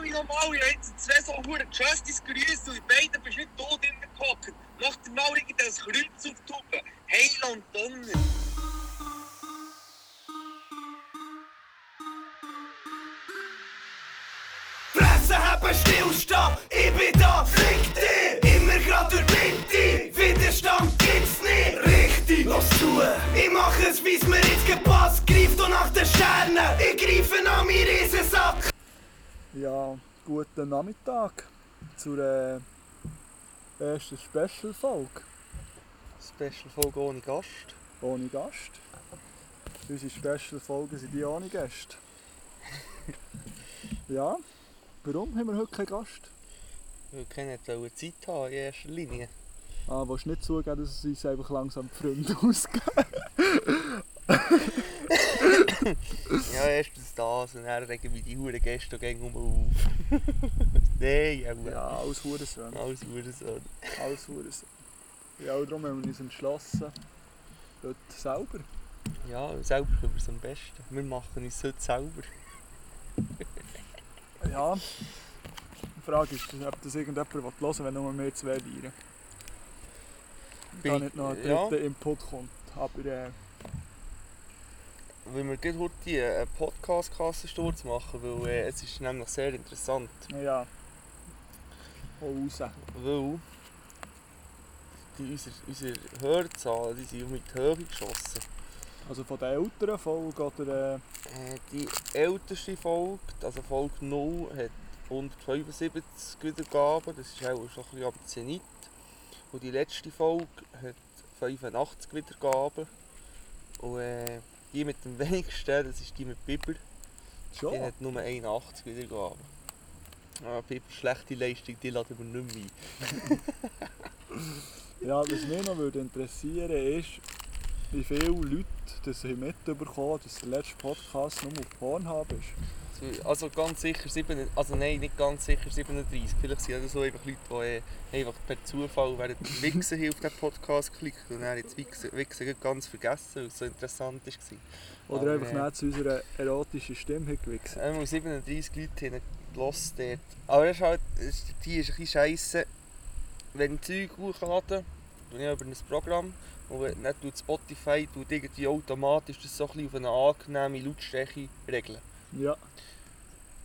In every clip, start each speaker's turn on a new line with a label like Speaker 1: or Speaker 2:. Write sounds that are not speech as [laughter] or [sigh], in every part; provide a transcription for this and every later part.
Speaker 1: mich nochmal, ich habe jetzt zwei so hure Justice grüßt und in beiden bist du nicht tot drin gehockt. Mach dir mal irgendein Kreuz auf die Tube. Heil und Donner.
Speaker 2: Presse haben, stillstehen, ich bin da, fick dich! Immer grad durch die Mitte, Widerstand gibt's nicht! Richtig, los zu! Ich mach es, wie's mir jetzt gepasst, greif doch nach den Sternen, ich greife nach meinen Riesensack!
Speaker 3: Ja, guten Nachmittag zur äh, ersten Special-Folge
Speaker 4: Special-Folge ohne Gast.
Speaker 3: ohne Gast. Unsere Special-Folgen sind die ohne
Speaker 4: [laughs]
Speaker 3: Gäste. ja, warum haben wir heute keinen Gast?
Speaker 4: Weil keiner wollte Zeit haben in erster Linie.
Speaker 3: Ah, willst du nicht zugeben, dass es uns einfach langsam die Freunde [laughs] ausgeben?
Speaker 4: Ja, erstens das und dann regen wir die Huren Gäste auch gerne um auf. [laughs] Nein, aber
Speaker 3: Ja, alles Hurensohn.
Speaker 4: alles Huren so.
Speaker 3: Alles Hurensohn. Ja, und darum haben wir uns entschlossen, heute selber.
Speaker 4: Ja, selber können wir es am besten. Wir machen es heute selber.
Speaker 3: Ja, die Frage ist, ob das irgendjemand hören will, wenn nur mehr zwei Bieren. Da
Speaker 4: Bin-
Speaker 3: nicht noch ein
Speaker 4: ja.
Speaker 3: dritter Input kommt. Aber äh,
Speaker 4: Weil wir gerade heute einen Podcast-Kassensturz machen, weil äh, es ist nämlich sehr interessant.
Speaker 3: naja, hau raus.
Speaker 4: Weil die, unsere, unsere Hörzahlen die sind um in die Höhe geschossen.
Speaker 3: Also von der älteren Folge oder... Äh,
Speaker 4: Äh, Die älteste Folge, also Folge 0, hat 175 Wiedergaben, das ist auch schon ein bisschen am Zenit. Und die letzte Folge hat 85 Wiedergaben. Und äh, die mit dem [laughs] wenigsten, das ist die mit Biber,
Speaker 3: schon?
Speaker 4: die hat nur 81 Wiedergaben. Ah, Biber, schlechte Leistung, die laden wir nicht mehr ein.
Speaker 3: Ja, was mich noch würde interessieren ist, wie viele Leute das haben mitbekommen, dass der letzte Podcast nur auf Pornhub ist.
Speaker 4: So, Also ganz sicher 7, also nein, nicht ganz sicher 37. Vielleicht sind das so einfach Leute, die äh, einfach per Zufall während dem Wichsen hier auf den Podcast geklickt und dann jetzt Wichsen, Wichsen gerade ganz vergessen, weil es so interessant war.
Speaker 3: Oder
Speaker 4: Aber,
Speaker 3: einfach
Speaker 4: äh,
Speaker 3: nicht zu unserer erotischen Stimme gewechselt.
Speaker 4: Einmal 37 Leute haben gehört dort. Aber das ist halt, das ist- die ist ein bisschen scheisse. Wenn ich Zeug hochlade, dann ich über ein Programm und wenn- dann tut Spotify tut irgendwie automatisch das so ein bisschen auf eine angenehme Lautstärke regeln.
Speaker 3: Ja,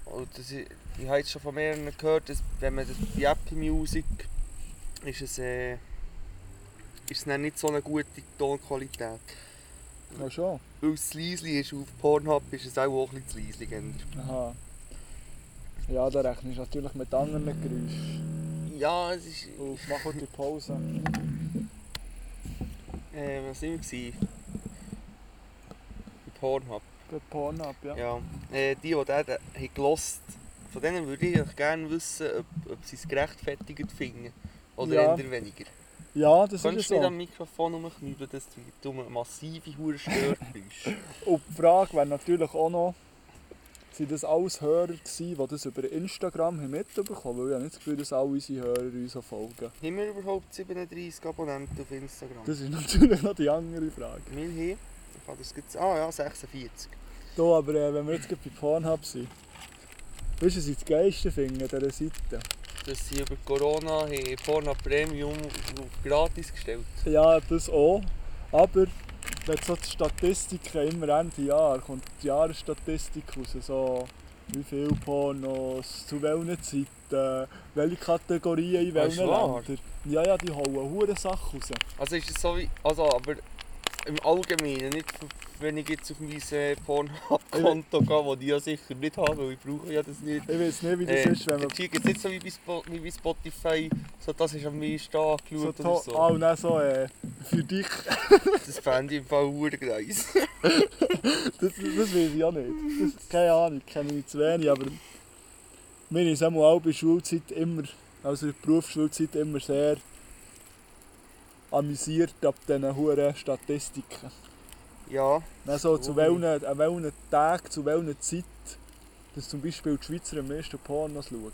Speaker 4: Und das, i- ich habe jetzt schon von mehreren gehört, dass wenn man das bei Apple Music ist es, äh, ist es dann nicht so eine gute Tonqualität.
Speaker 3: ja schon.
Speaker 4: Weil es zu leise ist, auf Pornhub ist es auch, auch ein bisschen zu leise. gell.
Speaker 3: Aha. Ja, da rechnest du natürlich mit anderen Geräuschen.
Speaker 4: Ja, es ist...
Speaker 3: Auf, mach kurz die Pause.
Speaker 4: Äh, was sind wir? gewesen? Bei Pornhub.
Speaker 3: Bei Pornhub, ja.
Speaker 4: Ja. Äh, die, die den haben gelost, von denen würde ich eigentlich gerne wissen, ob, ob sie es gerechtfertigt finden. Oder
Speaker 3: Ja.
Speaker 4: eher weniger.
Speaker 3: Ja, das ist
Speaker 4: Könntest du
Speaker 3: ja
Speaker 4: nicht
Speaker 3: so.
Speaker 4: am Mikrofon rumknüppeln, dass du du eine massive Hure stört [laughs] bist?
Speaker 3: Und die Frage wäre natürlich auch noch, sind das alles Hörer gewesen, die das über Instagram haben mitbekommen Weil ich habe nicht das Gefühl, dass alle unsere Hörer uns auch folgen.
Speaker 4: Haben wir überhaupt 37 Abonnenten auf Instagram?
Speaker 3: Das ist [laughs] natürlich noch die andere Frage.
Speaker 4: wir haben, ich kann das jetzt, ah ja, 46.
Speaker 3: Du, aber äh, wenn wir jetzt gerade bei Pornhub sind, weißt du, was ich das Geilste finde an dieser Seite?
Speaker 4: Dass sie über Corona haben Pornhub Premium auf gratis gestellt.
Speaker 3: Ja, das auch. Aber wenn so die Statistiken immer Ende Jahr kommt die Jahresstatistik raus, so wie viel Pornos, zu welchen Zeiten, welche Kategorien in
Speaker 4: Ah, ist
Speaker 3: welchen
Speaker 4: wahr?
Speaker 3: Ländern. Ja, ja, die hauen hure Sachen raus.
Speaker 4: Also ist es so wie, also aber im Allgemeinen, nicht für- wenn ich jetzt auf mein äh, Pornhub-Konto gehe, das ich ja sicher nicht habe, weil ich brauche ja das nicht.
Speaker 3: Ich weiß nicht, wie das
Speaker 4: Äh,
Speaker 3: ist, wenn man
Speaker 4: jetzt ist nicht so wie bei, Spo wie bei Spotify, so das ist am meisten
Speaker 3: so,
Speaker 4: angeschaut
Speaker 3: to-
Speaker 4: oder so.
Speaker 3: Ah, und dann so äh, für dich,
Speaker 4: Das fände ich im Fall verdammt nice.
Speaker 3: das, das weiß ich auch nicht. Das, keine Ahnung, kenne ich zu wenig, aber mir ist auch mal bei Schulzeit immer, also in der Berufsschulzeit immer sehr amüsiert ab diesen hohen Statistiken.
Speaker 4: [laughs] Ja,
Speaker 3: Dann so, zu
Speaker 4: Warum?
Speaker 3: welchen, an welchen Tag, zu welcher Zeit, dass zum Beispiel die Schweizer am meisten Pornos schauen.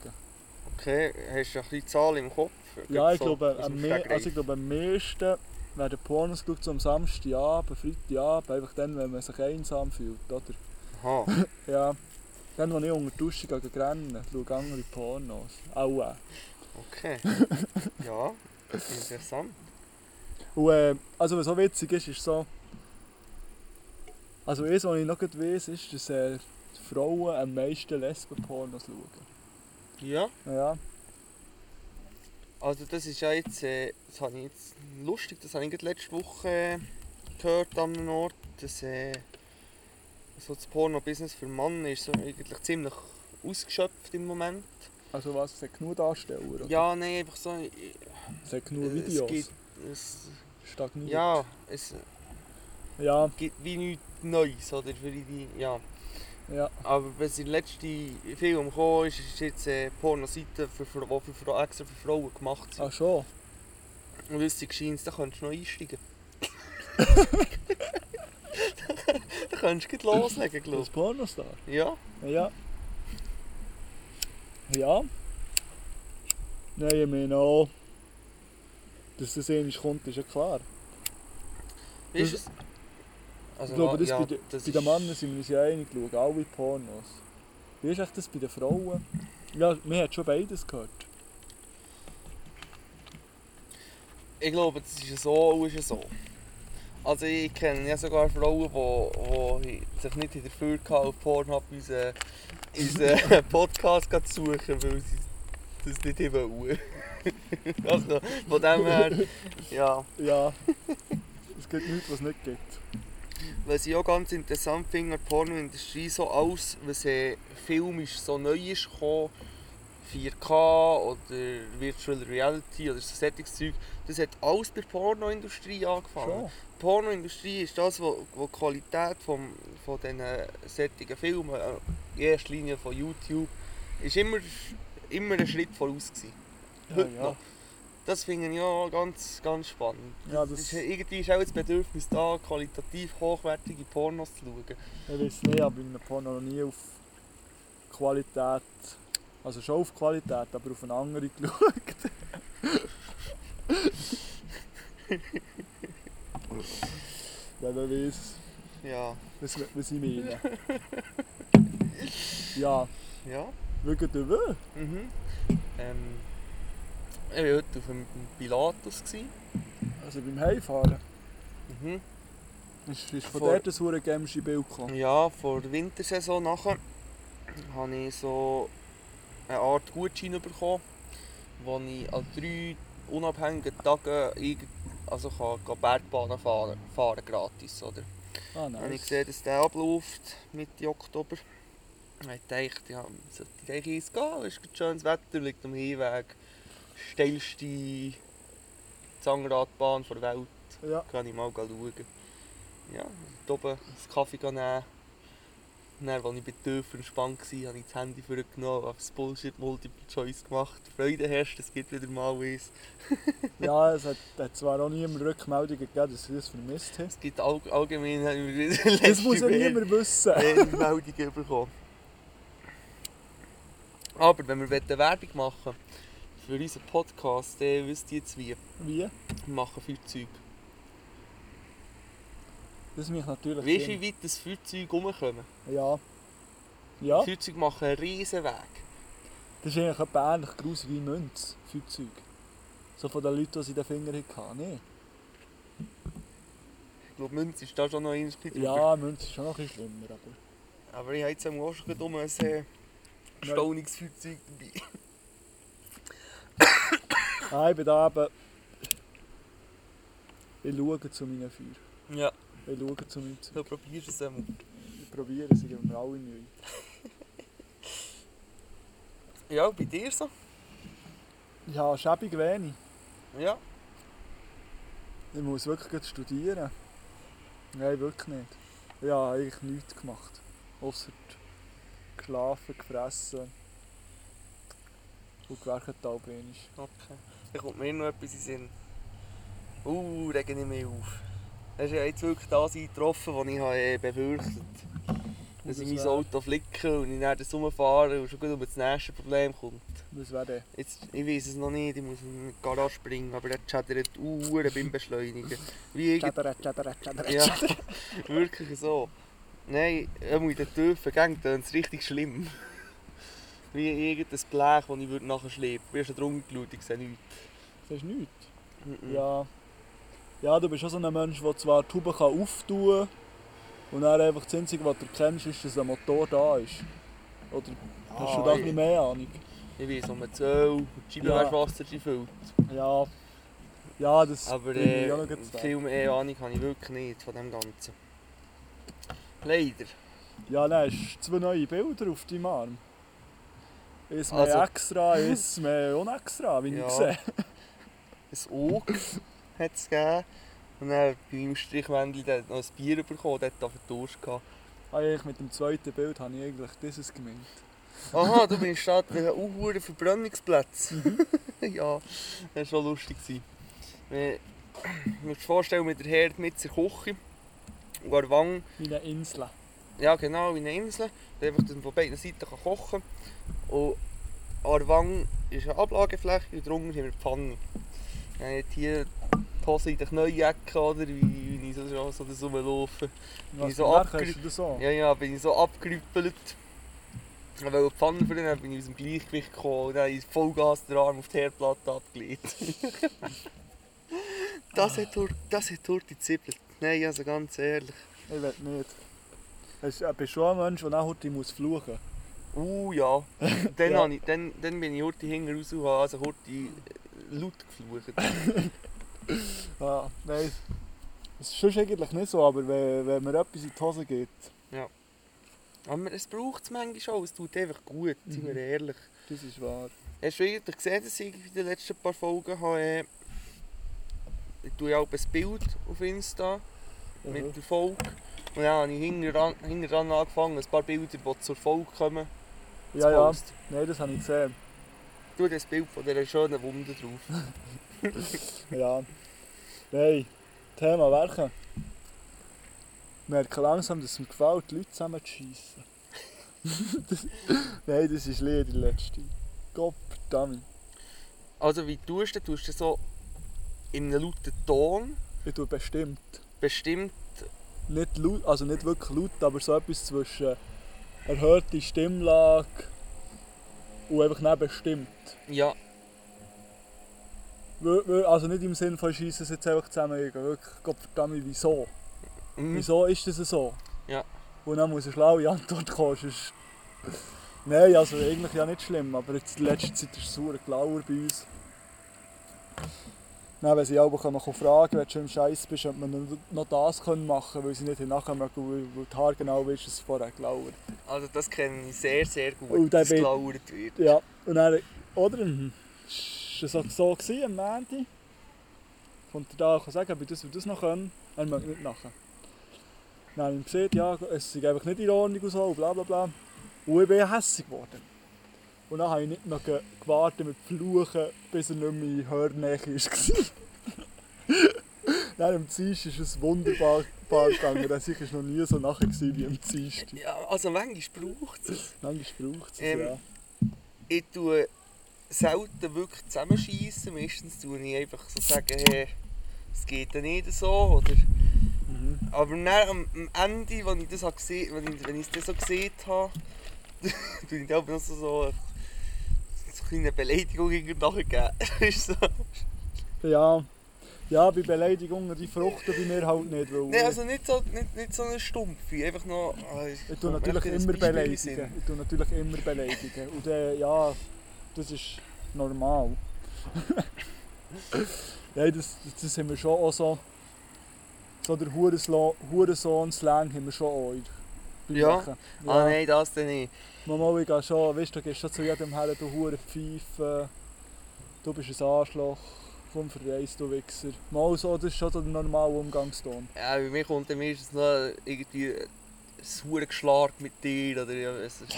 Speaker 4: okay, hast du ja ein bisschen Zahlen im Kopf?
Speaker 3: Ja, ich
Speaker 4: So,
Speaker 3: glaube,
Speaker 4: aus
Speaker 3: am,
Speaker 4: dem
Speaker 3: me
Speaker 4: Stegreif.
Speaker 3: also ich glaube, am meisten werden Pornos geschaut, so am Samstagabend, Freitagabend, einfach dann, wenn man sich einsam fühlt, oder?
Speaker 4: Aha.
Speaker 3: Ja, Dann, als ich unter die Dusche gehe, gehe rennen, schaue ich andere Pornos. Aua. [laughs]
Speaker 4: Okay. ja, interessant.
Speaker 3: Und äh, also was so witzig ist, ist so... Also eins, was ich noch nicht weiss, ist, dass äh, die Frauen am meisten Lesben-Pornos schauen.
Speaker 4: Ja,
Speaker 3: Ja,
Speaker 4: also das ist ja jetzt, äh, das habe ich jetzt lustig, das habe ich gerade letzte Woche äh, gehört an einem Ort, dass äh, so das Porno-Business für Mann ist so eigentlich ziemlich ausgeschöpft im Moment.
Speaker 3: also was, es hat genug Darsteller? oder?
Speaker 4: Ja, nein, einfach so, äh,
Speaker 3: Es hat genug
Speaker 4: es
Speaker 3: Videos?
Speaker 4: gibt- es,
Speaker 3: Stagniert.
Speaker 4: ja, es
Speaker 3: Ja,
Speaker 4: gibt wie nichts Neues, oder, für die, ja.
Speaker 3: ja.
Speaker 4: Aber was in der letzten Film gekommen ist, ist jetzt äh, Pornoseiten, die für, wo für, Fra- extra für Frauen gemacht sind.
Speaker 3: Ach schon.
Speaker 4: Und lustig scheint da könntest du noch
Speaker 3: [laughs]
Speaker 4: einsteigen. da könntest du gleich loslegen,
Speaker 3: Das
Speaker 4: glaube
Speaker 3: Pornostar.
Speaker 4: ich. Ja,
Speaker 3: Ja. Ja. Nein, ich meine auch, dass das ähnlich kommt, ist ja klar.
Speaker 4: weißt du
Speaker 3: Das-
Speaker 4: es? Also,
Speaker 3: ich glaube, das
Speaker 4: ja,
Speaker 3: bei, de,
Speaker 4: das
Speaker 3: bei den
Speaker 4: ist-
Speaker 3: Männern sind wir uns ja einig, schauen alle Pornos. Wie ist echt das bei den Frauen? Ja, mir hat schon beides gehört.
Speaker 4: Ich glaube, das ist ja so und ist ja so. Also ich kenne ja sogar Frauen, die, die sich nicht in der Fülle auf Pornhub unseren, unseren Podcast gehen suchen, weil sie das nicht haben wollen. [laughs] Also von dem her, ja. [laughs]
Speaker 3: Ja. es gibt nichts, was es nicht gibt.
Speaker 4: Was ich auch ganz interessant finde an der Pornoindustrie, so alles, was äh, filmisch so neu ist gekommen, 4K oder Virtual Reality oder so solches Zeug, das hat alles bei der Pornoindustrie angefangen.
Speaker 3: Schon.
Speaker 4: Die Pornoindustrie ist das, wo, wo die Qualität vom, von diesen solchen Filmen, äh, in erster Linie von YouTube, ist immer, immer ein Schritt voraus gewesen.
Speaker 3: Ja,
Speaker 4: Heute
Speaker 3: ja.
Speaker 4: noch. Das finde ich ja ganz, ganz spannend.
Speaker 3: ja
Speaker 4: Es
Speaker 3: das,
Speaker 4: ist, eh- irgendwie ist auch das Bedürfnis da, qualitativ hochwertige Pornos zu schauen.
Speaker 3: Ich weiß nicht, aber ich bin Porno noch nie auf Qualität, also schon auf Qualität, aber auf eine andere [laughs] geschaut. Wenn man weiss,
Speaker 4: Ja,
Speaker 3: was, was ich
Speaker 4: [laughs]
Speaker 3: meine. Ja,
Speaker 4: ja.
Speaker 3: wirklich du will.
Speaker 4: Mhm. Ähm, ich war heute auf dem Pilatus. Gewesen.
Speaker 3: Also beim Heimfahren.
Speaker 4: Mhm.
Speaker 3: Ist, ist von
Speaker 4: Vor-
Speaker 3: dort ein hure gemische Bild gekommen.
Speaker 4: Ja, vor der Wintersaison nachher habe ich so eine Art Gutschein bekommen, wo ich an drei unabhängigen Tagen irgend- also kann, kann Bergbahnen fahren, fahren gratis. Oder?
Speaker 3: Ah,
Speaker 4: Wenn ich
Speaker 3: nice.
Speaker 4: sehe, dass der abläuft Mitte Oktober, habe ich gedacht, ja, sollte ich gleich eins gehen, es ist gerade schönes Wetter, liegt am Hinweg, steilste Zahnradbahn der Welt
Speaker 3: Ja,
Speaker 4: kann ich mal schauen. Ja, dort oben einen Kaffee nehmen. Dann, als ich bei Dörfern entspannt war, habe ich das Handy vorgenommen, habe das Bullshit Multiple Choice gemacht. Freude herrscht, es gibt wieder mal eins.
Speaker 3: ja es hat, hat zwar auch niemand Rückmeldungen gegeben, dass sie das vermisst
Speaker 4: [laughs]
Speaker 3: haben.
Speaker 4: Es gibt all allgemein habe ich wieder letzte
Speaker 3: Das muss ja
Speaker 4: Mal
Speaker 3: niemand wissen.
Speaker 4: mehr Meldungen bekommen. Aber wenn wir wollen Werbung machen für unseren Podcast, dann wisst ihr jetzt wie.
Speaker 3: Wie?
Speaker 4: Wir machen Feuerzeug.
Speaker 3: Das mich natürlich.
Speaker 4: Weißt du,
Speaker 3: drin.
Speaker 4: wie weit das Feuerzeug rumkommen?
Speaker 3: Ja. Ja,
Speaker 4: Feuerzeug machen einen riesen Weg.
Speaker 3: das ist eigentlich etwa ähnlich groß wie Münz, Feuerzeug. So von den Leuten, die sie in den Finger hatten, ne?
Speaker 4: Ich glaube, Münz ist da schon noch ein bisschen drüber.
Speaker 3: Ja, Münz ist schon noch ein bisschen schlimmer, aber...
Speaker 4: Aber ich habe jetzt auch schon gerade um ein äh, Staunungsfeuerzeug dabei.
Speaker 3: Nein, Ah, ich bin da eben... Ich schaue zu meinen Feuer.
Speaker 4: [laughs] Ja,
Speaker 3: Ich schaue zu meinem Zeug.
Speaker 4: du probierst es einmal.
Speaker 3: Ich probiere, sie geben mir alle Mühe.
Speaker 4: Ja, bei dir so?
Speaker 3: Ja, schäbig wenig.
Speaker 4: Ja.
Speaker 3: Ich muss wirklich gleich studieren. Nein, wirklich nicht. Ich habe eigentlich nichts gemacht. Außer geschlafen, gefressen und gewerkt halbwenig.
Speaker 4: Okay. Da kommt mir noch etwas in den Sinn. Uh, regen ich mich auf. Das ist ja jetzt wirklich das eingetroffen, was ich habe, äh, befürchtet habe. Dass
Speaker 3: das
Speaker 4: ich mein
Speaker 3: wär-
Speaker 4: Auto flicke und ich dann das rumfahre und schon gut um das nächste Problem kommt.
Speaker 3: Das wäre der.
Speaker 4: Jetzt, ich weiß es noch nicht, ich muss in die Garage springen, aber der schädert Uhren beim Beschleunigen. Wie irgend-
Speaker 3: Tschadere, tschadere, tschadere,
Speaker 4: Ja,
Speaker 3: tschadere.
Speaker 4: [laughs] wirklich so. Nein, ähm, in den tiefen Gängen tönt es richtig schlimm. [laughs] Wie irgendein Blech, das ich würde nachher schleppen würde. Ich habe schon drum geschaut, ich sehe nichts.
Speaker 3: Siehst du nichts?
Speaker 4: Mhm.
Speaker 3: Ja. Ja, du bist auch so ein Mensch, der zwar die Tube kann auftun kann und dann einfach das Einzige, was du kennst, ist, dass ein Motor da ist. Oder hast du da
Speaker 4: Ah,
Speaker 3: ein bisschen mehr Ahnung?
Speaker 4: Ich weiß, um ein Zöll und die Scheibe
Speaker 3: Ja.
Speaker 4: ja. Wasser gefüllt.
Speaker 3: Ja. Ja, das
Speaker 4: Aber
Speaker 3: bringe ich
Speaker 4: äh,
Speaker 3: auch noch gleich zu dem.
Speaker 4: viel mehr Ahnung habe ich wirklich nicht von dem Ganzen. Leider.
Speaker 3: Ja, dann hast du zwei neue Bilder auf deinem Arm. Eins mehr
Speaker 4: Also-
Speaker 3: extra,
Speaker 4: [laughs]
Speaker 3: eins mehr unextra, wie
Speaker 4: Ja.
Speaker 3: ich sehe.
Speaker 4: Ein Aug hat es gegeben. Und dann bei meinem Strichwändel der hat noch ein Bier bekommen, der hat da verdurst gehabt.
Speaker 3: Eigentlich Ah, mit dem zweiten Bild habe ich eigentlich dieses gemeint.
Speaker 4: Aha, du bist da an einem unhuren Verbrennungsplatz. [laughs] ja, das war schon lustig. gewesen. Äh, Ich muss mir vorstellen, mit der Herd mit der Küche und an der Wange,
Speaker 3: Meine Insel.
Speaker 4: ja genau, wie eine Insel, die einfach dass man von beiden Seiten kann kochen kann. Und an der Wange ist eine Ablagefläche und drunter haben wir die Pfanne. Dann hat hier die Hose in den Knäuecken, oder wie, wie ich so, so, so das rumlaufe.
Speaker 3: Was
Speaker 4: so
Speaker 3: du merkst, hast
Speaker 4: abgerü-
Speaker 3: du das so?
Speaker 4: Ja, ja, bin ich so abgerüppelt. Und Weil die Pfanne für den bin ich aus dem Gleichgewicht gekommen und dann habe ich Vollgas den Arm auf die Herdplatte abgelegt. [laughs] das, hat durch, das hat durch die Zippel. Nein, also ganz ehrlich.
Speaker 3: Ich will nicht. Hast- äh, Bist du auch ein Mensch, der nachher die muss fluchen
Speaker 4: Uh ja. Dann,
Speaker 3: Ja.
Speaker 4: habe Ich, dann, dann bin ich heute hinten raus und habe also heute laut geflucht.
Speaker 3: muss? Ah, nein. Das ist schon eigentlich nicht so, aber wenn, wenn mir etwas in die Hose geht,
Speaker 4: Aber es braucht es manchmal auch, es tut einfach gut, sind wir ehrlich.
Speaker 3: das ist wahr.
Speaker 4: Hast du eigentlich gesehen, dass ich in den letzten paar Folgen habe, äh, ich tue ja auch ein Bild auf Insta
Speaker 3: Mhm.
Speaker 4: mit der Folge. Und dann habe ich hinterher hinterher dran angefangen, ein paar Bilder, die zur Folge kommen. zu
Speaker 3: Ja, ja.
Speaker 4: posten.
Speaker 3: Nein, das habe ich gesehen.
Speaker 4: Tu das Bild von dieser schönen Wunde drauf.
Speaker 3: Ja. Nein. Thema Werken. Ich merke langsam, dass es mir gefällt, die Leute zusammen zu schiessen. das, [laughs] nein, das ist leer, die letzte. Gott verdammt.
Speaker 4: Also wie tust du das? Tust du das so in einem lauten Ton
Speaker 3: Ich tue bestimmt.
Speaker 4: bestimmt
Speaker 3: Nicht laut, also nicht wirklich laut, aber so etwas zwischen erhöhte Stimmlage und einfach nicht bestimmt.
Speaker 4: ja,
Speaker 3: Wir- wir- Also nicht im Sinne von schiessen es jetzt einfach zusammen. Wirklich, Gott verdammt, wieso?
Speaker 4: mhm.
Speaker 3: Wieso ist das so?
Speaker 4: Ja.
Speaker 3: Und dann muss eine schlaue Antwort kommen. Sonst... Nein, also eigentlich ja nicht schlimm, aber jetzt in letzter Zeit ist es sauer Glauer bei uns. Nein, wenn sie auch kommen, kommen fragen, wenn du schon im Scheiß bist, ob man noch das können machen können, weil sie nicht nachkommen können, weil die Haare genau wissen, es vorher Glauer.
Speaker 4: Also das kenne ich sehr, sehr gut,
Speaker 3: Oh, der
Speaker 4: dass
Speaker 3: Bild.
Speaker 4: gelauert wird.
Speaker 3: Ja, und dann, oder? mhm, Ist es auch so gewesen, am Montag? Kommt er da und kann sagen, ob ich das und das noch können? Er mag nicht nachher. Dann habe ich ihm gesagt, ja, es sei einfach nicht in Ordnung und so, und bla bla bla. Und ich bin hässlich geworden. Und dann habe ich nicht noch ge- gewartet mit Fluchen, bis er nicht mehr in Hörnähe war. [laughs] Nein, am Dienstag ist es wunderbar wunderbar gegangen. Das war noch nie so nachher gewesen wie am Dienstag.
Speaker 4: Ja, also manchmal braucht es.
Speaker 3: Manchmal braucht es es,
Speaker 4: Ähm,
Speaker 3: ja.
Speaker 4: ich tue selten wirklich zusammenschießen. Meistens tue ich einfach so sagen, hey, es geht ja nicht so. Oder,
Speaker 3: Mhm.
Speaker 4: aber dann, am, am Ende, wenn ich das habe gesehen, wenn ich, wenn ich das so gesehen [laughs] habe, tue ich dann noch so, so, so eine kleine Beleidigung nachgeben. [laughs] ist so.
Speaker 3: Ja. Ja, bei Beleidigungen, die fruchten bei mir halt nicht, weil
Speaker 4: Nein, also nicht so, nicht, nicht so eine Stumpfe, einfach noch... ah, ich-
Speaker 3: ich tue
Speaker 4: kommt mir
Speaker 3: natürlich
Speaker 4: ein
Speaker 3: immer
Speaker 4: Beispiel in den Sinn.
Speaker 3: beleidigen. Ich tue natürlich immer beleidigen. Und äh, ja, das ist normal. [laughs] ja, das, das, das haben wir schon auch so. So der Hurensohn- Hurensohn-Slang haben wir schon auch. in- beim
Speaker 4: Ja?
Speaker 3: Machen. ja.
Speaker 4: Ah nein, das dann nicht.
Speaker 3: Mama, ich gehe schon, weißt du, du gehst schon zu jedem her, du hure Pfeife, du bist ein Arschloch, komm verreist, du Wichser. Mal so, das ist schon so der normale Umgangston.
Speaker 4: Ja, bei mir kommt dann meistens noch irgendwie ein sauer Geschlag mit dir oder ja,
Speaker 3: [laughs]
Speaker 4: es ist...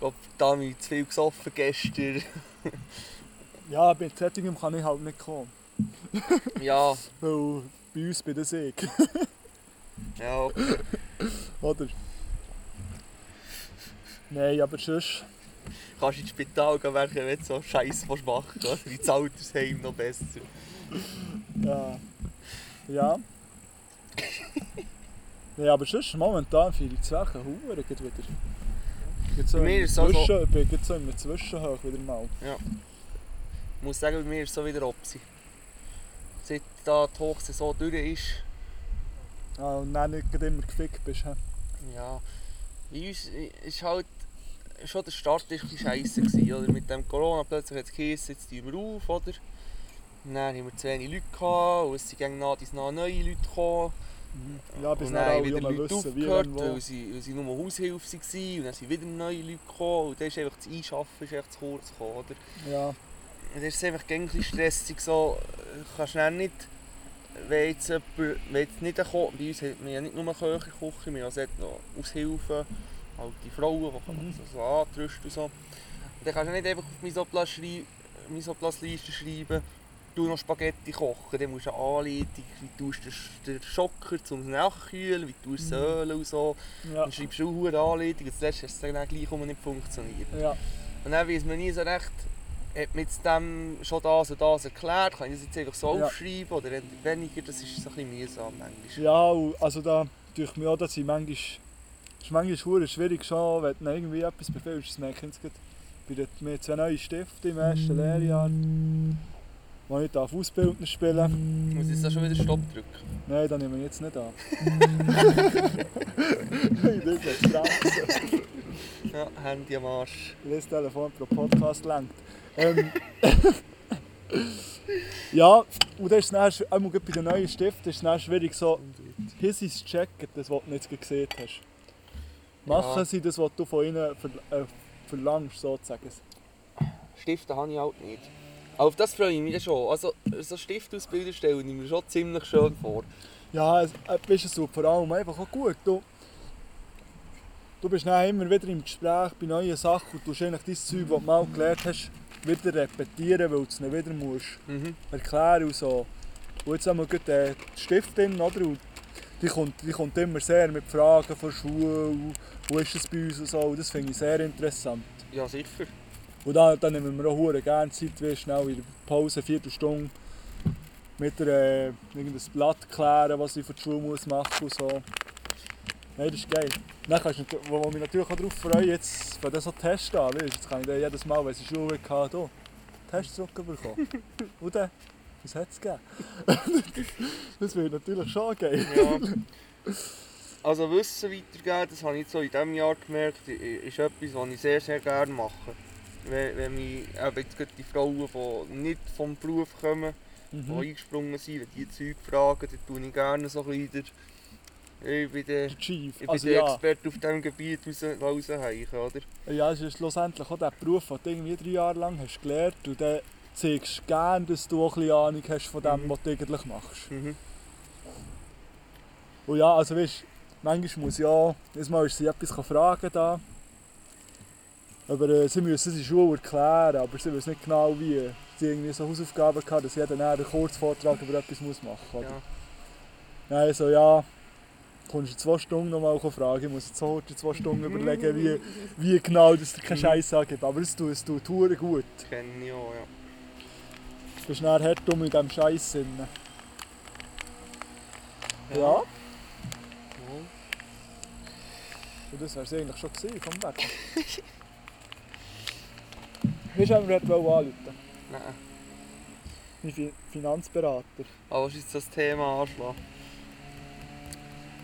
Speaker 4: Gott verdammt, zu viel gesoffen gestern.
Speaker 3: Ja, bei Zettingen kann ich halt nicht kommen.
Speaker 4: Ja,
Speaker 3: Weil bei uns bin das ich.
Speaker 4: [laughs] ja, okay.
Speaker 3: [laughs] Oder? Nein, aber sonst.
Speaker 4: kannst ins Spital gehen, wenn du jetzt so Scheiß machen willst. Oder ins Altersheim noch
Speaker 3: äh,
Speaker 4: besser.
Speaker 3: Ja. Ja. Nein, aber sonst momentan feiere ich die Sachen verdammt gut wieder. Geht so
Speaker 4: Bei mir
Speaker 3: im
Speaker 4: ist es auch so-
Speaker 3: Zwischen- Ich bin jetzt so im Zwischenhoch wieder mal.
Speaker 4: Ich muss sagen, bei mir ist es so wieder Opsi. Seit da die Hochsaison durch ist,
Speaker 3: Ah, und dann nicht gerade immer gefickt bist. hä?
Speaker 4: ja, bei uns ist halt schon der Start ist scheiße gewesen, oder? Mit dem Corona plötzlich hat es geheißen, jetzt tun wir auf, oder? Und Dann haben wir zu wenig Leute gehabt, und es sind gegen nach dies nach neue Leute gekommen.
Speaker 3: Ja, bis
Speaker 4: und
Speaker 3: dann alle
Speaker 4: Oh wieder
Speaker 3: Jungen
Speaker 4: Leute
Speaker 3: wissen, wie
Speaker 4: aufgehört,
Speaker 3: wenn
Speaker 4: weil
Speaker 3: wo.
Speaker 4: sie, weil sie nur Haushilfe waren. Und dann sind wieder neue Leute gekommen. Und dann ist einfach das Einschaffen ist einfach zu kurz gekommen, oder?
Speaker 3: Ja,
Speaker 4: Es ist einfach gängig ein bisschen stressig. So, du kannst dann nicht, wenn jetzt, jemand, wenn jetzt nicht ein Koch, bei uns hat man ja nicht nur Köche, Küche, wir haben auch noch Aushilfen, alte Frauen, die mhm.
Speaker 3: Mhm.
Speaker 4: so, so antrösten und so. Und dann kannst du nicht einfach auf Misoplas schrei- Misoplas-Liste schreiben, du noch Spaghetti kochen, dann musst du eine Anleitung, wie tust du den- den Schocker zum Nachkühlen, wie tust du
Speaker 3: Mhm.
Speaker 4: Säulen und so.
Speaker 3: ja,
Speaker 4: Dann schreibst du auch eine Anleitung und zuletzt hast du es dann gleich um nicht funktioniert.
Speaker 3: ja.
Speaker 4: Und dann weiss man nie so recht, hat man jetzt dem schon das und das erklärt, kann ich das jetzt einfach so
Speaker 3: Ja.
Speaker 4: aufschreiben oder eher weniger, das ist so ein bisschen mühsam manchmal.
Speaker 3: Ja, und also da durch mich auch, dass ich manchmal... Es ist manchmal verdammt schwierig schon, wenn du noch irgendwie etwas befüllst. Das merke ich jetzt gerade. Bei den- Wir haben zwei neue Stifte im ersten Lehrjahr. Wo ich darf Ausbildner spielen
Speaker 4: Ich muss jetzt da schon wieder Stopp drücken.
Speaker 3: Nein, da nehmen wir jetzt nicht an. [laughs] ich bin verstanden.
Speaker 4: Ja, Handy am Arsch.
Speaker 3: Das Telefon pro Podcast lenkt. Ähm, [laughs] ja, und das ist dann, schw- einmal gerade bei den neuen Stiften ist es dann schwierig, so Hissis zu checken, das, was du jetzt gesehen hast. Machen
Speaker 4: Ja.
Speaker 3: sie das, was du von ihnen verl äh, verlangst, sozusagen.
Speaker 4: Stifte habe ich halt nicht. Aber auf das freue ich mich dann schon. Also, so Stiftausbilder stelle ich mir schon ziemlich schön vor.
Speaker 3: Ja, es äh, bist es so, vor allem einfach auch gut. Du, du bist dann immer wieder im Gespräch bei neuen Sachen und tust eigentlich dein Zeug, das du mal gelernt hast, wieder repetieren, weil du es nicht wieder musst.
Speaker 4: Mhm.
Speaker 3: erklären und so. Und jetzt haben wir gerade äh, die Stiftin, oder? Und die kommt, die kommt immer sehr mit Fragen von Schule und wo ist es bei uns und so. Und das finde ich sehr interessant.
Speaker 4: Ja, sicher.
Speaker 3: Und da, da nehmen wir auch hure gerne Zeit, wie schnell in der Pause, eine Viertelstunde, mit der, äh, irgendein Blatt klären, was ich für die Schule muss machen und so. Nein, das ist geil. Dann kannst du, nat- wo, wo mich natürlich auch darauf freue, jetzt von das so testen, weißt, du, jetzt kann ich dann jedes Mal, wenn ich Schule hatte, hier, Test zurückbekommen. und dann, was hat es gegeben? [laughs] das wird natürlich schon geil.
Speaker 4: Ja. Also Wissen weitergeben, das habe ich jetzt so in diesem Jahr gemerkt, i- ist etwas, was ich sehr, sehr gerne mache. Wenn, wenn mich eben jetzt gerade die Frauen, die nicht vom Beruf kommen, die
Speaker 3: Mhm.
Speaker 4: eingesprungen sind, wenn die Zeug fragen, dann tue ich gerne so ein bisschen den- ich bin der,
Speaker 3: Der Chief.
Speaker 4: ich bin
Speaker 3: Also
Speaker 4: der
Speaker 3: ja,
Speaker 4: Experte auf diesem Gebiet raus, rausheichen, oder?
Speaker 3: ja, es ist schlussendlich auch der Beruf, den du irgendwie drei Jahre lang hast gelernt und dann zeigst du gerne, dass du auch ein bisschen Ahnung hast von dem,
Speaker 4: Mhm.
Speaker 3: was du eigentlich machst.
Speaker 4: Mhm.
Speaker 3: Und ja, also weißt, manchmal muss ich auch, jedes Mal ist sie etwas fragen da. Aber äh, sie müssen es in der Schule erklären, aber sie wissen nicht genau wie. Sie haben irgendwie so Hausaufgaben gehabt, dass jeder dann einen Kurzvortrag über etwas muss machen muss.
Speaker 4: Ja.
Speaker 3: Nein, so ja, kommst du in zwei Stunden nochmal fragen, ich muss jetzt sofort in zwei Stunden
Speaker 4: Mhm.
Speaker 3: überlegen, wie, wie genau dass dir keinen Scheiß angibt. Aber es tut, es tut hure gut.
Speaker 4: Das kenne ich auch, ja.
Speaker 3: Du bist nachher hart um in diesem Scheiß drin. Ja,
Speaker 4: Ja.
Speaker 3: und das wär's eigentlich schon gewesen vom Weg. Wie haben wir heute anrufen?
Speaker 4: Nein.
Speaker 3: Mein Fi- Finanzberater.
Speaker 4: Aber was ist das Thema anschlagen?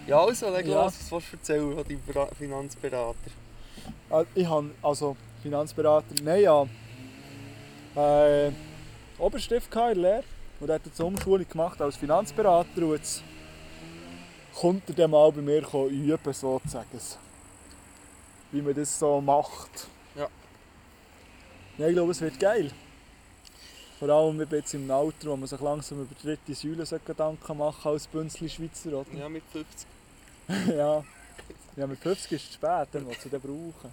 Speaker 4: Ja, also, leg
Speaker 3: Ja.
Speaker 4: los, was willst du erzählen von deinem Bra- Finanzberater?
Speaker 3: Ah, Ich habe also Finanzberater, nein, ja. Äh, Oberstift gehabt in der Lehre und er hat jetzt eine Umschulung gemacht als Finanzberater und jetzt kommt er dann mal bei mir kommen üben, sozusagen. Wie man das so macht.
Speaker 4: Ja.
Speaker 3: Ja, ich glaube, es wird geil. Vor allem, ich bin jetzt im Alter, wo man sich langsam über die dritte Säule so Gedanken machen sollte als Bünzli-Schweizer, oder?
Speaker 4: Ja, mit 50.
Speaker 3: Ja. ja, mit 50 ist es spät, dann willst du den brauchen.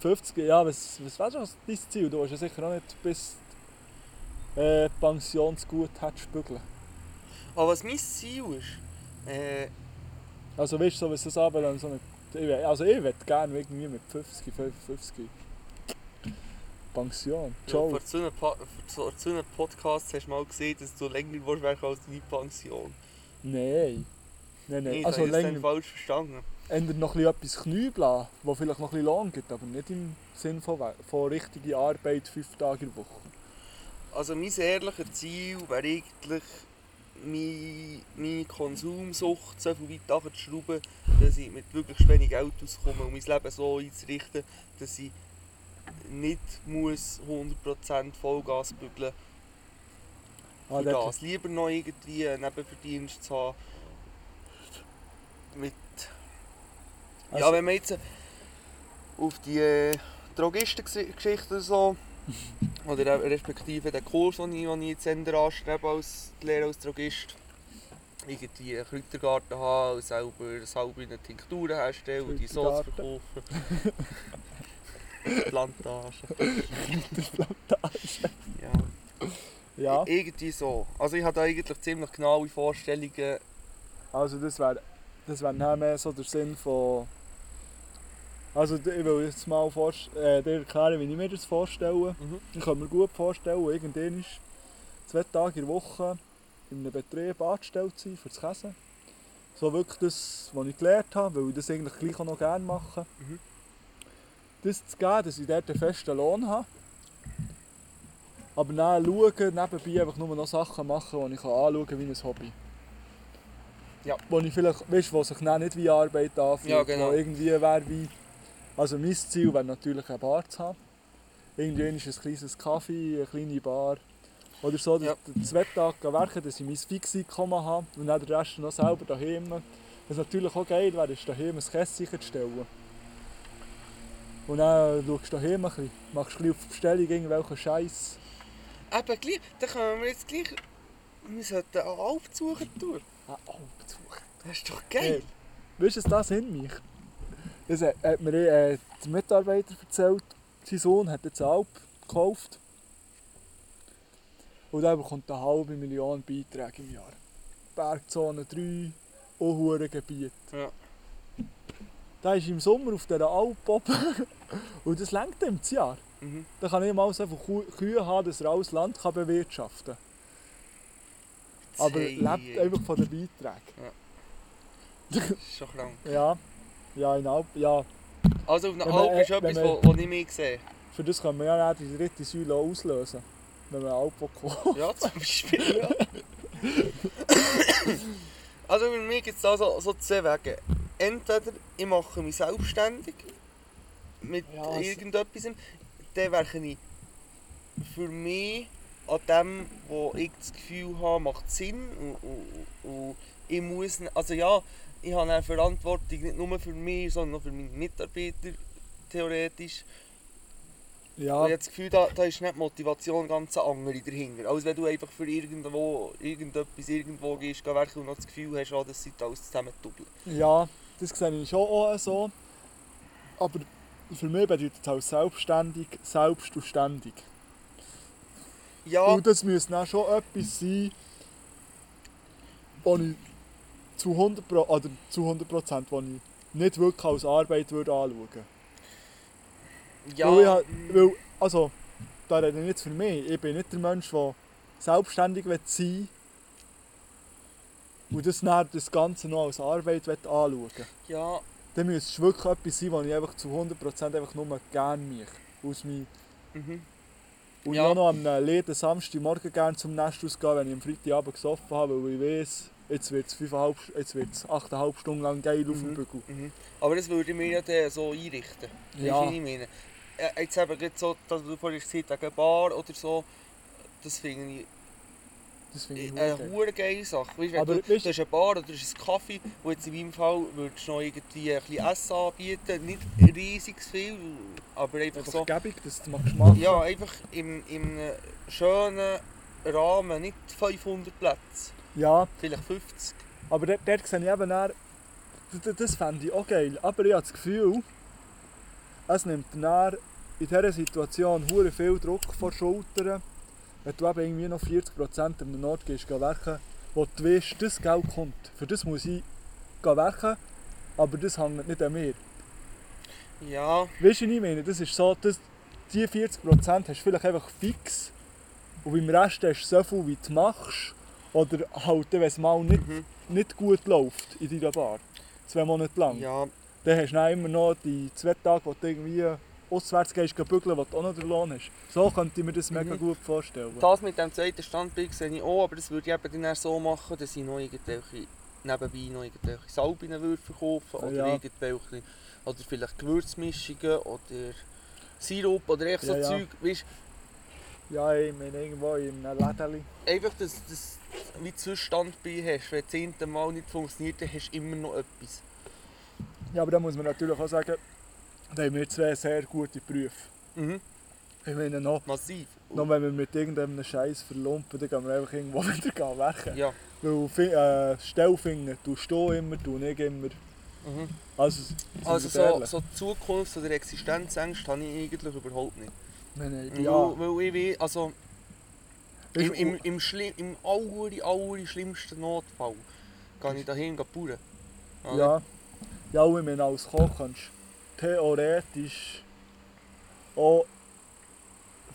Speaker 3: 50, ja, was, was wäre schon dein Ziel? Du willst ja sicher auch nicht bis äh, Pensionsgut hat spügeln.
Speaker 4: Aber was mein Ziel ist, äh,
Speaker 3: Also weißt du, so, was das aber an so eine, ich wär- Also ich würde gerne irgendwie mit 50, 55 Pension.
Speaker 4: ja,
Speaker 3: Ciao.
Speaker 4: vor so einem Pa- vor so- vor so einem Podcast hast du mal gesehen, dass du länger willst werden als deine Pension.
Speaker 3: Nein. Nein, nein.
Speaker 4: Nee,
Speaker 3: also
Speaker 4: also das habe
Speaker 3: länger.
Speaker 4: falsch verstanden.
Speaker 3: Ändert noch ein bisschen etwas knübeln, wo vielleicht noch ein bisschen lang geht, aber nicht im Sinn von, we- von richtiger Arbeit fünf Tage in der Woche.
Speaker 4: Also mein ehrliches Ziel wäre eigentlich, meine, meine Konsumsucht so viel weit runterzuschrauben, dass ich mit wirklich wenig Geld auskomme und mein Leben so einzurichten, dass ich nicht muss 100% Vollgas bügeln
Speaker 3: Ah,
Speaker 4: für
Speaker 3: dort-
Speaker 4: das. Lieber noch irgendwie einen Nebenverdienst zu haben. Mit ja,
Speaker 3: Also-
Speaker 4: wenn man jetzt äh, auf die äh, Drogisten-Geschichte
Speaker 3: [laughs]
Speaker 4: oder so, oder re- respektive den Kurs, den ich, den ich jetzt eher anstrebe als die Lehre als Drogist, irgendwie einen Kräutergarten haben, selber selber eine Tinkturen herstellen und die Sauce
Speaker 3: Kräutergarten.
Speaker 4: verkaufen.
Speaker 3: [laughs]
Speaker 4: Plantage. Ja.
Speaker 3: ja,
Speaker 4: Irgendwie so. Also ich habe da eigentlich ziemlich genaue Vorstellungen.
Speaker 3: also das wäre das wär dann mehr so der Sinn von... Also d- ich will jetzt mal vorst- äh, dir erklären, wie ich mir das vorstelle.
Speaker 4: Mhm.
Speaker 3: Ich kann mir gut vorstellen, irgendwann ist zwei Tage in der Woche in einem Betrieb angestellt zu sein, für das Käse. So wirklich das, was ich gelernt habe, weil ich das eigentlich gleich auch noch gerne mache.
Speaker 4: Mhm.
Speaker 3: Das zu geben, dass ich dort einen festen Lohn habe. Aber dann schauen, nebenbei einfach nur noch Sachen machen, die ich anschauen kann wie ein Hobby.
Speaker 4: Ja.
Speaker 3: Wo ich vielleicht, weißt du, wo sich dann nicht wie Arbeit anfühlt,
Speaker 4: Ja, genau.
Speaker 3: wo irgendwie wäre wie... Also mein Ziel wäre natürlich eine Bar zu haben. Irgendwann ist ein kleines Kaffee, eine kleine Bar. Oder so, dass
Speaker 4: Ja.
Speaker 3: ich zwei Tage arbeiten, dass ich mein Fixeinkommen habe und dann den Rest noch selber daheim. Was natürlich auch geil wäre, ist daheim ein Kästchen zu stellen. Und dann schaust du daheim ein bisschen, machst ein bisschen auf Bestellung irgendwelchen Scheiß.
Speaker 4: Eben, gleich, da können wir jetzt gleich... Wir sollten eine Alpsuche-Tour.
Speaker 3: Ah, oh,
Speaker 4: Das ist doch geil.
Speaker 3: Weißt du, was das in mich? Das hat hat mir äh, der Mitarbeiter erzählt. Sein Sohn hat jetzt eine Alp gekauft. Und er bekommt eine halbe Million Beiträge im Jahr. Bergzone 3 und Hurengebiet.
Speaker 4: Ja.
Speaker 3: Da ist im Sommer auf dieser Alp oben. [laughs] Und das längt ihm das Jahr.
Speaker 4: Mhm.
Speaker 3: Da kann ich mal so viele Kuh- Kühe haben, dass er alles Land kann bewirtschaften kann. Aber er
Speaker 4: Zeh.
Speaker 3: lebt einfach von den Beiträgen.
Speaker 4: Das ist schon krank.
Speaker 3: Ja. Ja, in Alp. Ja.
Speaker 4: Also auf einer
Speaker 3: Wenn man,
Speaker 4: Alp ist
Speaker 3: äh,
Speaker 4: etwas,
Speaker 3: wenn man-
Speaker 4: wo, wo ich mehr sehe.
Speaker 3: Für das können wir ja auch die dritte Säule auch auslösen, wenn wir Alp
Speaker 4: [laughs]
Speaker 3: kommen.
Speaker 4: Ja, zum Beispiel, ja. [coughs] also bei mir gibt es da so, so zwei Wege. Entweder ich mache mich selbstständig mit
Speaker 3: Ja, also-
Speaker 4: irgendetwas, dann werke ich für mich an dem, wo ich das Gefühl habe, macht Sinn und, und, und ich muss, n- also ja, ich habe eine Verantwortung nicht nur für mich, sondern auch für meine Mitarbeiter theoretisch.
Speaker 3: Ja, Ah.
Speaker 4: Ich habe das Gefühl, da, da ist nicht die Motivation ganz eine andere dahinter. Als wenn du einfach für irgendwo, irgendetwas irgendwo gehst, geh werken und noch das Gefühl hast, ah, das sind alles zusammen doppelt.
Speaker 3: ja, das sehe ich schon auch so. Aber für mich bedeutet es halt selbstständig, selbst und ständig.
Speaker 4: Ja,
Speaker 3: Und das müsste dann schon etwas sein, wo ich zu 100 oder zu 100 Prozent, wo ich nicht wirklich als Arbeit würde anschauen würde. Weil, ich,
Speaker 4: ja,
Speaker 3: halt- weil, also, da rede ich jetzt für mich. Ich bin nicht der Mensch, der selbstständig will sein will und das, dann das Ganze noch als Arbeit will anschauen will.
Speaker 4: ja,
Speaker 3: Dann müsste es wirklich etwas sein, was ich einfach zu 100% einfach nur gerne mich aus mir.
Speaker 4: mhm.
Speaker 3: Und
Speaker 4: Ja.
Speaker 3: ja. noch am letzten Samstagmorgen gerne zum Nest ausgehen, wenn ich am Freitagabend gesoffen habe, weil ich weiß, jetzt wird es 8,5 Stunden lang geil auf dem
Speaker 4: Mhm.
Speaker 3: Bügel.
Speaker 4: aber das würde ich mir ja dann so einrichten. Ja.
Speaker 3: Ja,
Speaker 4: Weißt du, was ich meine? Äh, Jetzt eben gerade so, dass du vorhin gesagt hast, eine Bar oder so, das finde ich
Speaker 3: das finde ich
Speaker 4: Eine
Speaker 3: gut.
Speaker 4: hure geile Sache. Weißt, wenn
Speaker 3: Aber
Speaker 4: du,
Speaker 3: weisst-
Speaker 4: du hast eine Bar oder du hast einen Kaffee und jetzt in meinem Fall würdest du noch irgendwie ein bisschen Essen anbieten. Nicht riesig viel, aber einfach
Speaker 3: Einfach
Speaker 4: äh, so.
Speaker 3: gäbig, dass du das machen
Speaker 4: Ja, einfach im, im äh, schönen Rahmen, nicht 500 Plätze,
Speaker 3: ja.
Speaker 4: vielleicht 50.
Speaker 3: Aber dort, dort sehe ich eben eher, das, das fände ich auch geil. Aber ich habe das Gefühl, es nimmt dann in dieser Situation hure viel Druck vor die Schultern, wenn du eben irgendwie noch 40% an einem Ort gehst, gehen werken, wo du weißt, das Geld kommt. Für das muss ich gehen werken, aber das hängt nicht an mir.
Speaker 4: Ja,
Speaker 3: Weißt du, was ich meine? Das ist so, dass die 40% hast du vielleicht einfach fix und beim Rest hast du so viel, wie du machst Oder halt, wenn es mal nicht,
Speaker 4: Mhm.
Speaker 3: nicht gut läuft in deiner Bar, zwei Monate lang,
Speaker 4: Ja,
Speaker 3: dann hast du dann immer noch die zwei Tage, wo du irgendwie auswärts gehst, gehen bügeln, wo du auch noch den Lohn hast. So könnte ich mir das mega
Speaker 4: Mhm.
Speaker 3: gut vorstellen.
Speaker 4: das mit dem zweiten Standbild sehe ich auch, aber das würde ich eben dann eher so machen, dass ich noch irgendwelche, nebenbei noch irgendwelche Salbinen würde verkaufen oder
Speaker 3: Ja.
Speaker 4: irgendwelche, oder vielleicht Gewürzmischungen oder Sirup oder echt so
Speaker 3: Ja, ja.
Speaker 4: Zeug, weißt,
Speaker 3: Ja, ich meine, irgendwo in einem Lädeli.
Speaker 4: einfach, dass, dass wie du sonst Standbein hast. Wenn das zehnte Mal nicht funktioniert, dann hast du immer noch etwas.
Speaker 3: Ja, aber da muss man natürlich auch sagen, da haben wir zwei sehr gute Berufe.
Speaker 4: Mhm.
Speaker 3: Ich meine, noch,
Speaker 4: Massiv.
Speaker 3: noch wenn wir mit irgendeinem Scheiß verlumpen, dann gehen wir einfach irgendwo [laughs] wieder gehen werken.
Speaker 4: Ja.
Speaker 3: Weil fi- äh, Stell finden tust du immer, du nicht immer.
Speaker 4: Mhm.
Speaker 3: Also, sind
Speaker 4: Also
Speaker 3: wir
Speaker 4: so,
Speaker 3: ehrlich.
Speaker 4: so Zukunft oder Existenzängste habe ich eigentlich überhaupt nicht.
Speaker 3: Nein, nein,
Speaker 4: Weil,
Speaker 3: ja.
Speaker 4: weil ich wei- also im,
Speaker 3: Ist-
Speaker 4: im, im, Schli im aller, aller schlimmsten Notfall gehe ich dahin gehen bauen. Oder?
Speaker 3: Ja. Ja, und ich meine, als Koch kannst du theoretisch auch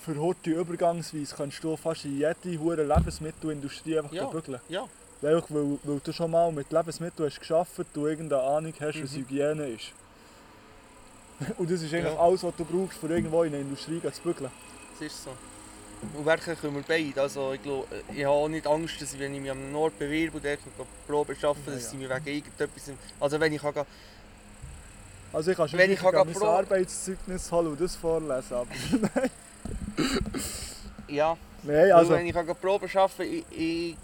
Speaker 3: für heute übergangsweise kannst du fast in jede hure Lebensmittelindustrie einfach
Speaker 4: Ja.
Speaker 3: bügeln.
Speaker 4: Ja.
Speaker 3: Weil, weil, weil du schon mal mit Lebensmitteln hast gearbeitet du irgendeine Ahnung hast, was
Speaker 4: Mhm.
Speaker 3: Hygiene ist. [laughs] Und das ist eigentlich
Speaker 4: Ja.
Speaker 3: alles, was du brauchst, um irgendwo in eine Industrie zu bügeln.
Speaker 4: Das ist so. Und werken können wir beide. Also ich, glaub, ich habe auch nicht Angst, dass ich, wenn ich mich am Nord bewerbe und dort Probe arbeite,
Speaker 3: Ja,
Speaker 4: dass
Speaker 3: ja.
Speaker 4: sie mich wegen irgendetwas... Also wenn ich kann, gehen-
Speaker 3: Also ich kann schon
Speaker 4: Wenn ich
Speaker 3: sicher
Speaker 4: kann
Speaker 3: mein
Speaker 4: pro-
Speaker 3: Arbeitszeugnis holen und das vorlesen, aber
Speaker 4: ja,
Speaker 3: nein,
Speaker 4: also,
Speaker 3: also...
Speaker 4: wenn ich kann gehen Probe arbeite, ich, ich,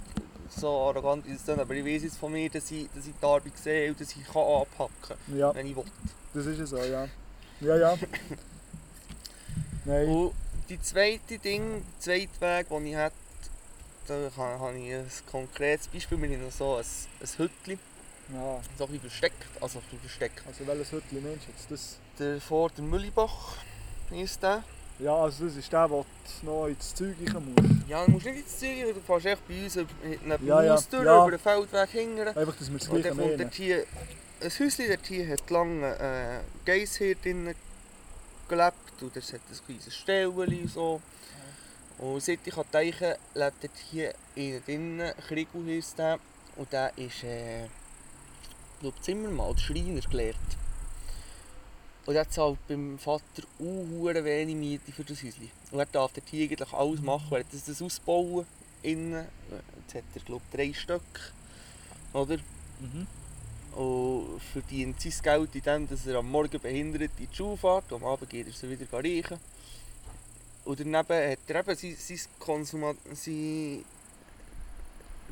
Speaker 4: so arrogant ist es dann, aber ich weiß jetzt von mir, dass ich, dass ich die Arbeit sehe und dass ich kann anpacken kann,
Speaker 3: Ja.
Speaker 4: wenn ich will.
Speaker 3: Das ist ja so, ja. Ja,
Speaker 4: [laughs]
Speaker 3: ja. Nein,
Speaker 4: Und die zweite Ding, der zweite Weg, den ich hätte, da ha- habe ich ein konkretes Beispiel. Wir haben noch so ein, ein Hütchen,
Speaker 3: ja.
Speaker 4: so ein bisschen versteckt, also ein bisschen versteckt.
Speaker 3: Also welches Hütchen meinst du jetzt? Das,
Speaker 4: Der vor der Müllibach ist der.
Speaker 3: ja, also das ist der, der du noch ins Zeug rein muss.
Speaker 4: Ja, du musst nicht ins Zeug, du fährst echt bei uns über- neben
Speaker 3: Ja,
Speaker 4: ja,
Speaker 3: ja,
Speaker 4: Haus durch,
Speaker 3: ja.
Speaker 4: über den Feldweg hingern.
Speaker 3: Einfach, dass wir das
Speaker 4: Und
Speaker 3: gleiche
Speaker 4: dann kommt
Speaker 3: meinen.
Speaker 4: dort hier ein Häuschen, dort hier hat lange äh, Geisshirtin gelebt und das hat ein kleines Ställchen und so. Und seit ich kann denken lebt dort hier einer drinnen, Kriegel heisst der. Und der ist, äh, ich glaube, Zimmermann, oder Schreiner gelernt. Und er zahlt beim Vater unhure wenig Miete für das Häuschen. Und er darf dort hier eigentlich alles machen. Er hat das, das ausbauen innen. Jetzt hat er, glaube ich, drei Stück. Oder?
Speaker 3: Mhm.
Speaker 4: Und verdient sein Geld in dem, dass er am Morgen behindert in die Schule fährt, am Abend geht er sie wieder reichen. Und daneben hat er eben sein, sein Konsumat... Sein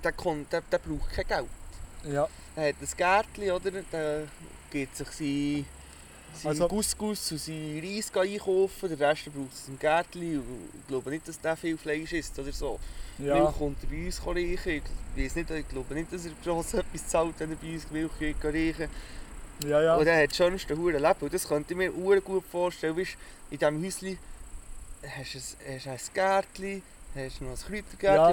Speaker 4: der, Kon der, der braucht kein Geld.
Speaker 3: Ja,
Speaker 4: Er hat ein Gärtchen, oder? Der geht sich sein, sein
Speaker 3: Also-
Speaker 4: Couscous und sein Reis einkaufen, den Rest braucht er aus dem Gärtchen. Und Ich glaube nicht, dass der viel Fleisch isst oder so.
Speaker 3: ja.
Speaker 4: Milch kommt er bei uns reichen. Ich weiß nicht, ich glaube nicht, dass er gross etwas zahlt, wenn er bei uns Milch reichen
Speaker 3: Ja, ja.
Speaker 4: und er hat das schönste Hurenleben. Und das könnte ich mir hure gut vorstellen. Weißt, in diesem Häuschen hast du ein, hast du ein Gärtchen, hast du noch
Speaker 3: Ja,
Speaker 4: ein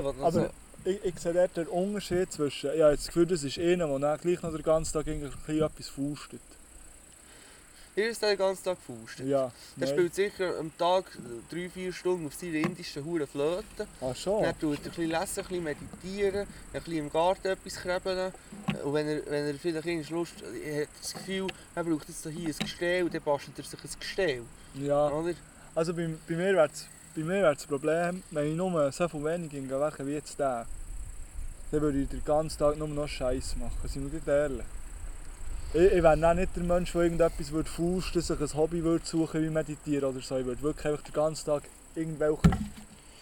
Speaker 4: Kräutergärtchen. wo du noch
Speaker 3: aber ich, ich sehe dort den Unterschied zwischen... Ich habe das Gefühl, das ist einer, der dann gleich noch den ganzen Tag eigentlich ein bisschen etwas faustet.
Speaker 4: so, ist den ganzen Tag gefustet.
Speaker 3: Ja,
Speaker 4: Der
Speaker 3: nein.
Speaker 4: spielt sicher am Tag 3-4 Stunden auf seiner indischen Hure Flöte.
Speaker 3: Ah, schon?
Speaker 4: Dann tut er ein bisschen lesen, ein bisschen meditieren, ein bisschen im Garten etwas krabbeln. Und wenn er, wenn er vielleicht irgendwann Lust hat, er hat das Gefühl, er braucht jetzt hier ein Gestell, dann bastelt er sich ein Gestell.
Speaker 3: Ja.
Speaker 4: Oder?
Speaker 3: Also bei, bei mir wäre bei mir wär's das Problem, wenn ich nur so viel weniger ging werken wie jetzt der, dann würde ich den ganzen Tag nur noch Scheiß machen, sind wir gerade ehrlich. Ich, ich wäre auch nicht der Mensch, der irgendetwas würde fausten, sich ein Hobby würde suchen wie meditieren oder so. Ich würde wirklich einfach den ganzen Tag irgendwelche...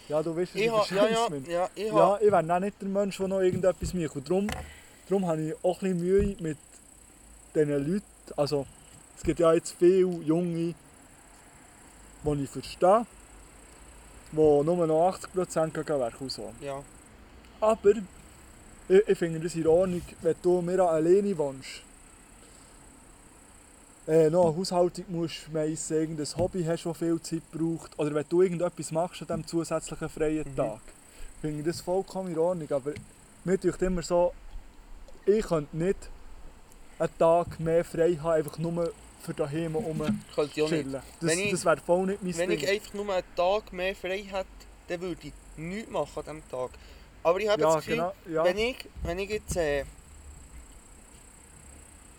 Speaker 3: Ja, du weißt, was
Speaker 4: Ich ha,
Speaker 3: für
Speaker 4: ja,
Speaker 3: Scheiss
Speaker 4: ja,
Speaker 3: meine.
Speaker 4: ja, ich ha,
Speaker 3: Ja, ich wäre auch nicht der Mensch, der noch irgendetwas macht. Und darum, darum habe ich auch ein bisschen Mühe mit diesen Leuten. Also, es gibt ja jetzt viele Junge, die ich verstehe, die nur noch 80% gegen Werk rausholen.
Speaker 4: ja.
Speaker 3: Aber ich, ich finde das in Ordnung, wenn du mir alleine wohnst. Äh, noch eine Haushaltung musst meissen, irgendein Hobby hast, das viel Zeit braucht. Oder wenn du irgendetwas machst an diesem zusätzlichen freien
Speaker 4: Mhm.
Speaker 3: Tag. Finde ich das vollkommen in Ordnung. Aber mir tut immer so, ich könnte nicht einen Tag mehr frei haben, einfach nur für daheim um
Speaker 4: Könnte ich auch nicht.
Speaker 3: chillen. Das,
Speaker 4: Wenn ich-
Speaker 3: das wäre voll nicht mein
Speaker 4: Wenn
Speaker 3: Ding.
Speaker 4: ich einfach nur einen Tag mehr frei hätte, dann würde ich nichts machen an diesem Tag. Aber ich habe
Speaker 3: Ja,
Speaker 4: das Gefühl,
Speaker 3: genau. Ja.
Speaker 4: wenn, ich, wenn ich jetzt, äh,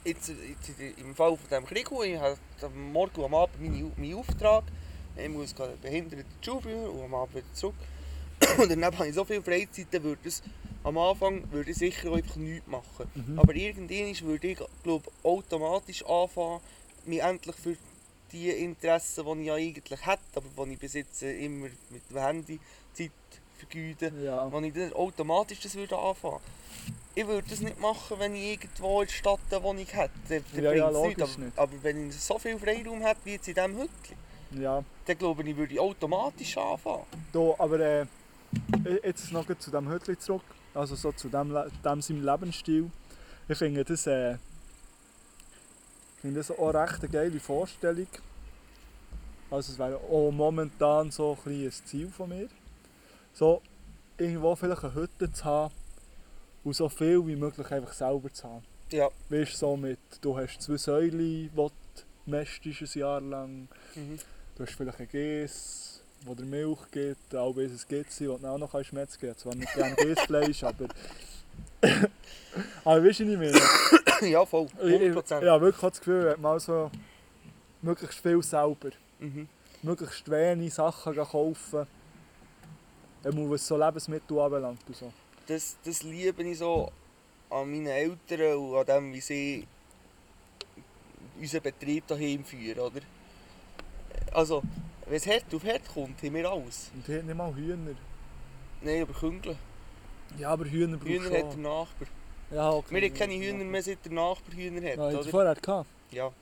Speaker 4: jetzt, jetzt in- im Fall von diesem Krieg, wo ich habe am Morgen und am Abend meinen, meinen Auftrag, ich muss gerade behindert zur Schule führen und am Abend wieder zurück. [coughs] Und daneben habe ich so viel Freizeit, dann würde es am Anfang würde ich sicher auch einfach nichts machen.
Speaker 3: Mhm.
Speaker 4: Aber irgendwann würde ich glaub, automatisch anfangen, mich endlich für die Interessen, die ich ja eigentlich hätte, aber die ich bis jetzt äh, immer mit dem Handy Zeit vergeude,
Speaker 3: Ja.
Speaker 4: wenn ich dann automatisch das würde anfangen Ich würde das nicht machen, wenn ich irgendwo in der Stadt eine Wohnung hätte. Dann, dann
Speaker 3: Ja, ja,
Speaker 4: bringt's nichts.
Speaker 3: logisch
Speaker 4: aber,
Speaker 3: nicht.
Speaker 4: aber wenn ich so viel Freiraum hätte wie jetzt in diesem Hütchen,
Speaker 3: ja.
Speaker 4: dann glaube ich, würde ich automatisch anfangen.
Speaker 3: Da, aber äh, i- jetzt noch gleich zu dem Hütli zurück, also so zu dem, Le- dem seinem Lebensstil. Ich finde das, äh, ich finde das auch recht eine geile Vorstellung. Also es wäre auch momentan so ein kleines Ziel von mir. So irgendwo vielleicht eine Hütte zu haben und so viel wie möglich einfach selber zu haben.
Speaker 4: Ja. [clears throat]
Speaker 3: Weißt du, so mit, du hast zwei Säulen, die du mästest ein Jahr lang.
Speaker 4: Mhm.
Speaker 3: Du hast vielleicht ein Gäs, wo dir Milch gibt, auch bis es gibt sie, und auch noch kannst Metz geben. Zwar nicht gerne Gäsfleisch, aber. [coughs] aber weißt du, was ich meine?
Speaker 4: ja, voll.
Speaker 3: Ich, ich,
Speaker 4: 100%.
Speaker 3: ja, wirklich habe das Gefühl, wenn mal so möglichst viel selber,
Speaker 4: Mhm.
Speaker 3: möglichst wenig Sachen gehen kaufen. Einmal was so Lebensmittel anbelangt und so.
Speaker 4: Das, das liebe ich so an meinen Eltern und an dem, wie sie unseren Betrieb daheim führen, oder? Also, wenn es hart auf hart kommt, haben wir alles.
Speaker 3: Und die hat nicht mal Hühner.
Speaker 4: Nein, aber Küngel.
Speaker 3: Ja, aber Hühner brauchst
Speaker 4: Hühner
Speaker 3: du
Speaker 4: hat der
Speaker 3: schon.
Speaker 4: Nachbar.
Speaker 3: Ja, okay.
Speaker 4: Wir haben keine Hühner mehr, seit der Nachbar Hühner hat,
Speaker 3: Ja, hat er
Speaker 4: oder?
Speaker 3: vorher gehabt.
Speaker 4: Ja. Ah.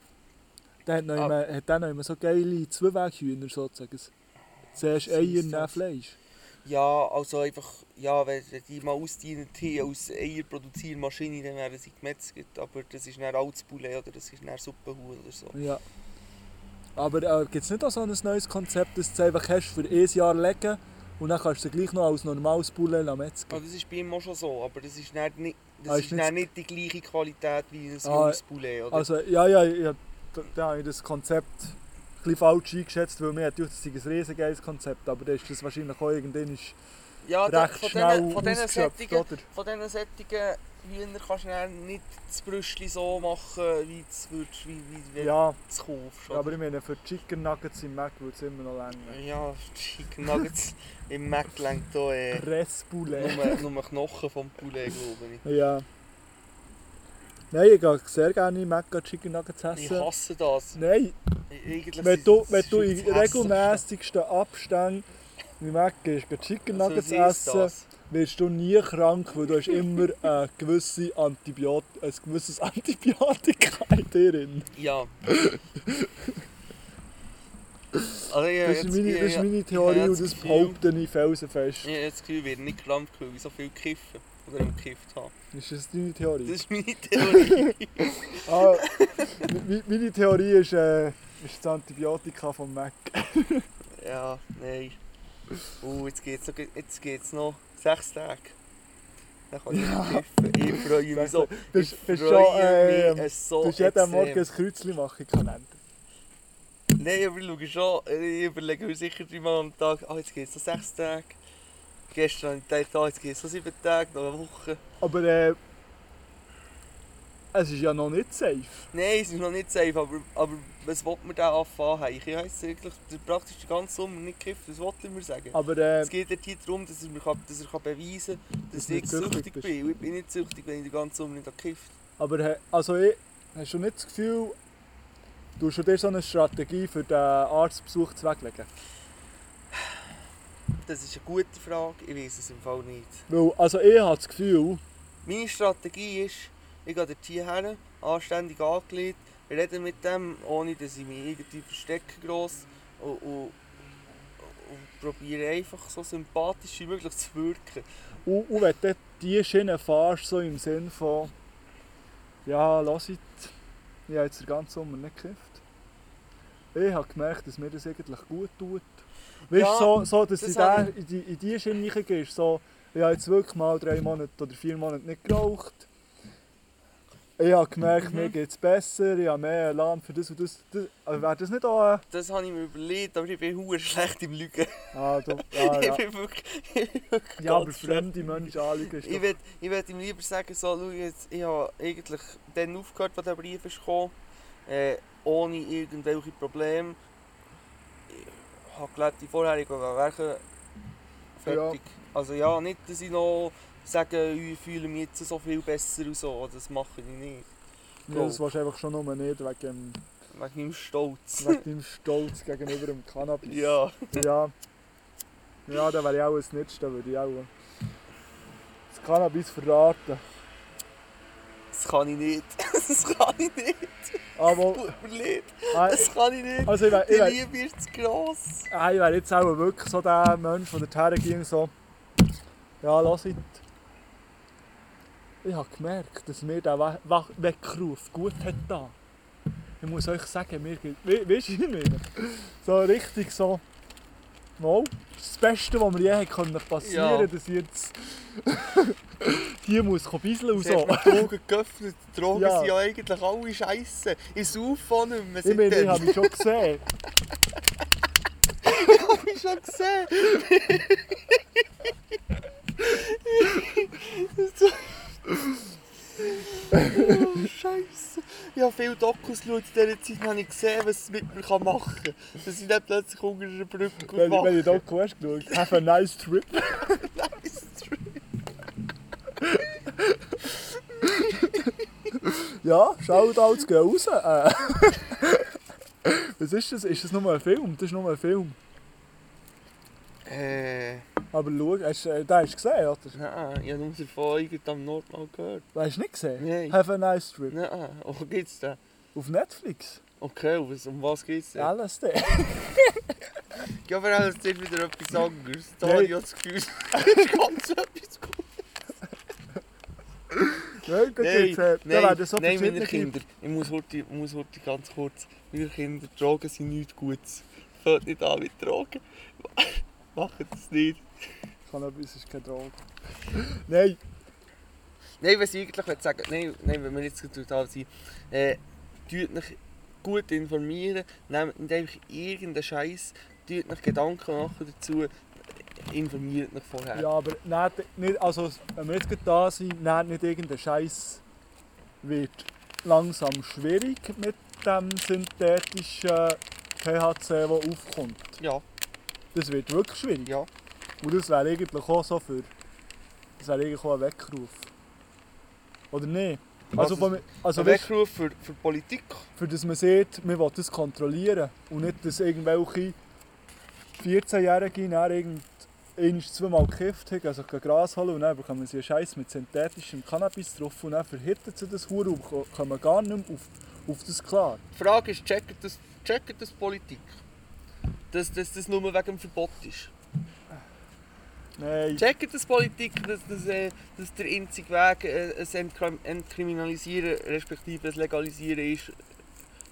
Speaker 3: Der hat noch immer, hat dann noch immer so geile Zweiweghühner sozusagen. Zuerst
Speaker 4: Das
Speaker 3: Eier,
Speaker 4: heisst
Speaker 3: dann
Speaker 4: das.
Speaker 3: Fleisch.
Speaker 4: Ja, also einfach, ja, wenn wenn die mal ausdienen haben als Eierproduziermaschine, dann werden sie gemetzelt. Aber das ist dann Altsbulle oder das ist dann Suppenhuhn oder so.
Speaker 3: Ja. Aber äh, gibt es nicht auch so ein neues Konzept, dass du es einfach hast für ein Jahr legen und dann kannst du es gleich noch als normales Poulet lassen metzgen?
Speaker 4: Ah, das ist bei ihm auch schon so, aber das ist dann nicht, das
Speaker 3: Ah, ist
Speaker 4: ist
Speaker 3: nicht
Speaker 4: dann nicht die gleiche Qualität wie ein
Speaker 3: Ah,
Speaker 4: junges Poulet, oder?
Speaker 3: Also, ja, ja, ja da, da habe ich das Konzept ein bisschen falsch eingeschätzt, weil mir hat gedacht, das sei ein riesen geiles Konzept, aber das ist das wahrscheinlich auch irgendwann ist
Speaker 4: ja, Ah, da-
Speaker 3: recht schnell
Speaker 4: von diesen
Speaker 3: ausgeschöpft,
Speaker 4: solchen-
Speaker 3: oder?
Speaker 4: von diesen solchen Hühner kannst du dann nicht das Brüschli so machen, wie du es würdest- wie, wie, wie
Speaker 3: Ja,
Speaker 4: du es kaufst. oder?
Speaker 3: aber ich meine, für Chicken Nuggets im Mac würde es immer noch länger.
Speaker 4: Ja,
Speaker 3: [laughs]
Speaker 4: Chicken Nuggets im Mac lenkt hier äh,
Speaker 3: Restpoulet.
Speaker 4: nur, nur Knochen vom Poulet,
Speaker 3: [laughs]
Speaker 4: glaube
Speaker 3: Ja. Nein, ich gehe sehr gerne Mega Chicken Nuggets
Speaker 4: ich. Ich
Speaker 3: essen.
Speaker 4: hasse das.
Speaker 3: Nein,
Speaker 4: Eigentlich
Speaker 3: wenn
Speaker 4: sind-
Speaker 3: du, wenn
Speaker 4: sind
Speaker 3: du
Speaker 4: das
Speaker 3: in
Speaker 4: Hässlichste.
Speaker 3: regelmäßigsten Abständen in Mega gehst, gehst Chicken
Speaker 4: Also,
Speaker 3: Nuggets
Speaker 4: sie ist
Speaker 3: essen,
Speaker 4: das.
Speaker 3: wirst du nie krank, weil du hast immer eine gewisse Antibiot ein gewisses Antibiotika in dir drin.
Speaker 4: Ja. also, ich,
Speaker 3: Das ist meine, das ist meine Theorie
Speaker 4: jetzt
Speaker 3: und das
Speaker 4: Gefühl-
Speaker 3: behaupte ich felsenfest.
Speaker 4: Ich habe das Gefühl, ich werde nicht krank, weil ich so viel kiffen oder am gekifft habe.
Speaker 3: Ist das deine Theorie?
Speaker 4: Das ist meine
Speaker 3: [laughs]
Speaker 4: Theorie.
Speaker 3: Ah, mi- meine Theorie ist, äh, ist das Antibiotika vom Mac.
Speaker 4: ja, nein. Uh, jetzt geht es noch, jetzt geht's noch sechs Tage. Dann kann ich kiffen. Ich freue mich so.
Speaker 3: Bist,
Speaker 4: Ich
Speaker 3: bist schon,
Speaker 4: freue
Speaker 3: ähm,
Speaker 4: mich so
Speaker 3: Du hast jeden
Speaker 4: extrem.
Speaker 3: Morgen ein Kreuzchen machen können.
Speaker 4: Nein, aber ich schaue schon, ich überlege mir sicher dreimal am Tag, ah, jetzt geht es noch sechs Tage. Gestern habe ich gedacht, ah, jetzt geht es noch sieben Tage, noch eine Woche.
Speaker 3: Aber äh, es ist ja noch nicht safe.
Speaker 4: Nein, es ist noch nicht safe, aber, aber was will man da anfangen? Ich habe jetzt wirklich den- praktisch den ganzen Sommer nicht gekifft, was will ich mir sagen?
Speaker 3: Aber äh,
Speaker 4: Es geht hier darum, dass er, mir kann, dass er kann beweisen kann,
Speaker 3: Dass
Speaker 4: dass
Speaker 3: du
Speaker 4: ich
Speaker 3: nicht süchtig
Speaker 4: süchtig
Speaker 3: bist.
Speaker 4: bin. Und ich bin nicht süchtig, wenn ich den ganzen Sommer nicht habe gekifft
Speaker 3: Aber he- also ich, hast du nicht das Gefühl, du hast schon dir so eine Strategie für den Arztbesuch zu weglegen?
Speaker 4: Das ist eine gute Frage, ich weiß es im Fall nicht.
Speaker 3: Weil, also ich habe das Gefühl,
Speaker 4: Meine Strategie ist, ich gehe dort hierher, anständig angelegt, rede mit dem, ohne dass ich mich irgendwie verstecke gross und, und, und probiere einfach so sympathisch wie möglich zu wirken.
Speaker 3: und, und wenn du diese Schiene fährst, so im Sinn von, ja, lass it, ich habe jetzt den ganzen Sommer nicht gekifft. Ich habe gemerkt, dass mir das eigentlich gut tut. Weißt
Speaker 4: Ja,
Speaker 3: so, so, dass
Speaker 4: das
Speaker 3: du in,
Speaker 4: habe
Speaker 3: der- in die, in die Schiene reingehst, so, ich habe jetzt wirklich mal drei Monate oder vier Monate nicht geraucht. Ich habe gemerkt,
Speaker 4: Mhm.
Speaker 3: mir geht es besser, ich habe mehr Elan für das und das. das aber wäre das nicht auch ein...
Speaker 4: Das habe ich mir überlegt, aber ich bin hure schlecht im Lügen.
Speaker 3: Ah, du, ah,
Speaker 4: [laughs] Ich
Speaker 3: ja.
Speaker 4: bin wirklich, ich bin wirklich
Speaker 3: ja, aber
Speaker 4: ganz schlecht.
Speaker 3: fremde Menschen anlügen ist
Speaker 4: Ich
Speaker 3: doch...
Speaker 4: würde ich würd ihm lieber sagen, so, schau jetzt, ich habe eigentlich dann aufgehört, als der Brief ist gekommen, äh, ohne irgendwelche Probleme. Ich habe gelebt, die vorher werken. Fertig. Also ja, nicht, dass ich noch sage, ich fühle mich jetzt so viel besser und so, das mache ich nicht.
Speaker 3: Ja, das warst du einfach schon nur nicht wegen, dem-
Speaker 4: Wegen meinem Stolz.
Speaker 3: wegen deinem Stolz gegenüber dem Cannabis.
Speaker 4: ja.
Speaker 3: Ja. Ja, da wäre ich auch das Letzte, würde ich auch... Das Cannabis verraten.
Speaker 4: Das kann ich nicht. [laughs] Das kann ich nicht.
Speaker 3: Aber...
Speaker 4: Tut mir leid.
Speaker 3: Äh,
Speaker 4: Das kann ich nicht.
Speaker 3: also ich wäre...
Speaker 4: Die
Speaker 3: Ich wär,
Speaker 4: Liebe ist zu gross.
Speaker 3: Ah, ich wäre jetzt auch wirklich so der Mensch, der dorthin ging so... Ja, lass it. Ich habe gemerkt, dass mir der We We Weckruf gut hat da. Ich muss euch sagen, mir geht... We weisst du, wie ich meine? So richtig so... Wow, das ist das Beste, was mir je hat können passieren
Speaker 4: Ja.
Speaker 3: konnte, dass ich jetzt... [laughs] Hier muss ich bisseln und
Speaker 4: Es hat
Speaker 3: so.
Speaker 4: mir die Augen
Speaker 3: [laughs]
Speaker 4: geöffnet. Die Drogen
Speaker 3: Ja.
Speaker 4: sind ja eigentlich alle scheisse. Ich saufe auch nicht mehr
Speaker 3: Ich meine, ich
Speaker 4: seitdem. [laughs]
Speaker 3: habe mich schon gesehen.
Speaker 4: hab ich schon gesehen. [laughs] oh, Scheiße. Ich habe viele Dokus geschaut in dieser Zeit und habe ich gesehen, was es mit mir machen kann. Dass ich nicht plötzlich unter einer Brücke
Speaker 3: Wenn ich, wenn ich
Speaker 4: wache.
Speaker 3: Doku hast geschaut. Have a nice trip. Ja, schaut alles gehen raus. Äh. [laughs] Was ist das? Ist das nur ein Film? Das ist nur ein Film.
Speaker 4: [laughs] Äh,
Speaker 3: Aber schau, hast, äh, den hast du gesehen, oder?
Speaker 4: nein, ich habe nur davon irgendwie am Nordmal gehört.
Speaker 3: Den hast du nicht gesehen?
Speaker 4: Nein.
Speaker 3: Have a nice trip.
Speaker 4: Nein, oh, wo geht's denn?
Speaker 3: Auf Netflix.
Speaker 4: Okay, um was, um was geht's denn? Ja, [laughs]
Speaker 3: LSD.
Speaker 4: aber alles ist wieder etwas anderes. Da
Speaker 3: Nein.
Speaker 4: habe ich auch das
Speaker 3: [laughs]
Speaker 4: Gefühl, es ist ganz etwas gut.
Speaker 3: Nein, da
Speaker 4: Nein,
Speaker 3: gibt's, äh, da
Speaker 4: nein,
Speaker 3: werden so
Speaker 4: nein, meine
Speaker 3: verschiedene-
Speaker 4: Kinder, ich muss heute, muss heute ganz kurz, meine Kinder, Drogen sind nichts Gutes. Fällt nicht an mit Drogen. [laughs] Macht das nicht.
Speaker 3: Cannabis ist keine Droge. [laughs] Nein,
Speaker 4: Nein, was ich eigentlich möchte sagen nein, nein, wenn wir jetzt gerade total sind, äh, tut euch gut informieren, nehmt nicht einfach irgendeinen Scheiß, tut euch Gedanken machen dazu, informiert euch vorher.
Speaker 3: ja, aber nehmt nicht, also, wenn wir jetzt gerade da sind, nehmt nicht irgendeinen Scheiß. Wird langsam schwierig mit dem synthetischen THC, der aufkommt.
Speaker 4: Ja,
Speaker 3: Das wird wirklich schwierig.
Speaker 4: ja.
Speaker 3: Und das wäre eigentlich auch so für. Das wäre eigentlich auch ein Weckruf. Oder nicht? Also,
Speaker 4: Also,
Speaker 3: von, mi- also
Speaker 4: Ein
Speaker 3: weißt,
Speaker 4: Weckruf für, für die Politik.
Speaker 3: für das man sieht, man will das kontrollieren. Und nicht, dass irgendwelche 14-Jährige dann irgend eins, zweimal gekifft haben, also kein Gras holen und dann bekommen sie einen Scheiß mit synthetischem Cannabis drauf und dann verhitten sie das Hure und ko- kommen gar nicht mehr auf, auf das klar.
Speaker 4: Die Frage ist, checkt das, checkt das die Politik? Dass, dass das nur wegen dem Verbot ist.
Speaker 3: Nein.
Speaker 4: Checkt das die Politik, dass, dass, äh, dass der einzige Weg äh, ein Entkrim Entkriminalisieren respektive ein Legalisieren ist,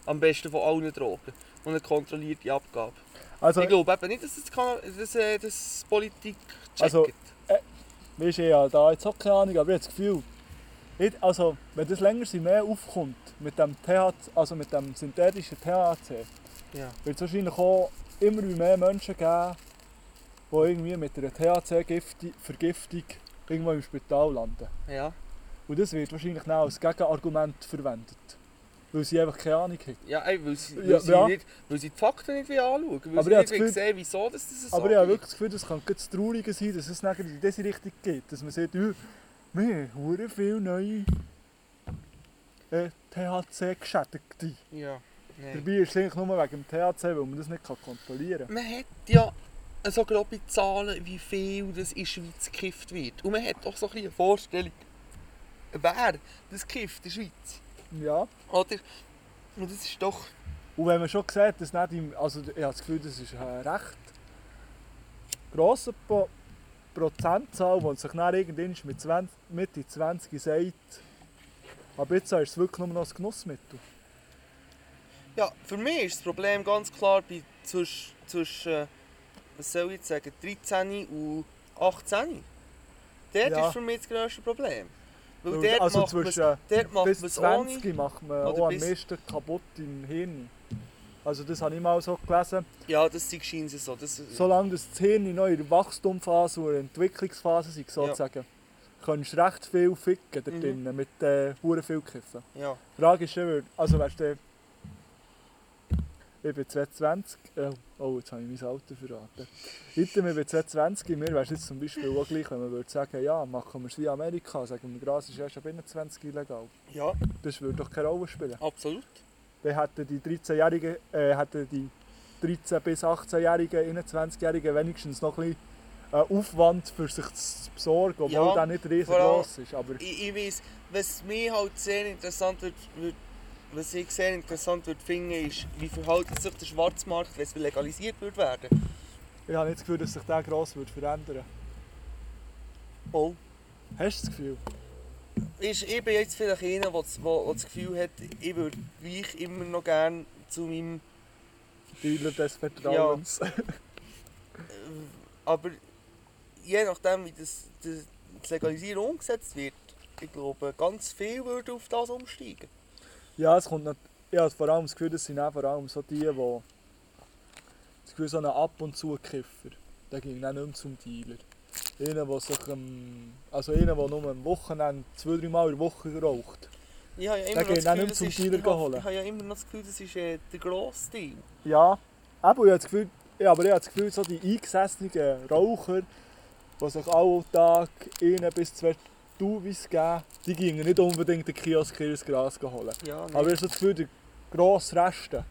Speaker 4: am besten von allen Drogen und eine kontrollierte Abgabe.
Speaker 3: Also,
Speaker 4: Ich glaube eben nicht, dass das, kann, dass, äh, dass die Politik checkt.
Speaker 3: Also- Weißt du, ich habe da jetzt auch keine Ahnung, aber ich habe das Gefühl, ich, also, wenn das länger sind, mehr aufkommt mit dem, THC, also mit dem synthetischen THC,
Speaker 4: ja.
Speaker 3: wird es wahrscheinlich auch immer mehr Menschen geben, die irgendwie mit einer THC-Vergiftung irgendwo im Spital landen.
Speaker 4: Ja.
Speaker 3: Und das wird wahrscheinlich dann als Gegenargument verwendet. Weil sie einfach keine Ahnung haben.
Speaker 4: Ja, ey, weil sie, weil,
Speaker 3: Ja,
Speaker 4: sie
Speaker 3: ja.
Speaker 4: Nicht, weil sie die Fakten nicht will anschauen weil
Speaker 3: Aber ich habe das
Speaker 4: sie nicht will
Speaker 3: Gefühl-
Speaker 4: sehen, wieso das, das so
Speaker 3: Aber ich habe
Speaker 4: ist.
Speaker 3: wirklich das Gefühl, das kann das Traurige sein, dass es nachher in diese Richtung geht. Dass man sieht, oh, wir haben sehr viele neue äh, THC-Geschädigte.
Speaker 4: Ja. Nein.
Speaker 3: Dabei ist es eigentlich nur wegen dem THC, weil man das nicht kann kontrollieren kann.
Speaker 4: Man hat ja so grobe Zahlen, wie viel das in der Schweiz gekifft wird. Und man hat auch so ein bisschen eine Vorstellung, wer das kifft in der Schweiz.
Speaker 3: Ja.
Speaker 4: Oder? Und das ist doch...
Speaker 3: Und wenn man schon sieht, dass nicht im, also ich habe das Gefühl, das ist ein recht grosser po Prozentzahl, die sich dann irgendwann mit 20, Mitte 20 sagt, aber jetzt ist es wirklich nur noch ein Genussmittel.
Speaker 4: Ja, für mich ist das Problem ganz klar bei zwischen, zwischen äh, was soll ich jetzt sagen, 13 und 18. Dort
Speaker 3: Ja.
Speaker 4: ist für mich das grösste Problem. Weil
Speaker 3: Weil-
Speaker 4: dort
Speaker 3: also
Speaker 4: macht man's-
Speaker 3: zwischen
Speaker 4: dort macht
Speaker 3: bis
Speaker 4: man's
Speaker 3: 20 macht man
Speaker 4: oder
Speaker 3: auch am
Speaker 4: bis-
Speaker 3: meisten kaputt im Hirn. Also das habe ich mal so gelesen.
Speaker 4: Ja, das sind scheinen sie so. Das,
Speaker 3: Solange das Hirn noch in der Wachstumphase und Entwicklungsphase ist, sozusagen, kannst du recht viel ficken da
Speaker 4: Mhm.
Speaker 3: drinnen mit äh, hure viel Kiffen.
Speaker 4: Ja.
Speaker 3: Die Frage ist eben, also weißt du, ich bin 22, äh, oh jetzt habe ich mein Alter verraten. Heute, ich bin 22, mir wäre es jetzt zum Beispiel auch gleich, wenn man würde sagen, ja, machen wir es wie Amerika, sagen wir, Gras ist ja schon binnen 20 illegal.
Speaker 4: ja,
Speaker 3: Das würde doch keine Rolle spielen.
Speaker 4: absolut.
Speaker 3: Dann hätten die 13-Jährigen, äh, hätten die 13- bis 18-Jährigen, 21-Jährigen wenigstens noch ein bisschen äh, Aufwand für sich zu besorgen, obwohl
Speaker 4: Ja,
Speaker 3: der nicht
Speaker 4: vor allem-
Speaker 3: riesengroß ist. Aber
Speaker 4: Ich, ich weiß, was mir halt sehr interessant wird, wird was ich sehr interessant würde finden, ist, wie verhält sich der Schwarzmarkt, wenn es legalisiert wird werden.
Speaker 3: ich habe nicht das Gefühl, dass sich der gross würde verändern
Speaker 4: Oh.
Speaker 3: Hast du das Gefühl?
Speaker 4: Ist, ich bin jetzt vielleicht einer, der das- der der das Gefühl hat, ich würde gleich immer noch gerne zu meinem
Speaker 3: Dealer des Vertrauens.
Speaker 4: Ähm, Aber je nachdem, wie das, das, das Legalisieren umgesetzt wird, ich glaube, ganz viel würde auf das umsteigen.
Speaker 3: Ja, es kommt nicht. Ich habe vor allem das Gefühl, das sind auch vor allem so die, die. Das Gefühl, so einen Ab- und Zu-Kiffer. Der ging dann nicht mehr zum Dealer. Einer, der sich am. Also einer, der nur am Wochenende zwei, drei Mal in der Woche raucht.
Speaker 4: Ich habe ja immer
Speaker 3: geht
Speaker 4: noch das
Speaker 3: auch
Speaker 4: Gefühl,
Speaker 3: nicht
Speaker 4: das
Speaker 3: zum
Speaker 4: ist, ich,
Speaker 3: Dealer
Speaker 4: habe,
Speaker 3: holen.
Speaker 4: ich habe ja immer noch das Gefühl, das ist äh, der grosse Teil.
Speaker 3: Ja, aber ich habe das Gefühl, ja, aber ich habe das Gefühl so die eingesessenen Raucher, die sich alltag eine bis zwei Tauwis geben, die gingen nicht unbedingt den Kiosk ins Gras holen.
Speaker 4: Ja, nein.
Speaker 3: Aber ich habe das Gefühl, die grossen Resten.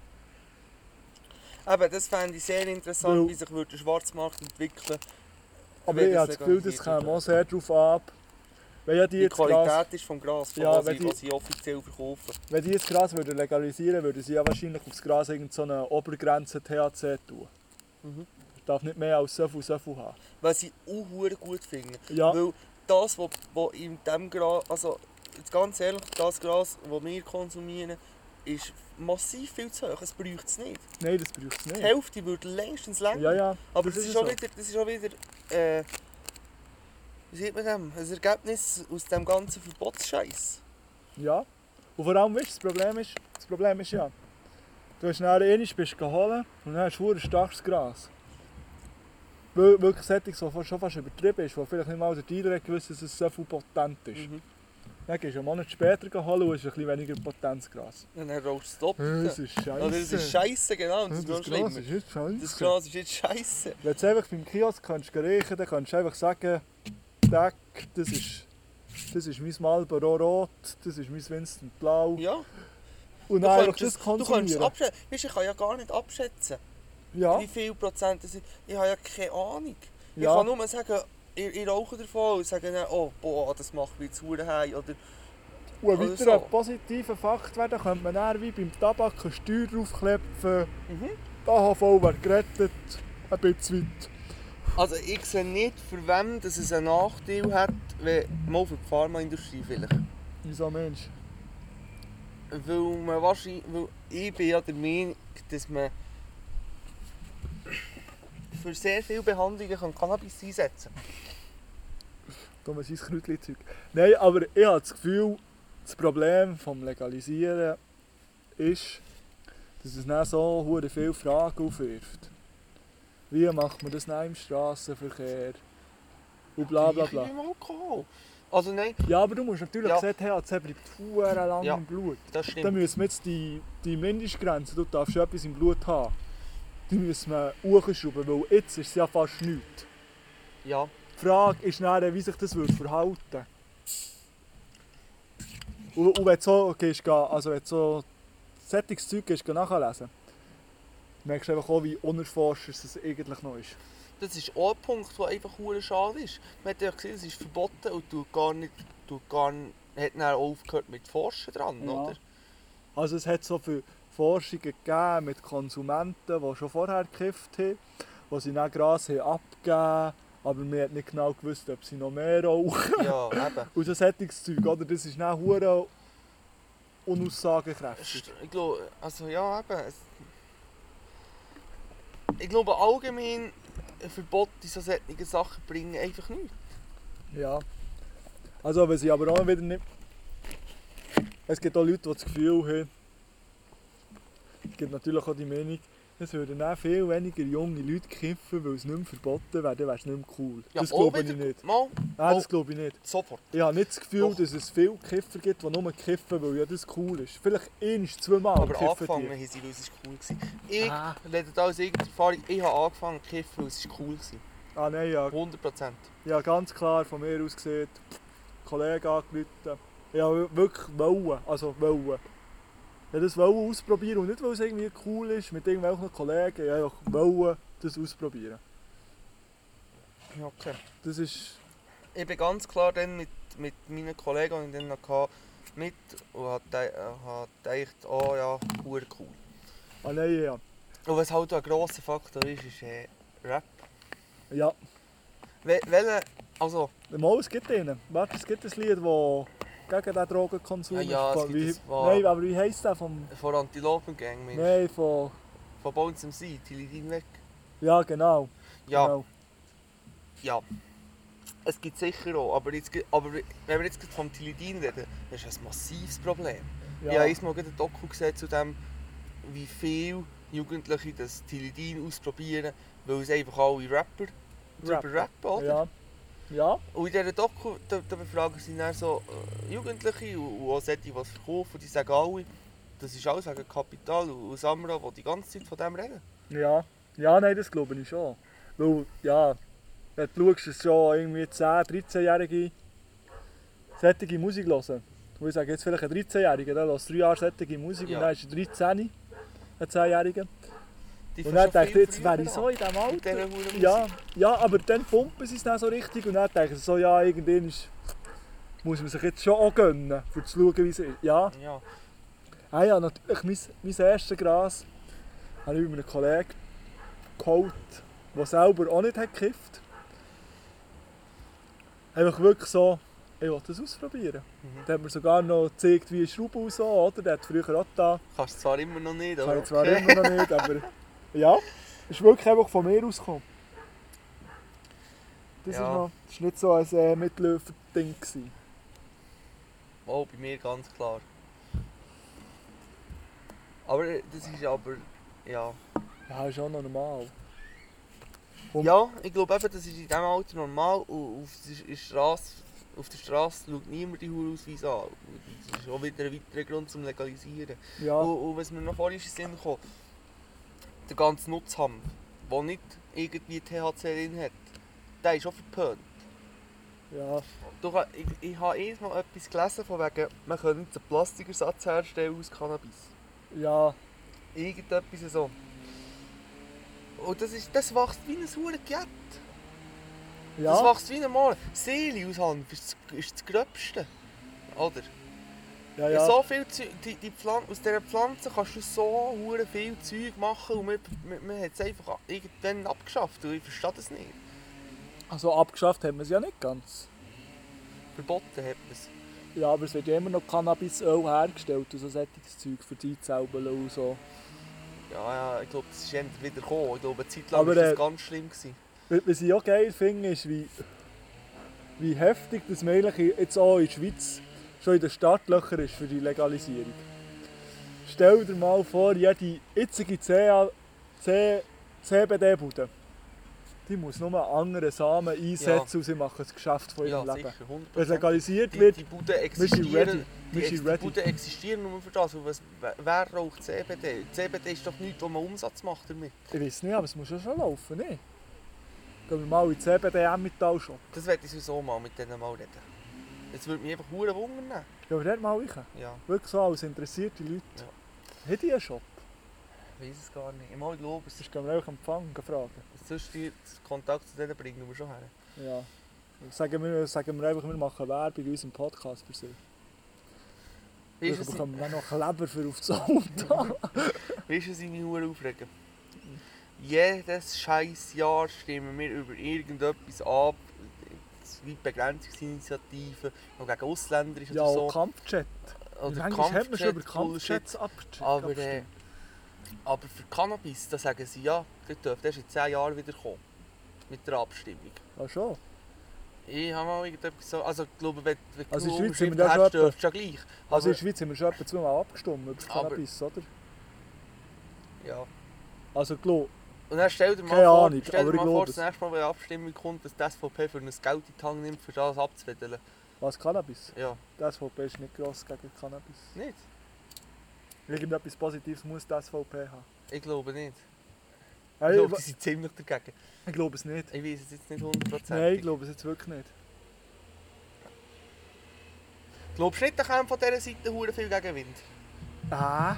Speaker 4: Eben, das fände ich sehr interessant,
Speaker 3: Weil-
Speaker 4: wie sich würde der Schwarzmarkt entwickeln
Speaker 3: Aber
Speaker 4: Wenn
Speaker 3: ich
Speaker 4: das
Speaker 3: habe das Gefühl, das
Speaker 4: legalisiert
Speaker 3: kam
Speaker 4: wird.
Speaker 3: auch sehr darauf ab. Wenn ja die,
Speaker 4: Die
Speaker 3: jetzt
Speaker 4: Qualität
Speaker 3: Gras,
Speaker 4: ist vom Gras, von
Speaker 3: Ja,
Speaker 4: was,
Speaker 3: wenn
Speaker 4: ich,
Speaker 3: die-
Speaker 4: was ich offiziell verkaufe.
Speaker 3: wenn die jetzt Gras würden legalisieren würden, sie ja wahrscheinlich aufs Gras irgendeine Obergrenze THC tun.
Speaker 4: Mhm.
Speaker 3: Ich darf nicht mehr als so viel, so viel haben.
Speaker 4: Was ich auch verdammt gut finde.
Speaker 3: Ja,
Speaker 4: Weil das, was was in dem Gras, also jetzt ganz ehrlich, das Gras, das wir konsumieren, ist massiv viel zu hoch. Es bräuchte es nicht.
Speaker 3: nein, das braucht es
Speaker 4: Die
Speaker 3: nicht.
Speaker 4: Hälfte würde längstens länger.
Speaker 3: Hm. Ja, ja,
Speaker 4: Aber
Speaker 3: das
Speaker 4: das,
Speaker 3: ist
Speaker 4: ist schon
Speaker 3: so.
Speaker 4: wieder, das ist schon wieder äh, wie sieht man dem? Ein Ergebnis aus dem ganzen Verbotsscheiß.
Speaker 3: ja. Und vor allem, weißt du, das Problem ist, das Problem ist ja, du hast nachher einmal bist geholt und dann hast du verdammt starkes Gras. Weil wirklich Settings, die schon fast übertrieben ist, wo vielleicht nicht mal der Dealer hat gewusst, dass es so viel potent ist.
Speaker 4: Mhm.
Speaker 3: Dann gehst du einen Monat später holen und hast ein bisschen weniger Potenzgras.
Speaker 4: Und dann rollst du es
Speaker 3: Das
Speaker 4: doppelt.
Speaker 3: ist scheiße.
Speaker 4: Oder es Also, ist scheiße, genau. Und
Speaker 3: Ja,
Speaker 4: das,
Speaker 3: das
Speaker 4: ist noch
Speaker 3: Gras ist
Speaker 4: schlimmer.
Speaker 3: jetzt scheiße.
Speaker 4: Das Gras ist jetzt scheiße.
Speaker 3: Wenn du einfach beim Kiosk kannst du riechen dann kannst du einfach sagen, Deck, das ist, das ist mein Marlboro Rot, das ist mein Winston Blau.
Speaker 4: Ja,
Speaker 3: Und
Speaker 4: du
Speaker 3: dann einfach
Speaker 4: kannst
Speaker 3: das
Speaker 4: es du kannst es
Speaker 3: konsumieren.
Speaker 4: abschätzen. Weißt, du, ich kann ja gar nicht abschätzen.
Speaker 3: Ja,
Speaker 4: wie viel Prozent das sind. Ich habe ja keine Ahnung.
Speaker 3: Ja.
Speaker 4: Ich kann nur sagen, ich, ich rauche davon und sage dann, oh, boah, das macht mich zu heim. Oder
Speaker 3: und ein
Speaker 4: also
Speaker 3: weiterer
Speaker 4: so.
Speaker 3: positiver Fakt wäre, dann könnte man dann wie beim Tabak eine Steuer draufklepfen.
Speaker 4: Mhm.
Speaker 3: Die AHV wäre gerettet, ein bisschen weit.
Speaker 4: Also ich sehe nicht, für wem dass es einen Nachteil hat, wenn mal für die Pharmaindustrie vielleicht.
Speaker 3: Wieso Mensch?
Speaker 4: Weil man wahrscheinlich, weil ich bin ja der Meinung, dass man für sehr viele Behandlungen kann Cannabis einsetzen kann.
Speaker 3: Thomas sein Kräutli-Zeug. Nein, aber ich habe das Gefühl, das Problem des Legalisieren ist, dass es dann so hure viele Fragen aufwirft. Wie macht man das dann im Straßenverkehr? Und bla bla bla.
Speaker 4: Im Alkohol. Also nein,
Speaker 3: Ja, aber du musst natürlich
Speaker 4: Ja.
Speaker 3: sehen, THC bleibt hure lang
Speaker 4: Ja.
Speaker 3: im Blut.
Speaker 4: das
Speaker 3: Dann
Speaker 4: stimmt.
Speaker 3: müssen wir jetzt die, die Mindestgrenze, du darfst schon etwas im Blut haben, die müssen wir hochschrauben, weil jetzt ist es ja fast nichts.
Speaker 4: Ja.
Speaker 3: Die Frage ist dann, wie sich das würde verhalten würde. Und, und wenn du so, gehst, gehen- also wenn du so solches Zeug gehst, gehen nachlesen merkst du einfach auch, wie unerforscht es eigentlich noch ist.
Speaker 4: Das ist auch ein Punkt, der einfach hure schade ist. Man hat ja gesehen, es ist verboten und tut gar nicht, tut gar nicht, hat dann auch aufgehört mit Forschen dran,
Speaker 3: Ja. [laughs]
Speaker 4: oder?
Speaker 3: Also es hat so viele Forschungen gegeben mit Konsumenten, die schon vorher gekifft haben, die sie dann Gras haben abgegeben aber man hat nicht genau gewusst, ob sie noch mehr rauchen.
Speaker 4: Ja, eben.
Speaker 3: Und so solches Zeug, oder? Das ist dann hure unaussagekräftig.
Speaker 4: St- Ich glaube, also ja, eben. Es, ich glaube allgemein, ein Verbot in so solchen Sachen bringen einfach nichts.
Speaker 3: Ja. Also, was ich aber auch wieder nicht. Es gibt auch Leute, die das Gefühl haben, es gibt natürlich auch die Meinung, es würden auch viel weniger junge Leute kiffen, weil es nicht mehr verboten wäre, dann wäre es nicht mehr cool.
Speaker 4: Ja,
Speaker 3: das
Speaker 4: auch
Speaker 3: glaube ich
Speaker 4: wieder-
Speaker 3: nicht.
Speaker 4: Mal,
Speaker 3: Nein,
Speaker 4: Oh.
Speaker 3: das glaube ich nicht.
Speaker 4: sofort.
Speaker 3: Ich habe nicht das Gefühl,
Speaker 4: Doch.
Speaker 3: dass es viele Kiffer gibt, die nur kiffen, weil ja das cool ist. Vielleicht eins, zweimal
Speaker 4: Aber angefangen
Speaker 3: die.
Speaker 4: haben sie, weil es ist cool war. Ich,
Speaker 3: Ah.
Speaker 4: lade da aus irgendeiner Erfahrung, ich habe angefangen zu kiffen, weil es cool war.
Speaker 3: Ah nein, ja,
Speaker 4: 100%.
Speaker 3: ja, ganz klar von mir aus gesehen, Kollegen angerufen. Ja, wirklich wollen, also wollen. Ja, das wollen ausprobieren und nicht, weil es irgendwie cool ist mit irgendwelchen Kollegen, ja, einfach wollen das ausprobieren.
Speaker 4: Ja, okay.
Speaker 3: Das ist,
Speaker 4: Ich bin ganz klar dann mit, mit meinen Kollegen, die ich dann noch hatte, mit und habe gedacht, oh ja, hure cool.
Speaker 3: ah nein, ja,
Speaker 4: Und was halt auch ein grosser Faktor ist, ist äh, Rap.
Speaker 3: ja.
Speaker 4: Wel welche, also,
Speaker 3: Mal, es gibt einen, warte, es gibt ein Lied, das gegen den Drogenkonsum
Speaker 4: Ja, ja,
Speaker 3: ist.
Speaker 4: es gibt
Speaker 3: wie,
Speaker 4: ein paar.
Speaker 3: Nein, aber wie heisst der vom...
Speaker 4: von Antilopengang, meinst du?
Speaker 3: Nein, von...
Speaker 4: Von Bones MC, Tilly Dienweg.
Speaker 3: Ja, genau.
Speaker 4: Ja,
Speaker 3: Genau.
Speaker 4: ja. Es gibt sicher auch, aber, jetzt, gibt- aber wenn wir jetzt gerade vom Tilidin reden, das ist ein massives Problem.
Speaker 3: Ja.
Speaker 4: Ich habe einmal gerade ein Doku gesehen zu dem, wie viele Jugendliche das Tilidin ausprobieren, weil es einfach alle Rapper drüber rappen, oder?
Speaker 3: Ja. Ja,
Speaker 4: Und in dieser Doku da, da befragen sie dann so äh, Jugendliche und, und auch solche, die es verkaufen, die sagen alle, das ist alles wegen Kapital und, und Samra, die die ganze Zeit von dem reden.
Speaker 3: ja. Ja, nein, das glaube ich schon. Weil, ja, wenn du schaust, dass schon irgendwie 10, 13-Jährige sättige Musik hören. Wo ich sage, jetzt vielleicht ein 13-Jähriger, der hört drei Jahre sättige Musik
Speaker 4: Ja.
Speaker 3: und dann ist er 13, ein 10-Jähriger.
Speaker 4: Die
Speaker 3: Und dann
Speaker 4: fangen schon
Speaker 3: denkt er,
Speaker 4: viel
Speaker 3: jetzt
Speaker 4: früher
Speaker 3: wäre ich so
Speaker 4: an,
Speaker 3: in diesem
Speaker 4: mit dieser
Speaker 3: Alter.
Speaker 4: verdammten
Speaker 3: Ja,
Speaker 4: Musik.
Speaker 3: ja, aber dann pumpen sie es dann so richtig und dann denken sie so, ja, irgendwann ist, muss man sich jetzt schon auch gönnen, um zu schauen, wie es ist. Ja,
Speaker 4: Ja,
Speaker 3: Ah ja, natürlich, mein, mein erstes Gras habe ich über einen Kollegen geholt, der selber auch nicht hat gekifft hat. Einfach wirklich so, ich will das ausprobieren.
Speaker 4: Mhm.
Speaker 3: Der hat mir sogar noch gezeigt, wie eine Schraube und so, oder? Der hat früher auch da.
Speaker 4: kannst du zwar immer noch nicht,
Speaker 3: Das
Speaker 4: aber
Speaker 3: habe ich zwar
Speaker 4: okay.
Speaker 3: immer noch nicht, aber ja, ist wirklich einfach von mir ausgekommen. Das
Speaker 4: Ja.
Speaker 3: ist noch, ist nicht so ein äh, Mitläufer-Ding. gewesen.
Speaker 4: Oh, bei mir ganz klar. Aber äh, das ist aber. Ja.
Speaker 3: Ja, ist auch noch normal. Und-
Speaker 4: Ja, ich glaube eben, das ist in diesem Alter normal und auf der Straße. Auf der Straße schaut niemand die Hurausweise an. Das ist auch wieder ein weiterer Grund zum Legalisieren.
Speaker 3: Ja,
Speaker 4: Und, und was mir noch vorhin ist in den Sinn gekommen, der ganze Nutzhanf, der nicht irgendwie THC drin hat, der ist auch verpönt.
Speaker 3: ja,
Speaker 4: Du, kann- ich, ich habe eh mal etwas gelesen, von wegen, man könnte jetzt einen Plastikersatz herstellen aus Cannabis.
Speaker 3: ja,
Speaker 4: Irgendetwas so. Und das, ist, das wächst wie ein Huren Gett.
Speaker 3: ja.
Speaker 4: Das wächst wie ein Mal. Seele aus Hanf ist, das- ist das Gröbste. Oder?
Speaker 3: ja, ja.
Speaker 4: So viel Zeu- die, die Pflan aus dieser Pflanze kannst du so hure viel Zeug machen und man, man, man hat es einfach a- irgendwann abgeschafft. Und ich verstehe das nicht.
Speaker 3: Also abgeschafft haben wir es ja nicht ganz.
Speaker 4: Verboten hat man es.
Speaker 3: Ja, aber es wird ja immer noch Cannabisöl hergestellt und so solches Zeug für die Zellen und so.
Speaker 4: Ja, ja, ich glaube, das ist endlich wieder gekommen. Ich glaube, eine Zeit lang
Speaker 3: Aber,
Speaker 4: war das
Speaker 3: äh,
Speaker 4: ganz schlimm. Gewesen.
Speaker 3: Was- Was ich auch geil finde, ist, wie, wie heftig das Mädchen jetzt auch in der Schweiz schon in den Startlöchern ist für die Legalisierung. Stell dir mal vor, jede jetzige CA C- CBD-Bude, die muss nur einen anderen Samen einsetzen und sie machen das Geschäft von
Speaker 4: Ja,
Speaker 3: ihrem
Speaker 4: sicher,
Speaker 3: Leben.
Speaker 4: 100%.
Speaker 3: Wenn es legalisiert
Speaker 4: Die,
Speaker 3: wird,
Speaker 4: die Buden
Speaker 3: wir sind ready.
Speaker 4: existieren. Die,
Speaker 3: Wir
Speaker 4: ex
Speaker 3: sind
Speaker 4: die
Speaker 3: ready.
Speaker 4: Buden existieren nur für das. Und was, wer- wer raucht CBD? CBD ist doch nichts, wo man Umsatz macht damit.
Speaker 3: Ich weiß nicht, aber es muss ja schon laufen, ne? Gehen wir mal in den CBD-Metall schon.
Speaker 4: Das werde ich sowieso mal mit denen mal reden. Jetzt würde mich einfach hure wundern.
Speaker 3: Gehen wir dort mal rein.
Speaker 4: Ja,
Speaker 3: Wirklich so als interessierte Leute. Hat die einen Shop?
Speaker 4: ich weiß es gar nicht. Ich mal glaube, es ist
Speaker 3: Sonst gehen wir einfach empfangen und fragen.
Speaker 4: sonst die den Kontakt zu denen bringen wir schon her.
Speaker 3: Ja. Sagen wir, sagen wir einfach, wir machen Werbung in unserem Podcast für sie.
Speaker 4: Weißt
Speaker 3: Vielleicht
Speaker 4: du, was
Speaker 3: bekommen wir auch noch Kleber für auf das Auto.
Speaker 4: ich- weisst du, was ich mich hure aufregen? Jedes scheiß Jahr stimmen wir über irgendetwas ab. Es gibt Begrenzungsinitiativen, die gegen Ausländer ist
Speaker 3: ja,
Speaker 4: oder
Speaker 3: auch
Speaker 4: so.
Speaker 3: Kampfchat.
Speaker 4: Oder
Speaker 3: Manchmal hat man schon über
Speaker 4: Kampfjets, Bullshit.
Speaker 3: Kampfchats abgecheckt.
Speaker 4: Aber, äh, aber für Cannabis, da sagen sie ja, das dürfte erst in 10 Jahren wieder kommen. Mit der Abstimmung.
Speaker 3: Ah schon?
Speaker 4: Ich habe mal irgendetwas so. Also, ich glaube, wenn, wenn
Speaker 3: Also in der
Speaker 4: du
Speaker 3: Schweiz sind wir
Speaker 4: Schrift
Speaker 3: da schon
Speaker 4: hast,
Speaker 3: etwa-
Speaker 4: dürfst du ja gleich.
Speaker 3: Also in
Speaker 4: Aber-
Speaker 3: der Schweiz haben wir schon etwa zweimal abgestimmt über
Speaker 4: Aber-
Speaker 3: Cannabis, oder?
Speaker 4: ja.
Speaker 3: Also klar,
Speaker 4: Und dann stell dir mal
Speaker 3: Keine
Speaker 4: vor,
Speaker 3: Ahnung,
Speaker 4: stell
Speaker 3: aber
Speaker 4: dir
Speaker 3: ich
Speaker 4: mal
Speaker 3: glaube
Speaker 4: vor das
Speaker 3: es.
Speaker 4: nächste Mal, wenn eine Abstimmung kommt, dass die SVP für ein Geld in die Hand nimmt, für das abzuwedeln.
Speaker 3: was Cannabis?
Speaker 4: Ja,
Speaker 3: Die SVP ist nicht gross gegen Cannabis.
Speaker 4: nicht?
Speaker 3: Irgendetwas Positives muss die SVP haben.
Speaker 4: Ich glaube nicht. Ich
Speaker 3: Hey,
Speaker 4: glaube, die
Speaker 3: ich,
Speaker 4: sind ziemlich dagegen.
Speaker 3: ich glaube es nicht.
Speaker 4: Ich weiß es jetzt nicht 100%.
Speaker 3: Nein, ich glaube es jetzt wirklich nicht.
Speaker 4: Glaubst du nicht, da kommen von dieser Seite hure viel Gegenwind?
Speaker 3: Ah.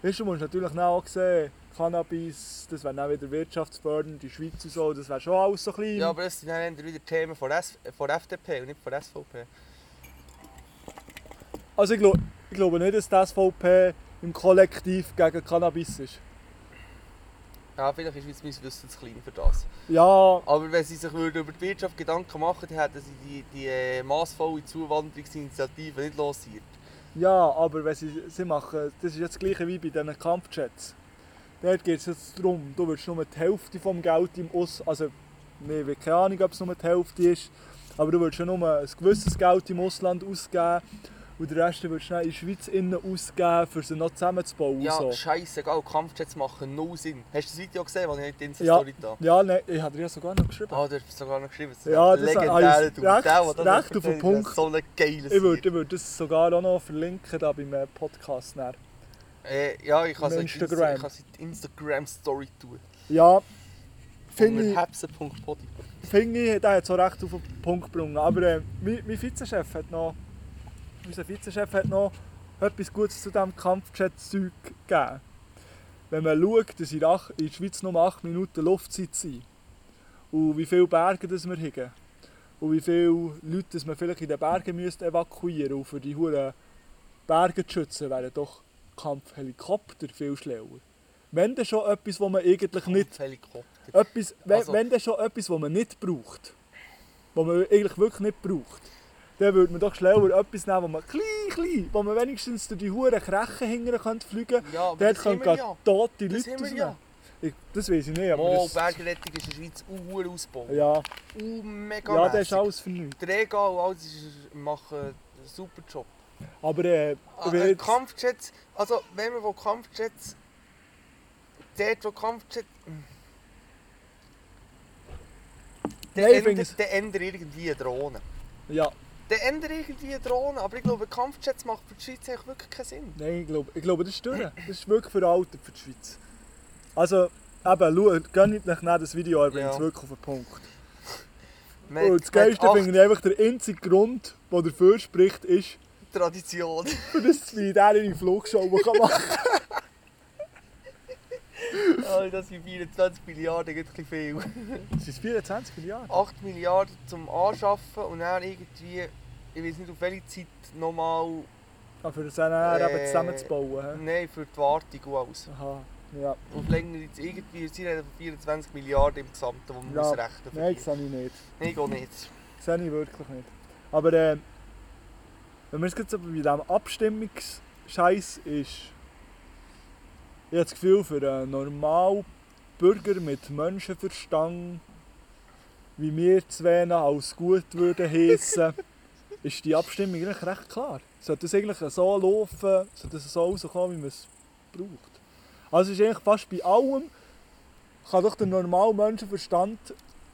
Speaker 3: Weißt du, du musst natürlich dann auch sehen, Cannabis, das wäre dann wieder wirtschaftsfördernd, die Schweiz und so, das wäre schon alles so klein.
Speaker 4: Ja, aber das sind dann eher wieder Themen von, S von FDP und nicht von SVP.
Speaker 3: Also ich, glaub, ich glaube nicht, dass die SVP im Kollektiv gegen Cannabis ist.
Speaker 4: Ja, vielleicht ist jetzt mein Wissen zu klein für das.
Speaker 3: Ja,
Speaker 4: Aber wenn sie sich würden über die Wirtschaft Gedanken machen dann hätten sie die, die äh, massvolle Zuwanderungsinitiative nicht lanciert.
Speaker 3: ja, aber wenn sie, sie machen, das ist jetzt das gleiche wie bei diesen Kampfjets. Dort geht es jetzt darum, du willst nur die Hälfte vom Geld im Aus... Also, nee, ich habe keine Ahnung, ob es nur die Hälfte ist. Aber du willst ja nur ein gewisses Geld im Ausland ausgeben. Und den Rest willst du dann in der Schweiz innen ausgeben, um sie noch zusammenzubauen.
Speaker 4: Ja,
Speaker 3: so.
Speaker 4: scheißegal, Kampfjets machen null Sinn. Hast du das Video gesehen, das ich in die
Speaker 3: ja,
Speaker 4: Insta-Story da
Speaker 3: ja nein, ich habe dir ja sogar noch geschrieben.
Speaker 4: Ah, du hast es sogar noch geschrieben.
Speaker 3: Ja, das habe
Speaker 4: legendär,
Speaker 3: ich
Speaker 4: du.
Speaker 3: recht-
Speaker 4: der, der das
Speaker 3: recht
Speaker 4: erzählt
Speaker 3: auf den
Speaker 4: hat,
Speaker 3: Punkt.
Speaker 4: So ein geiles
Speaker 3: Ich würde,
Speaker 4: Lied.
Speaker 3: ich würde das sogar auch noch verlinken da beim äh, Podcast. Dann.
Speaker 4: Äh, ja, ich kann es in die
Speaker 3: Instagram.
Speaker 4: Insta- ich kann es in die Instagram-Story tun.
Speaker 3: Ja, finde
Speaker 4: Finde
Speaker 3: ich,
Speaker 4: Hepsen.body.
Speaker 3: find ich, der hat so recht auf den Punkt gebracht. Aber äh, mein, mein Vizechef hat noch, unser Vizechef hat noch etwas Gutes zu diesem Kampfjet-Zeug gegeben. Wenn man schaut, dass in der Ach- in der Schweiz nur 8 Minuten Luftzeit sind und wie viele Berge das wir haben und wie viele Leute das man vielleicht in den Bergen müsste evakuieren und für die Huren Berge zu schützen, wären doch Kampfhelikopter viel schlauer. Wenn dann schon etwas, was man eigentlich nicht
Speaker 4: Helikopter.
Speaker 3: etwas, wenn,
Speaker 4: Also-
Speaker 3: wenn dann schon etwas, was man nicht braucht, was man eigentlich wirklich nicht braucht, dann würde man doch schlauer etwas nehmen, was man klein, klein, wo man wenigstens durch die hure Krechen hingern könnte fliegen.
Speaker 4: Ja, aber
Speaker 3: Dort
Speaker 4: das
Speaker 3: können
Speaker 4: haben wir
Speaker 3: gerade
Speaker 4: ja.
Speaker 3: tote
Speaker 4: Das
Speaker 3: Leute
Speaker 4: haben wir
Speaker 3: rausnehmen.
Speaker 4: ja.
Speaker 3: Ich, das weiß ich nicht, aber
Speaker 4: Mal,
Speaker 3: das,
Speaker 4: Bergrettung ist in der Schweiz uhr ausgebaut.
Speaker 3: ja,
Speaker 4: Uh, mega
Speaker 3: ja, das ist
Speaker 4: auch.
Speaker 3: alles für nichts.
Speaker 4: Die Rega und alles ist- machen einen super Job.
Speaker 3: Aber äh,
Speaker 4: Ah,
Speaker 3: weil
Speaker 4: äh,
Speaker 3: jetzt,
Speaker 4: Kampfjets, also wenn man von Kampfjets. Dort, wo Kampfjets. Der
Speaker 3: Nein, ich finde
Speaker 4: ändert,
Speaker 3: es-
Speaker 4: der ändert irgendwie eine Drohne.
Speaker 3: ja,
Speaker 4: Der ändert irgendwie eine Drohne, aber ich glaube, Kampfjets macht für die Schweiz eigentlich wirklich keinen Sinn.
Speaker 3: nein, ich glaube, ich glaube, das ist durch. Das ist wirklich veraltet für die Schweiz. Also, eben, schau, gönnt euch nach das Video, er bringt es
Speaker 4: Ja.
Speaker 3: wirklich auf den Punkt.
Speaker 4: Man
Speaker 3: Und
Speaker 4: hat-
Speaker 3: Oh, das
Speaker 4: man hat
Speaker 3: Geilste finde ich einfach, der einzige Grund, der dafür spricht, ist,
Speaker 4: acht Tradition. [laughs]
Speaker 3: für das Militär in Flugshow man kann machen
Speaker 4: oh, das sind 24 Milliarden, geht ein bisschen viel.
Speaker 3: kann. Sind es 24 Milliarden?
Speaker 4: 8 Milliarden zum Anschaffen und dann irgendwie, ich weiß nicht auf welche Zeit nochmal.
Speaker 3: Ah, für das NR eben
Speaker 4: Äh,
Speaker 3: zusammenzubauen. hä?
Speaker 4: Nein, für die Wartung und alles.
Speaker 3: Aha, ja.
Speaker 4: Auf längere Zeit, irgendwie, sie reden von 24 Milliarden im Gesamten, die man
Speaker 3: Ja.
Speaker 4: ausrechnen
Speaker 3: Nein, das
Speaker 4: muss.
Speaker 3: sehe ich nicht.
Speaker 4: Nein, ich gehe nicht.
Speaker 3: Das sehe ich wirklich nicht. Aber äh, wenn man es jetzt so bei diesem Abstimmungsscheiß ist, ich habe das Gefühl, für einen normalen Bürger mit Menschenverstand, wie wir zwei als gut würden
Speaker 4: [laughs]
Speaker 3: heissen, ist die Abstimmung eigentlich recht klar. Sollte das eigentlich so laufen, sollte das so rauskommen, wie man es braucht. Also ist eigentlich fast bei allem, kann doch der normale Menschenverstand,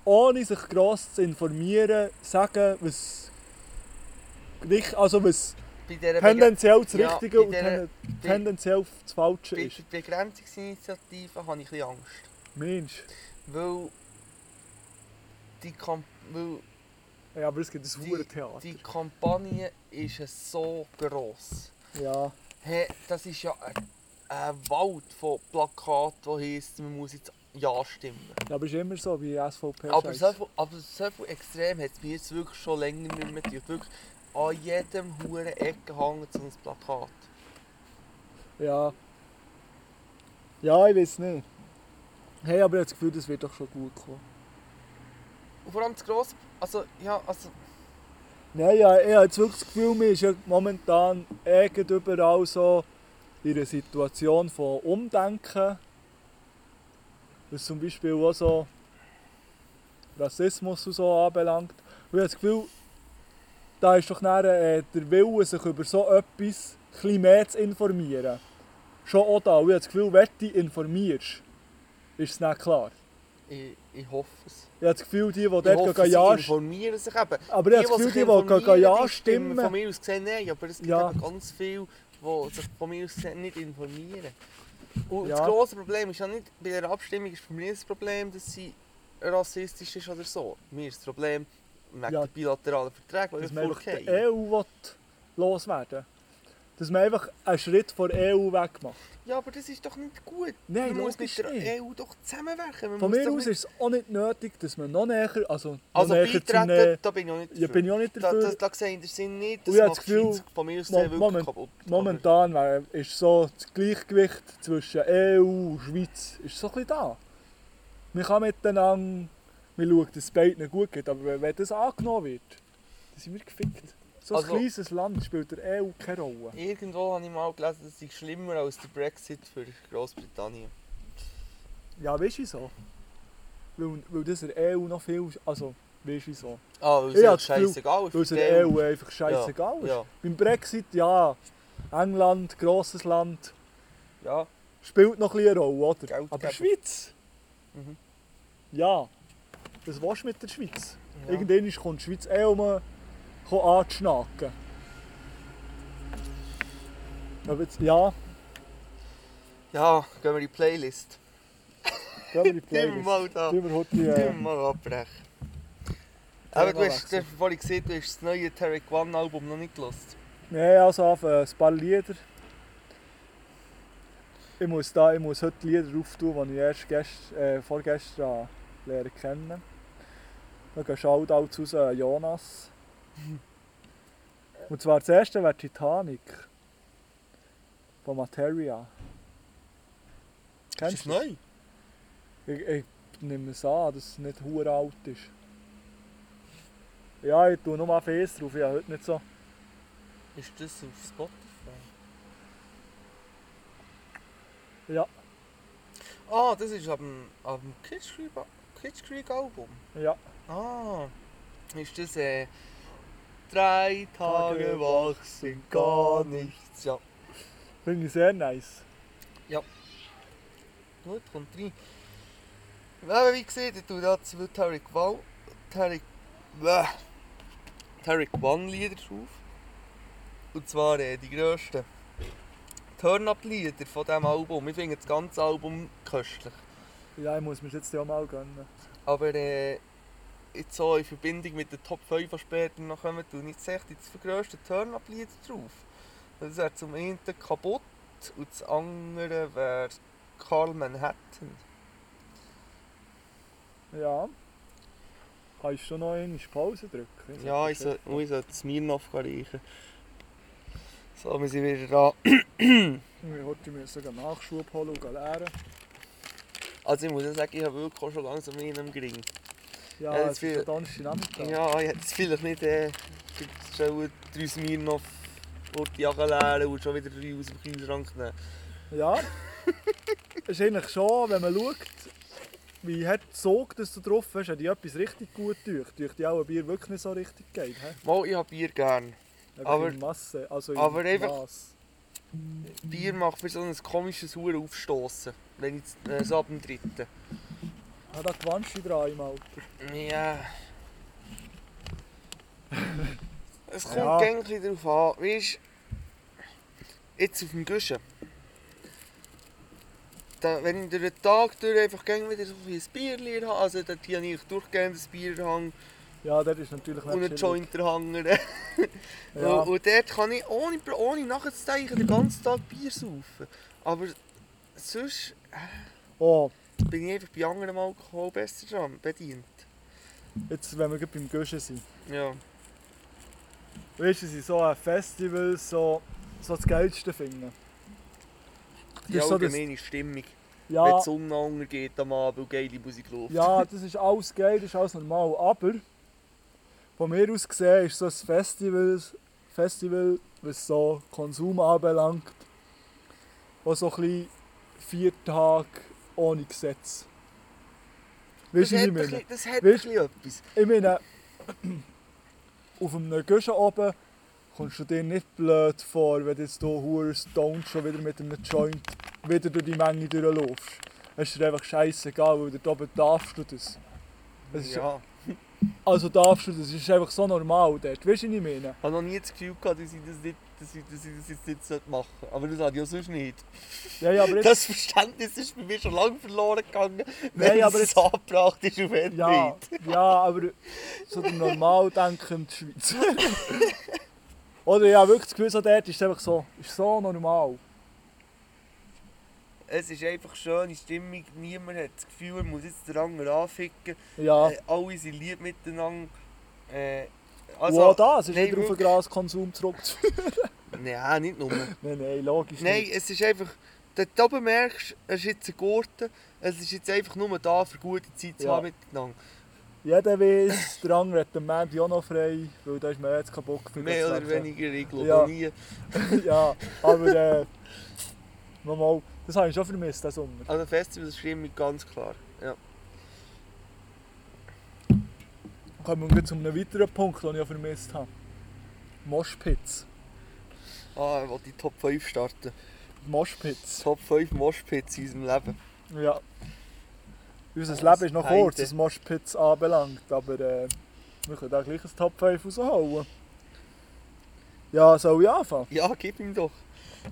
Speaker 3: ohne sich gross zu informieren, sagen, was, richt- also was
Speaker 4: Bei dieser Begren-
Speaker 3: tendenziell das
Speaker 4: ja,
Speaker 3: Richtige
Speaker 4: bei
Speaker 3: und
Speaker 4: dieser-
Speaker 3: ten- tendenziell das Falsche
Speaker 4: bei
Speaker 3: ist.
Speaker 4: der Begrenzungsinitiative habe ich ein bisschen Angst.
Speaker 3: Mensch,
Speaker 4: Weil die, Kamp weil
Speaker 3: ja, aber es gibt ein
Speaker 4: Die-
Speaker 3: Hurentheater.
Speaker 4: die Kampagne ist so gross.
Speaker 3: Ja,
Speaker 4: Hey, das ist ja ein, ein Wald von Plakaten, die heisst, man muss jetzt Ja stimmen.
Speaker 3: aber es ist immer so bei SVP.
Speaker 4: Aber
Speaker 3: -Scheiss.
Speaker 4: so, viel, aber so viel extrem hat es mir jetzt wirklich schon länger nicht mehr gedacht. Wirklich, an jedem huren Ecke hängt so ein Plakat.
Speaker 3: Ja. Ja, ich weiß nicht. Hey, aber ich habe das Gefühl, das wird doch schon gut kommen.
Speaker 4: Und vor allem das grosse... Also, ja, also...
Speaker 3: Nein, ja, ich habe jetzt wirklich das Gefühl, mir ist ja momentan irgend überall so in einer Situation von Umdenken. Dass zum Beispiel auch so Rassismus und so anbelangt. ich habe das Gefühl, da ist doch dann, äh, der Wille, sich über so etwas etwas mehr zu informieren. Schon auch da. Und ich habe das Gefühl, wenn du dich informierst, ist es nicht klar.
Speaker 4: Ich, ich hoffe es.
Speaker 3: Ich habe das Gefühl, die, die
Speaker 4: Ich
Speaker 3: dort
Speaker 4: hoffe,
Speaker 3: gehen,
Speaker 4: sie
Speaker 3: ja,
Speaker 4: informieren sich eben.
Speaker 3: Aber ich habe das
Speaker 4: die
Speaker 3: Gefühl,
Speaker 4: sich
Speaker 3: die, die gehen, gehen, ja
Speaker 4: informieren,
Speaker 3: stimmen.
Speaker 4: Von mir aus gesehen nein, aber es gibt
Speaker 3: Ja.
Speaker 4: eben ganz viele, die sich von mir aus gesehen nicht informieren. Und
Speaker 3: Ja.
Speaker 4: das grosse Problem ist ja nicht, bei der Abstimmung ist für mich das Problem, dass sie rassistisch ist oder so. Mir ist das Problem wegen
Speaker 3: Ja.
Speaker 4: der bilateralen Verträge,
Speaker 3: dass
Speaker 4: die
Speaker 3: man
Speaker 4: wir
Speaker 3: einfach E- die
Speaker 4: vorkehren.
Speaker 3: EU will loswerden will. Dass man einfach einen Schritt von der E EU weg macht.
Speaker 4: Ja, aber das ist doch nicht gut.
Speaker 3: Nein,
Speaker 4: man muss mit
Speaker 3: logisch
Speaker 4: der
Speaker 3: nicht.
Speaker 4: EU doch zusammenwerken. Man
Speaker 3: Von
Speaker 4: muss
Speaker 3: mir
Speaker 4: doch
Speaker 3: aus
Speaker 4: nicht-
Speaker 3: ist es auch nicht nötig, dass man noch näher, also, noch
Speaker 4: Also
Speaker 3: näher zu
Speaker 4: beitreten,
Speaker 3: einem-
Speaker 4: da bin ich auch nicht
Speaker 3: äh, Ja,
Speaker 4: dafür.
Speaker 3: bin ich auch nicht
Speaker 4: da,
Speaker 3: dafür.
Speaker 4: da, da sehe ich den Sinn nicht, das
Speaker 3: Und ich habe
Speaker 4: macht
Speaker 3: das Gefühl,
Speaker 4: Schweiz von mir aus
Speaker 3: mo-
Speaker 4: sehr wirklich
Speaker 3: moment-
Speaker 4: kaputt. Aber-
Speaker 3: Momentan wär- ist so das Gleichgewicht zwischen EU und Schweiz ist so ein bisschen da. Man kann miteinander, man schaut, dass es beiden gut geht, aber wenn das angenommen wird, dann sind wir gefickt. So
Speaker 4: Also-
Speaker 3: ein kleines Land spielt der EU keine Rolle.
Speaker 4: Irgendwo habe ich mal gelesen, das sei schlimmer als der Brexit für Großbritannien.
Speaker 3: Ja, weißt du wieso? Weil, weil das der EU noch viel. Also, weißt du wieso?
Speaker 4: Ah, weil
Speaker 3: Ich
Speaker 4: es
Speaker 3: hab
Speaker 4: ja
Speaker 3: das Gefühl,
Speaker 4: scheißegal ist.
Speaker 3: Weil es der EU einfach scheißegal ist.
Speaker 4: Ja,
Speaker 3: Beim Brexit, ja. England, grosses Land,
Speaker 4: ja.
Speaker 3: spielt noch ein bisschen eine Rolle, oder?
Speaker 4: Geldgeber.
Speaker 3: Aber Schweiz?
Speaker 4: Mhm.
Speaker 3: Ja. Das war's mit der Schweiz.
Speaker 4: ja.
Speaker 3: Irgendwann ist- kommt die Schweiz eh um kommt anzuschnacken. Aber jetzt, ja,
Speaker 4: ja, gehen wir in die Playlist.
Speaker 3: gehen wir
Speaker 4: [laughs]
Speaker 3: in die
Speaker 4: Nehmen wir
Speaker 3: Playlist.
Speaker 4: mal da.
Speaker 3: Tun wir heute die,
Speaker 4: Nehmen wir
Speaker 3: äh,
Speaker 4: mal abbrechen.
Speaker 3: Ja,
Speaker 4: Aber du
Speaker 3: mal
Speaker 4: hast, du hast vorhin gesehen, du hast das neue Tarek One Album noch nicht gelost.
Speaker 3: Nein, also auf, äh, ein paar Lieder. Ich muss, da, ich muss heute die Lieder auftun, die ich erst gest, äh, vorgestern lernen kennen. Da gehen Shoutouts raus an Jonas. Und zwar das erste wäre Titanic. Von Materia. Kennst du das?
Speaker 4: neu?
Speaker 3: Ich, ich nehme es an, dass es nicht hure alt ist. Ja, ich tue nur mal Face drauf, ich habe heute nicht so...
Speaker 4: Ist das auf Spotify?
Speaker 3: Ja.
Speaker 4: Ah, das ist ab dem, ab dem Kitschkrieg, Kitschkrieg Album.
Speaker 3: Ja.
Speaker 4: Ah, ist das äh, drei Tage wach sind gar nichts. Ja,
Speaker 3: Finde ich sehr nice.
Speaker 4: gut, kommt rein. Aber wie gesagt, ich tue dazu will Tarek Wall, Tarek, bäh, Tarek One Lieder drauf. Und zwar äh, die grössten Turn-Up-Lieder von diesem Album. Ich finde das ganze Album köstlich.
Speaker 3: Ja, ich muss mir jetzt ja mal gönnen.
Speaker 4: Aber äh, jetzt so in Verbindung mit den Top 5, die später noch kommen, tue ich jetzt echt das grösste Turn-Up-Lied drauf. Und Das wäre zum einen kaputt und das andere wäre Karl Manhattan.
Speaker 3: Ja. Kannst du schon noch eine Pause drücken?
Speaker 4: Ja, ich sollte ich soll Smirnoff reichen. So, wir sind wieder da.
Speaker 3: Wir heute müssen einen Nachschub holen und gehen lernen.
Speaker 4: Also ich muss ja sagen, ich habe wirklich auch schon langsam in einem Gring.
Speaker 3: Ja,
Speaker 4: Ja,
Speaker 3: ja
Speaker 4: das
Speaker 3: es ist
Speaker 4: viel-
Speaker 3: ein Tanz Dynamik.
Speaker 4: Ja, ich hätte es vielleicht nicht äh, schon drei Smirnoff und die Jacke leeren und schon wieder drei aus dem Kühlschrank nehmen.
Speaker 3: Ja. ist eigentlich schon, wenn man schaut, wie hat der Sog, das du drauf hast, hat die etwas richtig gut durch. Durch die auch ein Bier wirklich nicht so richtig geil. hä?
Speaker 4: Mal, ich habe Bier gern.
Speaker 3: Einfach
Speaker 4: Aber-
Speaker 3: in Masse, also in
Speaker 4: aber einfach-
Speaker 3: Mass.
Speaker 4: Bier macht mir so ein komisches Huren aufstoßen, wenn ich jetzt- äh, so ab dem dritten.
Speaker 3: Ah, da gewannst du dich dran im Alter.
Speaker 4: Ja. es kommt
Speaker 3: Ja.
Speaker 4: ja. gängig darauf an. Weißt jetzt auf dem Guschen. Da, wenn ich durch den Tag durch einfach gängig wieder so ein Bier habe, also da habe ich durchgehend ein Bierhang
Speaker 3: Ja, das ist natürlich
Speaker 4: und einen
Speaker 3: chillig.
Speaker 4: Jointerhanger. [laughs]
Speaker 3: Ja.
Speaker 4: Und, und dort kann ich ohne, ohne nachzudenken den ganzen Tag Bier saufen. Aber sonst.
Speaker 3: Oh,
Speaker 4: bin ich einfach bei anderen Alkohol besser dran bedient.
Speaker 3: jetzt, wenn wir gerade beim Guschen sind.
Speaker 4: Ja.
Speaker 3: Weißt du, sie so ein Festival so, so das Geilste finden.
Speaker 4: Die
Speaker 3: Das ist so das-
Speaker 4: allgemeine Stimmung. Wenn
Speaker 3: Ja,
Speaker 4: die Sonne untergeht am Abend und geile Musik läuft.
Speaker 3: ja, das ist alles geil, das ist alles normal. Aber von mir aus gesehen ist so ein Festival, Festival was so Konsum anbelangt, wo so ein bisschen vier Tage ohne Gesetz.
Speaker 4: das,
Speaker 3: Weißt du, wie
Speaker 4: hat
Speaker 3: ich
Speaker 4: ein
Speaker 3: meine?
Speaker 4: bisschen, das hat ein
Speaker 3: Weißt-
Speaker 4: bisschen etwas.
Speaker 3: Ich meine, auf einem Guschen oben kommst du dir nicht blöd vor, wenn du jetzt hier Huren Stone schon wieder mit einem Joint wieder durch die Menge durchläufst. Es ist dir einfach scheißegal, weil dort oben darfst du das. Es ist,
Speaker 4: Ja.
Speaker 3: Also darfst du das, es ist einfach so normal dort. Weißt du, was ich meine?
Speaker 4: Ich habe noch nie das Gefühl gehabt, dass ich das, nicht, dass ich, dass ich das jetzt nicht sollte machen sollte. Aber das habe ich auch sonst nicht.
Speaker 3: Ja, ja, aber jetzt,
Speaker 4: Das Verständnis ist bei mir schon lange verloren gegangen, wenn
Speaker 3: Nein, aber
Speaker 4: es angebracht ist und wenn
Speaker 3: ja,
Speaker 4: nicht.
Speaker 3: ja, aber so der normal denkende Schweizer. [laughs] Oder ja, wirklich das Gefühl, so dort ist es einfach so, ist so normal.
Speaker 4: Es ist einfach schöne Stimmung, niemand hat das Gefühl, er muss jetzt den anderen anficken.
Speaker 3: Ja.
Speaker 4: Äh, alle sind lieb miteinander. Äh,
Speaker 3: Also, und auch das ist
Speaker 4: nein,
Speaker 3: wieder auf den
Speaker 4: wirklich-
Speaker 3: Graskonsum zurückzuführen.
Speaker 4: Nein, nicht nur.
Speaker 3: [laughs] nein, nein, logisch
Speaker 4: Nein,
Speaker 3: nicht.
Speaker 4: es ist einfach. Dort oben merkst du, es ist jetzt ein Gurten. Es ist jetzt einfach nur da, für gute Zeit zu
Speaker 3: Ja.
Speaker 4: haben miteinander.
Speaker 3: Jeder weiß, der andere hat den Mandy auch noch frei, weil da ist mir jetzt kein Bock für
Speaker 4: Mehr
Speaker 3: das
Speaker 4: oder
Speaker 3: Leben.
Speaker 4: weniger, ich glaube
Speaker 3: Ja.
Speaker 4: nie.
Speaker 3: [laughs] ja, aber äh, nochmal, das habe ich schon vermisst, diesen Sommer.
Speaker 4: Also Festival ist immer ganz klar. Ja.
Speaker 3: Kommen wir zu einem weiteren Punkt, den ich auch vermisst habe. Moschpitz.
Speaker 4: Ah, ich will die Top 5 starten.
Speaker 3: Moschpitz.
Speaker 4: Top 5 Moshpits in unserem Leben.
Speaker 3: Ja. Unser Leben ist noch
Speaker 4: Heide.
Speaker 3: kurz, was Moschpitz anbelangt, aber äh, wir können auch gleich ein Top 5 raushauen. Ja, soll ich anfangen?
Speaker 4: Ja, gib ihm doch.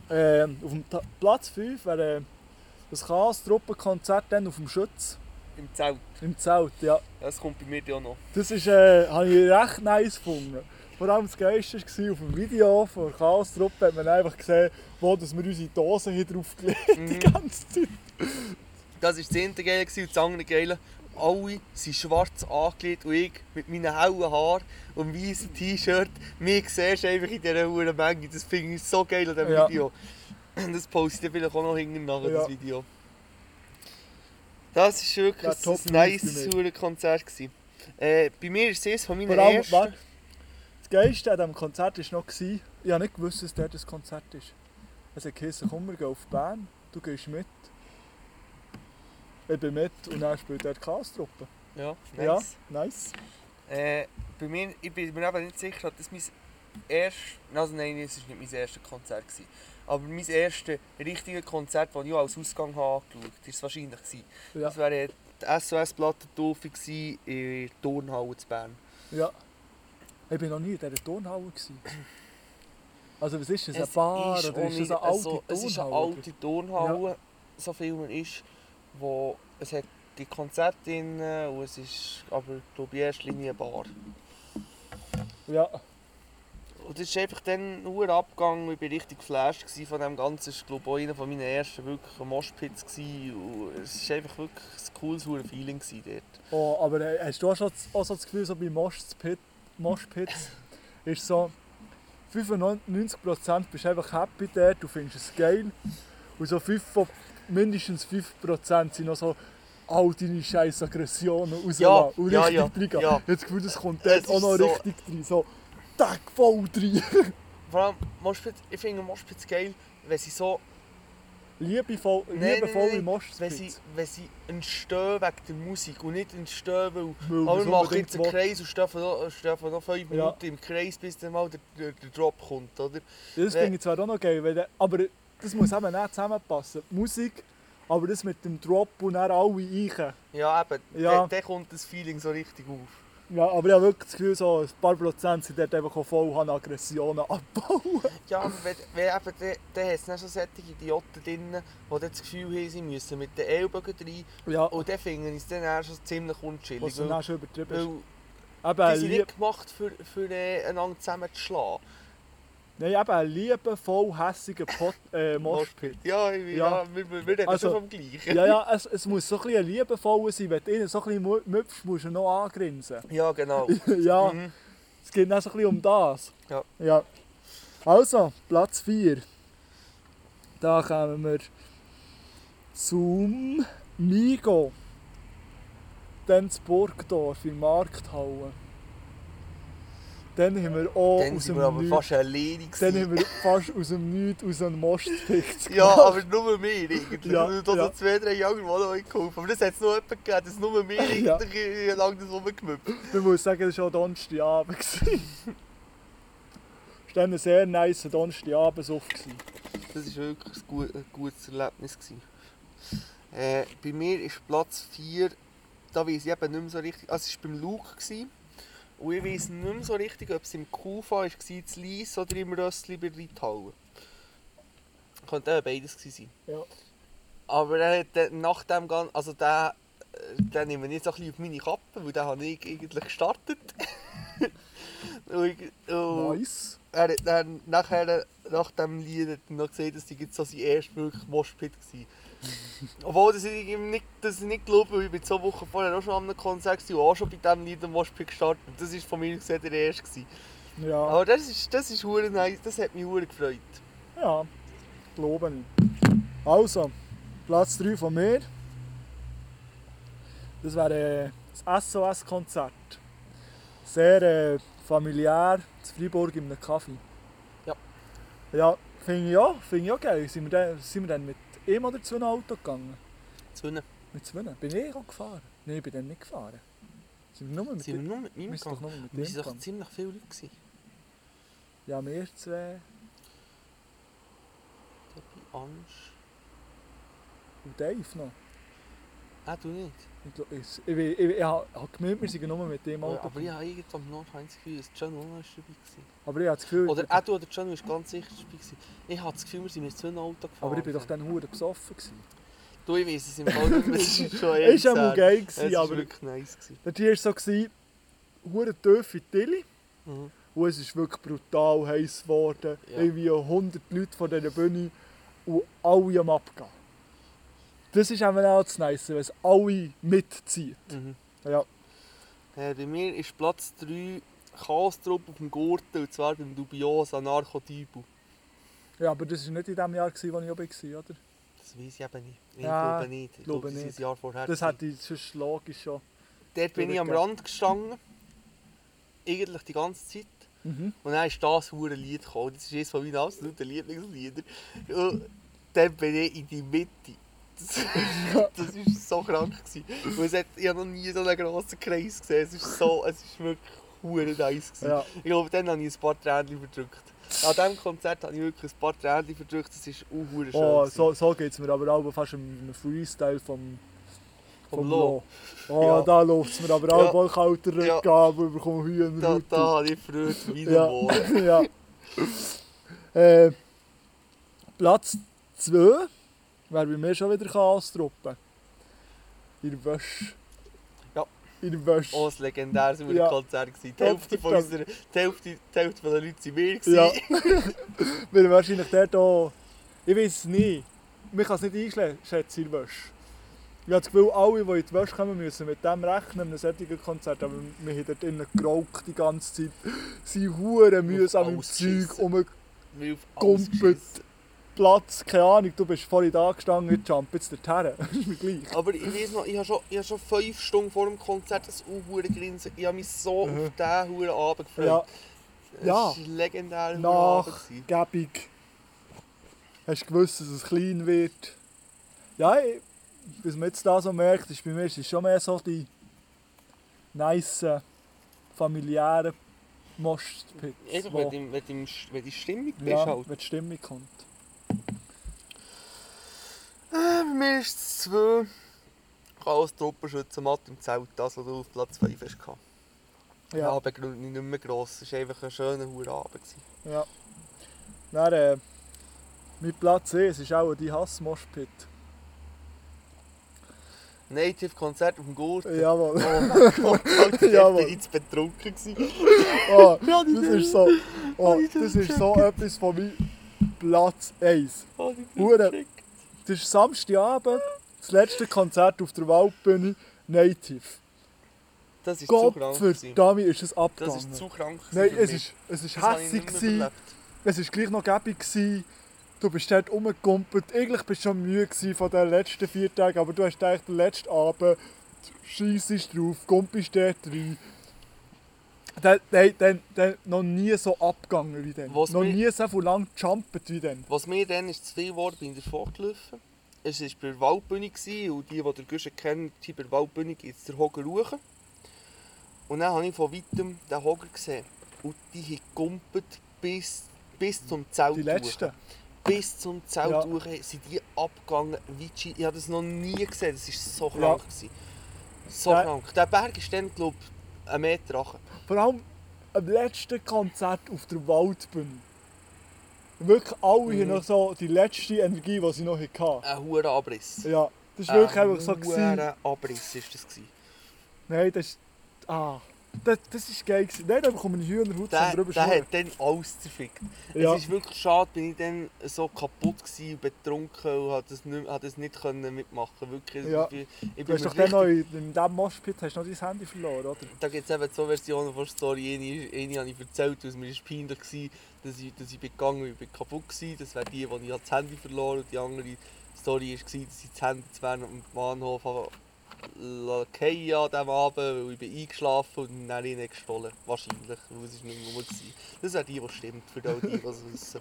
Speaker 3: Äh, auf dem Ta Platz 5 wäre äh, ein Chaos-Truppenkonzert dann auf dem Schütz.
Speaker 4: Im Zelt.
Speaker 3: Im Zelt, ja.
Speaker 4: Das kommt bei mir ja noch.
Speaker 3: Das ist, äh, habe ich recht nice gefunden. Vor allem das Geilste war auf dem Video von der Chaos-Truppe hat man einfach gesehen, wo dass wir unsere Dosen hier draufgelegt haben die ganze Zeit.
Speaker 4: Das war das eine Geile und das andere Geile. Alle sind schwarz angelegt und ich mit meinen hellen Haaren und weißen T-Shirt. Mich siehst du einfach in dieser hohen Menge. Das finde ich so geil an diesem
Speaker 3: Ja.
Speaker 4: Video. [clears throat] Das poste ich vielleicht auch noch hinten nachher,
Speaker 3: Ja.
Speaker 4: das Video. Das war wirklich
Speaker 3: Ja,
Speaker 4: ein
Speaker 3: top
Speaker 4: nice
Speaker 3: fünf bei
Speaker 4: huere Konzert. gewesen. Äh, bei mir ist es von meinen
Speaker 3: Vor allem,
Speaker 4: ersten...
Speaker 3: warte, das Geilste an diesem Konzert war noch, gewesen, ich habe nicht gewusst, dass dort ein Konzert ist. Es hat geheißen, komm, wir gehen auf Bern, du gehst mit. Ich bin mit und dann spielt dort die Chaos-Truppe.
Speaker 4: Ja, nice.
Speaker 3: Ja, nice.
Speaker 4: Äh, bei mir, ich bin mir eben nicht sicher, ob das mein erstes, also nein, es war nicht mein erstes Konzert. Gewesen. Aber mein erstes richtiges Konzert, das ich auch als Ausgang habe angeschaut habe, war es wahrscheinlich. Gewesen.
Speaker 3: Ja.
Speaker 4: Das wäre die SOS-Plattentaufe in der Turnhalle zu Bern.
Speaker 3: Ja. Ich war noch nie in dieser Turnhalle. gewesen. Also was ist das? Eine
Speaker 4: Es
Speaker 3: Bar
Speaker 4: ist
Speaker 3: oder
Speaker 4: auch
Speaker 3: ist das
Speaker 4: nicht-
Speaker 3: eine
Speaker 4: also,
Speaker 3: alte
Speaker 4: Es ist eine
Speaker 3: Turnhalle? oder?
Speaker 4: alte Turnhalle, so viel man ist, wo es hat die Konzerte drin und es ist aber glaube ich, in erster Linie eine Bar.
Speaker 3: Ja,
Speaker 4: Und das ist einfach dann nur Abgang, ich war richtig geflasht gewesen von dem Ganzen. Es war glaube ich auch einer meiner ersten wirklich Moshpits. gewesen. Und Es war einfach wirklich ein cooles hure Feeling gewesen dort.
Speaker 3: oh, aber äh, hast du auch, schon, auch so das Gefühl, so bei Moshpit-
Speaker 4: [laughs]
Speaker 3: Moshpits ist so 95% bist du einfach happy dort, du findest es geil. Und so fünf von- mindestens 5% sind noch so all deine scheiß Aggressionen raus
Speaker 4: Ja,
Speaker 3: und
Speaker 4: ja,
Speaker 3: richtig
Speaker 4: ja,
Speaker 3: reingehen.
Speaker 4: ja.
Speaker 3: Ich hab das Gefühl, das kommt
Speaker 4: Es
Speaker 3: dort auch
Speaker 4: ist
Speaker 3: noch
Speaker 4: so-
Speaker 3: richtig rein. So, tag voll rein.
Speaker 4: Vor allem, Moshpits, ich finde Moshpits geil, wenn sie so
Speaker 3: Liebevoll,
Speaker 4: Nein, nein,
Speaker 3: liebevolle
Speaker 4: nein.
Speaker 3: Moschpits.
Speaker 4: wenn sie, wenn sie entstehen wegen der Musik und nicht entstehen, weil
Speaker 3: Weil
Speaker 4: aber
Speaker 3: man's
Speaker 4: wir machen jetzt einen
Speaker 3: unbedingt
Speaker 4: Kreis und stehen noch, stehen noch fünf
Speaker 3: Ja.
Speaker 4: Minuten im Kreis, bis dann mal der, der, der Drop kommt, oder?
Speaker 3: will. Das finde ich zwar auch noch geil, weil der, aber das muss eben nicht zusammenpassen. Die Musik, aber das mit dem Drop und dann alle eichen.
Speaker 4: Ja, eben,
Speaker 3: Ja.
Speaker 4: Dann, dann kommt das Feeling so richtig auf.
Speaker 3: Ja, aber ich habe wirklich das Gefühl, so ein paar Prozent sind dort einfach auch voll an Aggressionen abbauen.
Speaker 4: Ja, aber wenn, wenn eben, dann, dann hat es dann schon solche Idioten drin, die dann das Gefühl haben, sie müssen mit den Ellbogen rein.
Speaker 3: [laughs] Ja,
Speaker 4: Und dann finden sie es dann auch schon ziemlich unchillig.
Speaker 3: was dann auch
Speaker 4: Weil,
Speaker 3: schon übertrieben ist.
Speaker 4: weil
Speaker 3: Eben
Speaker 4: die
Speaker 3: ein,
Speaker 4: sind
Speaker 3: lieb,
Speaker 4: nicht gemacht, für, für äh, einander zusammenzuschlagen.
Speaker 3: nein, eben ein liebevoll hässiger Pot, [laughs] äh, Moschpit.
Speaker 4: Ja, ich, ja.
Speaker 3: Ja.
Speaker 4: wir, wir, wir reden
Speaker 3: Also-
Speaker 4: schon vom Gleichen.
Speaker 3: Ja, ja, es, es muss so ein bisschen ein liebevoller sein. Wenn du ihnen so ein bisschen mu- müpfst, musst du ihn noch angrinsen.
Speaker 4: Ja, genau.
Speaker 3: [laughs] ja.
Speaker 4: Mhm.
Speaker 3: Es geht dann so ein bisschen um das.
Speaker 4: Ja.
Speaker 3: ja. Also, Platz 4. Da kommen wir zum Migo. Dann das Burgdorf in Markthalle. Dann haben wir auch
Speaker 4: Dann
Speaker 3: aus
Speaker 4: sind
Speaker 3: dem
Speaker 4: wir aber
Speaker 3: Nichts-
Speaker 4: fast alleine.
Speaker 3: Dann
Speaker 4: gewesen.
Speaker 3: haben wir fast aus dem Nichts aus einem Most gefickt.
Speaker 4: [laughs] Ja, aber nur mir eigentlich.
Speaker 3: Ja,
Speaker 4: Ja, und da
Speaker 3: ja.
Speaker 4: ja. zwei, drei Jahre mal noch geholfen. Aber das hat es noch jemanden gegeben, das nur mir
Speaker 3: [laughs] Ja.
Speaker 4: eigentlich ja. lang das rumgemüpft.
Speaker 3: Man muss sagen, das war auch Donnerstagabend. gewesen.
Speaker 4: [laughs]
Speaker 3: Es war dann ein sehr nice Donnerstagabendsuff. gewesen.
Speaker 4: Das war wirklich ein, gut, ein gutes Erlebnis. Gewesen. Äh, bei mir ist Platz 4, da weiß ich eben nicht mehr so richtig, also es war beim Luke. Gewesen. Und ich weiß nicht mehr so richtig, ob es im Kufa war, in Lies oder im Rössli bei Ritthauen. Könnte auch beides gewesen sein.
Speaker 3: Ja.
Speaker 4: Aber er hat dann nach dem Gan also den, äh, den nehme ich jetzt auch ein bisschen auf meine Kappe, weil den habe ich eigentlich gestartet. [laughs] und ich, und
Speaker 3: Nice.
Speaker 4: er hat dann nachher, nach dem Lied, hat er noch gesagt, dass die jetzt so sein erster wirklich Moshpit [laughs] war. Obwohl, das ich ihm nicht, das ich nicht glaube, weil ich bin zwei Wochen vorher auch schon an einem Konzert gewesen und auch schon bei diesem Lied am Moshpit gestartet. Und Das war von mir gesehen der erste. gewesen.
Speaker 3: Ja,
Speaker 4: Aber das ist, das ist hure nice, das hat mich hure gefreut.
Speaker 3: ja. Glaube ich. Also, Platz 3 von mir. Das wäre äh, das SOS-Konzert. Sehr äh, familiär, zu Freiburg in einem Kaffee.
Speaker 4: Ja.
Speaker 3: Ja, finde ich auch. Finde ich auch geil. Sind wir dann, sind wir dann mit ihm oder zu einem Auto gegangen?
Speaker 4: Sonne.
Speaker 3: Mit zwei? Bin ich auch gefahren? Nein, ich bin dann nicht gefahren. Sind wir nur mit
Speaker 4: Sind wir
Speaker 3: dem?
Speaker 4: nur mit meinem
Speaker 3: Wir sind doch
Speaker 4: gegangen?
Speaker 3: nur mit dem
Speaker 4: Wir waren doch
Speaker 3: gegangen.
Speaker 4: ziemlich viele Leute. Gewesen.
Speaker 3: Ja, wir zwei.
Speaker 4: Debbie, Ansch.
Speaker 3: Und Dave noch.
Speaker 4: Ah, du nicht?
Speaker 3: Ich, glaub, ich, ich, ich, ich, ich habe gemeint, wir sind nur mit dem Auto.
Speaker 4: Oh, Aber ich
Speaker 3: gefahren.
Speaker 4: habe irgendwie am Nordheim das Gefühl, dass John Luna ist dabei war.
Speaker 3: aber ich habe das Gefühl,
Speaker 4: Oder
Speaker 3: ich,
Speaker 4: auch du oder John warst ganz sicher dabei. gewesen. Ich hatte das Gefühl, wir sind mit zwei Auto gefahren.
Speaker 3: aber ich bin doch dann hure besoffen. Gewesen.
Speaker 4: Du, ich weiss es im Fall nicht, mehr, es ist
Speaker 3: [laughs]
Speaker 4: schon eher
Speaker 3: Es war auch mal geil, gewesen,
Speaker 4: Es war
Speaker 3: aber
Speaker 4: wirklich nice. Gewesen.
Speaker 3: der Tier war so, gewesen, hure tiefe Tilly.
Speaker 4: Mhm.
Speaker 3: Und es ist wirklich brutal heiß geworden.
Speaker 4: Ja.
Speaker 3: Irgendwie 100 Leute von dieser Bühne und alle am Abgehen. Das ist eben auch das Nice, wenn es alle mitzieht.
Speaker 4: Mhm.
Speaker 3: Ja.
Speaker 4: Äh, bei mir ist Platz 3 Chaos-Trupp auf dem Gurten, und zwar beim dubiosen Narkotypu.
Speaker 3: Ja, aber das war nicht in dem Jahr, gewesen, wo ich oben war, oder?
Speaker 4: Das weiß ich eben nicht. Ich
Speaker 3: Ja,
Speaker 4: glaube nicht. Ich
Speaker 3: glaube
Speaker 4: glaube, das war
Speaker 3: nicht.
Speaker 4: ein Jahr vorher.
Speaker 3: Das
Speaker 4: gewesen.
Speaker 3: hätte ich sonst logisch schon.
Speaker 4: Dort bin ich am Rand gestanden. Eigentlich die ganze Zeit.
Speaker 3: Mhm.
Speaker 4: Und dann ist das hure Lied gekommen. Das ist eines von meinen absoluten Lieblingslieder. Und dann bin ich in die Mitte. Das
Speaker 3: [laughs]
Speaker 4: war so krank. Gewesen. Und es hat, ich habe noch nie so einen grossen Kreis gesehen. Es ist, so, es ist wirklich hure nice. Gewesen.
Speaker 3: Ja.
Speaker 4: Ich glaube, dann habe ich ein paar Tränen verdrückt. An diesem Konzert habe ich wirklich ein paar Tränen verdrückt. Das ist auch hure schön.
Speaker 3: Oh,
Speaker 4: gewesen.
Speaker 3: so so geht es mir aber auch fast im Freestyle vom,
Speaker 4: Vom Lo.
Speaker 3: Lo. Oh,
Speaker 4: Ja.
Speaker 3: da läuft es mir aber
Speaker 4: Ja.
Speaker 3: auch bald kalter
Speaker 4: Ja.
Speaker 3: Rücken ab und ich bekomme
Speaker 4: Da,
Speaker 3: Hühnerhaut.
Speaker 4: da habe ich Freude wieder
Speaker 3: Ja. [laughs]
Speaker 4: morgen.
Speaker 3: ja. äh, Platz 2 wäre bei mir schon wieder Chaos-Truppe. In der Wäsche.
Speaker 4: Ja.
Speaker 3: In der Wäsche.
Speaker 4: Oh, ein legendäres
Speaker 3: Ja.
Speaker 4: ja. Konzert. gewesen. Die Hälfte von
Speaker 3: Verdammt.
Speaker 4: unserer, die Hälfte, die Hälfte von den Leuten waren wir. gewesen.
Speaker 3: Ja. [laughs] Weil wahrscheinlich der hier. Ich weiß es nicht. Man kann es nicht einschätzen in der Wäsche. Ich habe das Gefühl, alle, die in die Wäsche kommen, müssen mit dem rechnen, einem solchen Konzert. Aber wir haben dort innen geraucht die ganze Zeit. Sie huren mühsam im
Speaker 4: alles
Speaker 3: Zeug
Speaker 4: geschissen.
Speaker 3: um
Speaker 4: Wir auf alles
Speaker 3: Gumpet.
Speaker 4: geschissen.
Speaker 3: Platz. Keine Ahnung, du bist vorhin da gestanden, jetzt jump jetzt dorthin. [laughs] Ist mir gleich.
Speaker 4: Aber ich weiß noch, ich habe schon, ich habe schon fünf Stunden vor dem Konzert das Uhuere grinsen. Ich habe mich so
Speaker 3: Mhm.
Speaker 4: auf diesen Huren Abend gefreut.
Speaker 3: Ja,
Speaker 4: Es
Speaker 3: ja.
Speaker 4: war ein legendärer Hurenabend gewesen.
Speaker 3: Nachgebung. Hast du gewusst, dass es klein wird? Ja, ich, was man jetzt da so merkt, ist bei mir ist es schon mehr so die nice familiären Mostpits.
Speaker 4: Einfach,
Speaker 3: wo-
Speaker 4: wenn, du- wenn, du- wenn die Stimmung bist
Speaker 3: ja,
Speaker 4: halt.
Speaker 3: wenn die Stimmung kommt.
Speaker 4: Ah, Bei mir ist es zwei. Chaos Truppenschützenmatt im Zelt, das, was du auf Platz 5 hast. gehabt.
Speaker 3: Ja,
Speaker 4: Ja,
Speaker 3: ja.
Speaker 4: begründet nicht mehr gross. Es war einfach ein schöner Hurenabend. gewesen.
Speaker 3: Dann, äh, mein Platz 1 ist auch die Hass-Mostpit.
Speaker 4: Native-Konzert auf dem Gurten. [laughs] Oh
Speaker 3: Jawohl.
Speaker 4: mein Gott, Alter, ich
Speaker 3: Jawohl.
Speaker 4: war jetzt betrunken. gewesen.
Speaker 3: Oh,
Speaker 4: Ja, die
Speaker 3: das ist so, oh,
Speaker 4: ich
Speaker 3: das
Speaker 4: das
Speaker 3: ist so etwas von meinem Platz 1.
Speaker 4: Oh, die
Speaker 3: Hure.
Speaker 4: Trick.
Speaker 3: Das ist Samstagabend, das letzte Konzert auf der Waldbühne, Native.
Speaker 4: Das ist zu
Speaker 3: Gott
Speaker 4: krank.
Speaker 3: für
Speaker 4: gewesen.
Speaker 3: Dami ist es
Speaker 4: Das
Speaker 3: abgegangen.
Speaker 4: ist zu krank.
Speaker 3: Nein,
Speaker 4: gewesen für
Speaker 3: es
Speaker 4: mich.
Speaker 3: ist, es ist
Speaker 4: Das habe ich
Speaker 3: hässig,
Speaker 4: nicht mehr
Speaker 3: gewesen,
Speaker 4: überlebt.
Speaker 3: es war gleich noch gäbig. Gewesen. Du bist dort rumgekumpelt, eigentlich bist du schon müde gewesen von den letzten vier Tagen, aber du hast gedacht, den letzten Abend scheissest drauf, gumpelst dort rein. Dann, nein, dann, dann noch nie so abgegangen wie dann.
Speaker 4: Was
Speaker 3: noch
Speaker 4: mich-
Speaker 3: nie so viel lang gejumpt wie dann.
Speaker 4: Was mir dann ist zu viel geworden bin ich davon gelaufen. Es war bei der Waldbühne gewesen, und die, die den Guschen kennen, die bei der Waldbühne jetzt der Hoger ruchen. Und dann habe ich von weitem den Hoger gesehen. Und die haben gegumpelt bis, bis zum Zelt.
Speaker 3: Die letzten.
Speaker 4: hoch. Bis zum Zelt
Speaker 3: Ja.
Speaker 4: ja. sind die abgegangen. wie die Schi- Ich habe das noch nie gesehen, das war so
Speaker 3: Ja.
Speaker 4: krank. gewesen. So
Speaker 3: Ja.
Speaker 4: krank. Der Berg ist dann, glaube ich, einen Meter hoch.
Speaker 3: Vor allem am letzten Konzert auf der Waldbühne. Wirklich alle
Speaker 4: Mhm.
Speaker 3: haben noch so die letzte Energie, die sie noch hatten.
Speaker 4: Ein hoher Abriss.
Speaker 3: Ja, das war wirklich
Speaker 4: Ein
Speaker 3: einfach so. gewesen.
Speaker 4: hoher Abriss war das. Gewesen.
Speaker 3: Nein, das ist. Ah. Das, das ist geil. gewesen. Nein, da bekomme ich Hühnerhaut
Speaker 4: Der,
Speaker 3: zum drüber
Speaker 4: der
Speaker 3: schnurren.
Speaker 4: hat dann alles zerfickt.
Speaker 3: Ja.
Speaker 4: Es ist wirklich schade, bin ich dann so kaputt gsi, betrunken und hat das nicht, hat das nicht können mitmachen wirklich.
Speaker 3: Ja.
Speaker 4: Ich, ich
Speaker 3: Du
Speaker 4: bin
Speaker 3: hast
Speaker 4: mir
Speaker 3: doch dann noch
Speaker 4: richtig-
Speaker 3: in, in diesem Moshpit hast du noch dein Handy verloren, oder?
Speaker 4: da gibt es eben zwei Versionen von der Story. Eine, eine habe ich erzählt, weil es mir ist peinlich war, dass ich, dass ich bin gegangen bin, ich bin kaputt war. Das wäre die, wo ich halt das Handy verloren habe. Und die andere Story war, dass ich das Handy zu Bern am Bahnhof habe fallen an diesem Abend, weil ich bin eingeschlafen und dann ihn gestohlen. Wahrscheinlich, weil es ist nicht mehr gewesen. Das wäre die, die stimmt, für all die, die es wissen.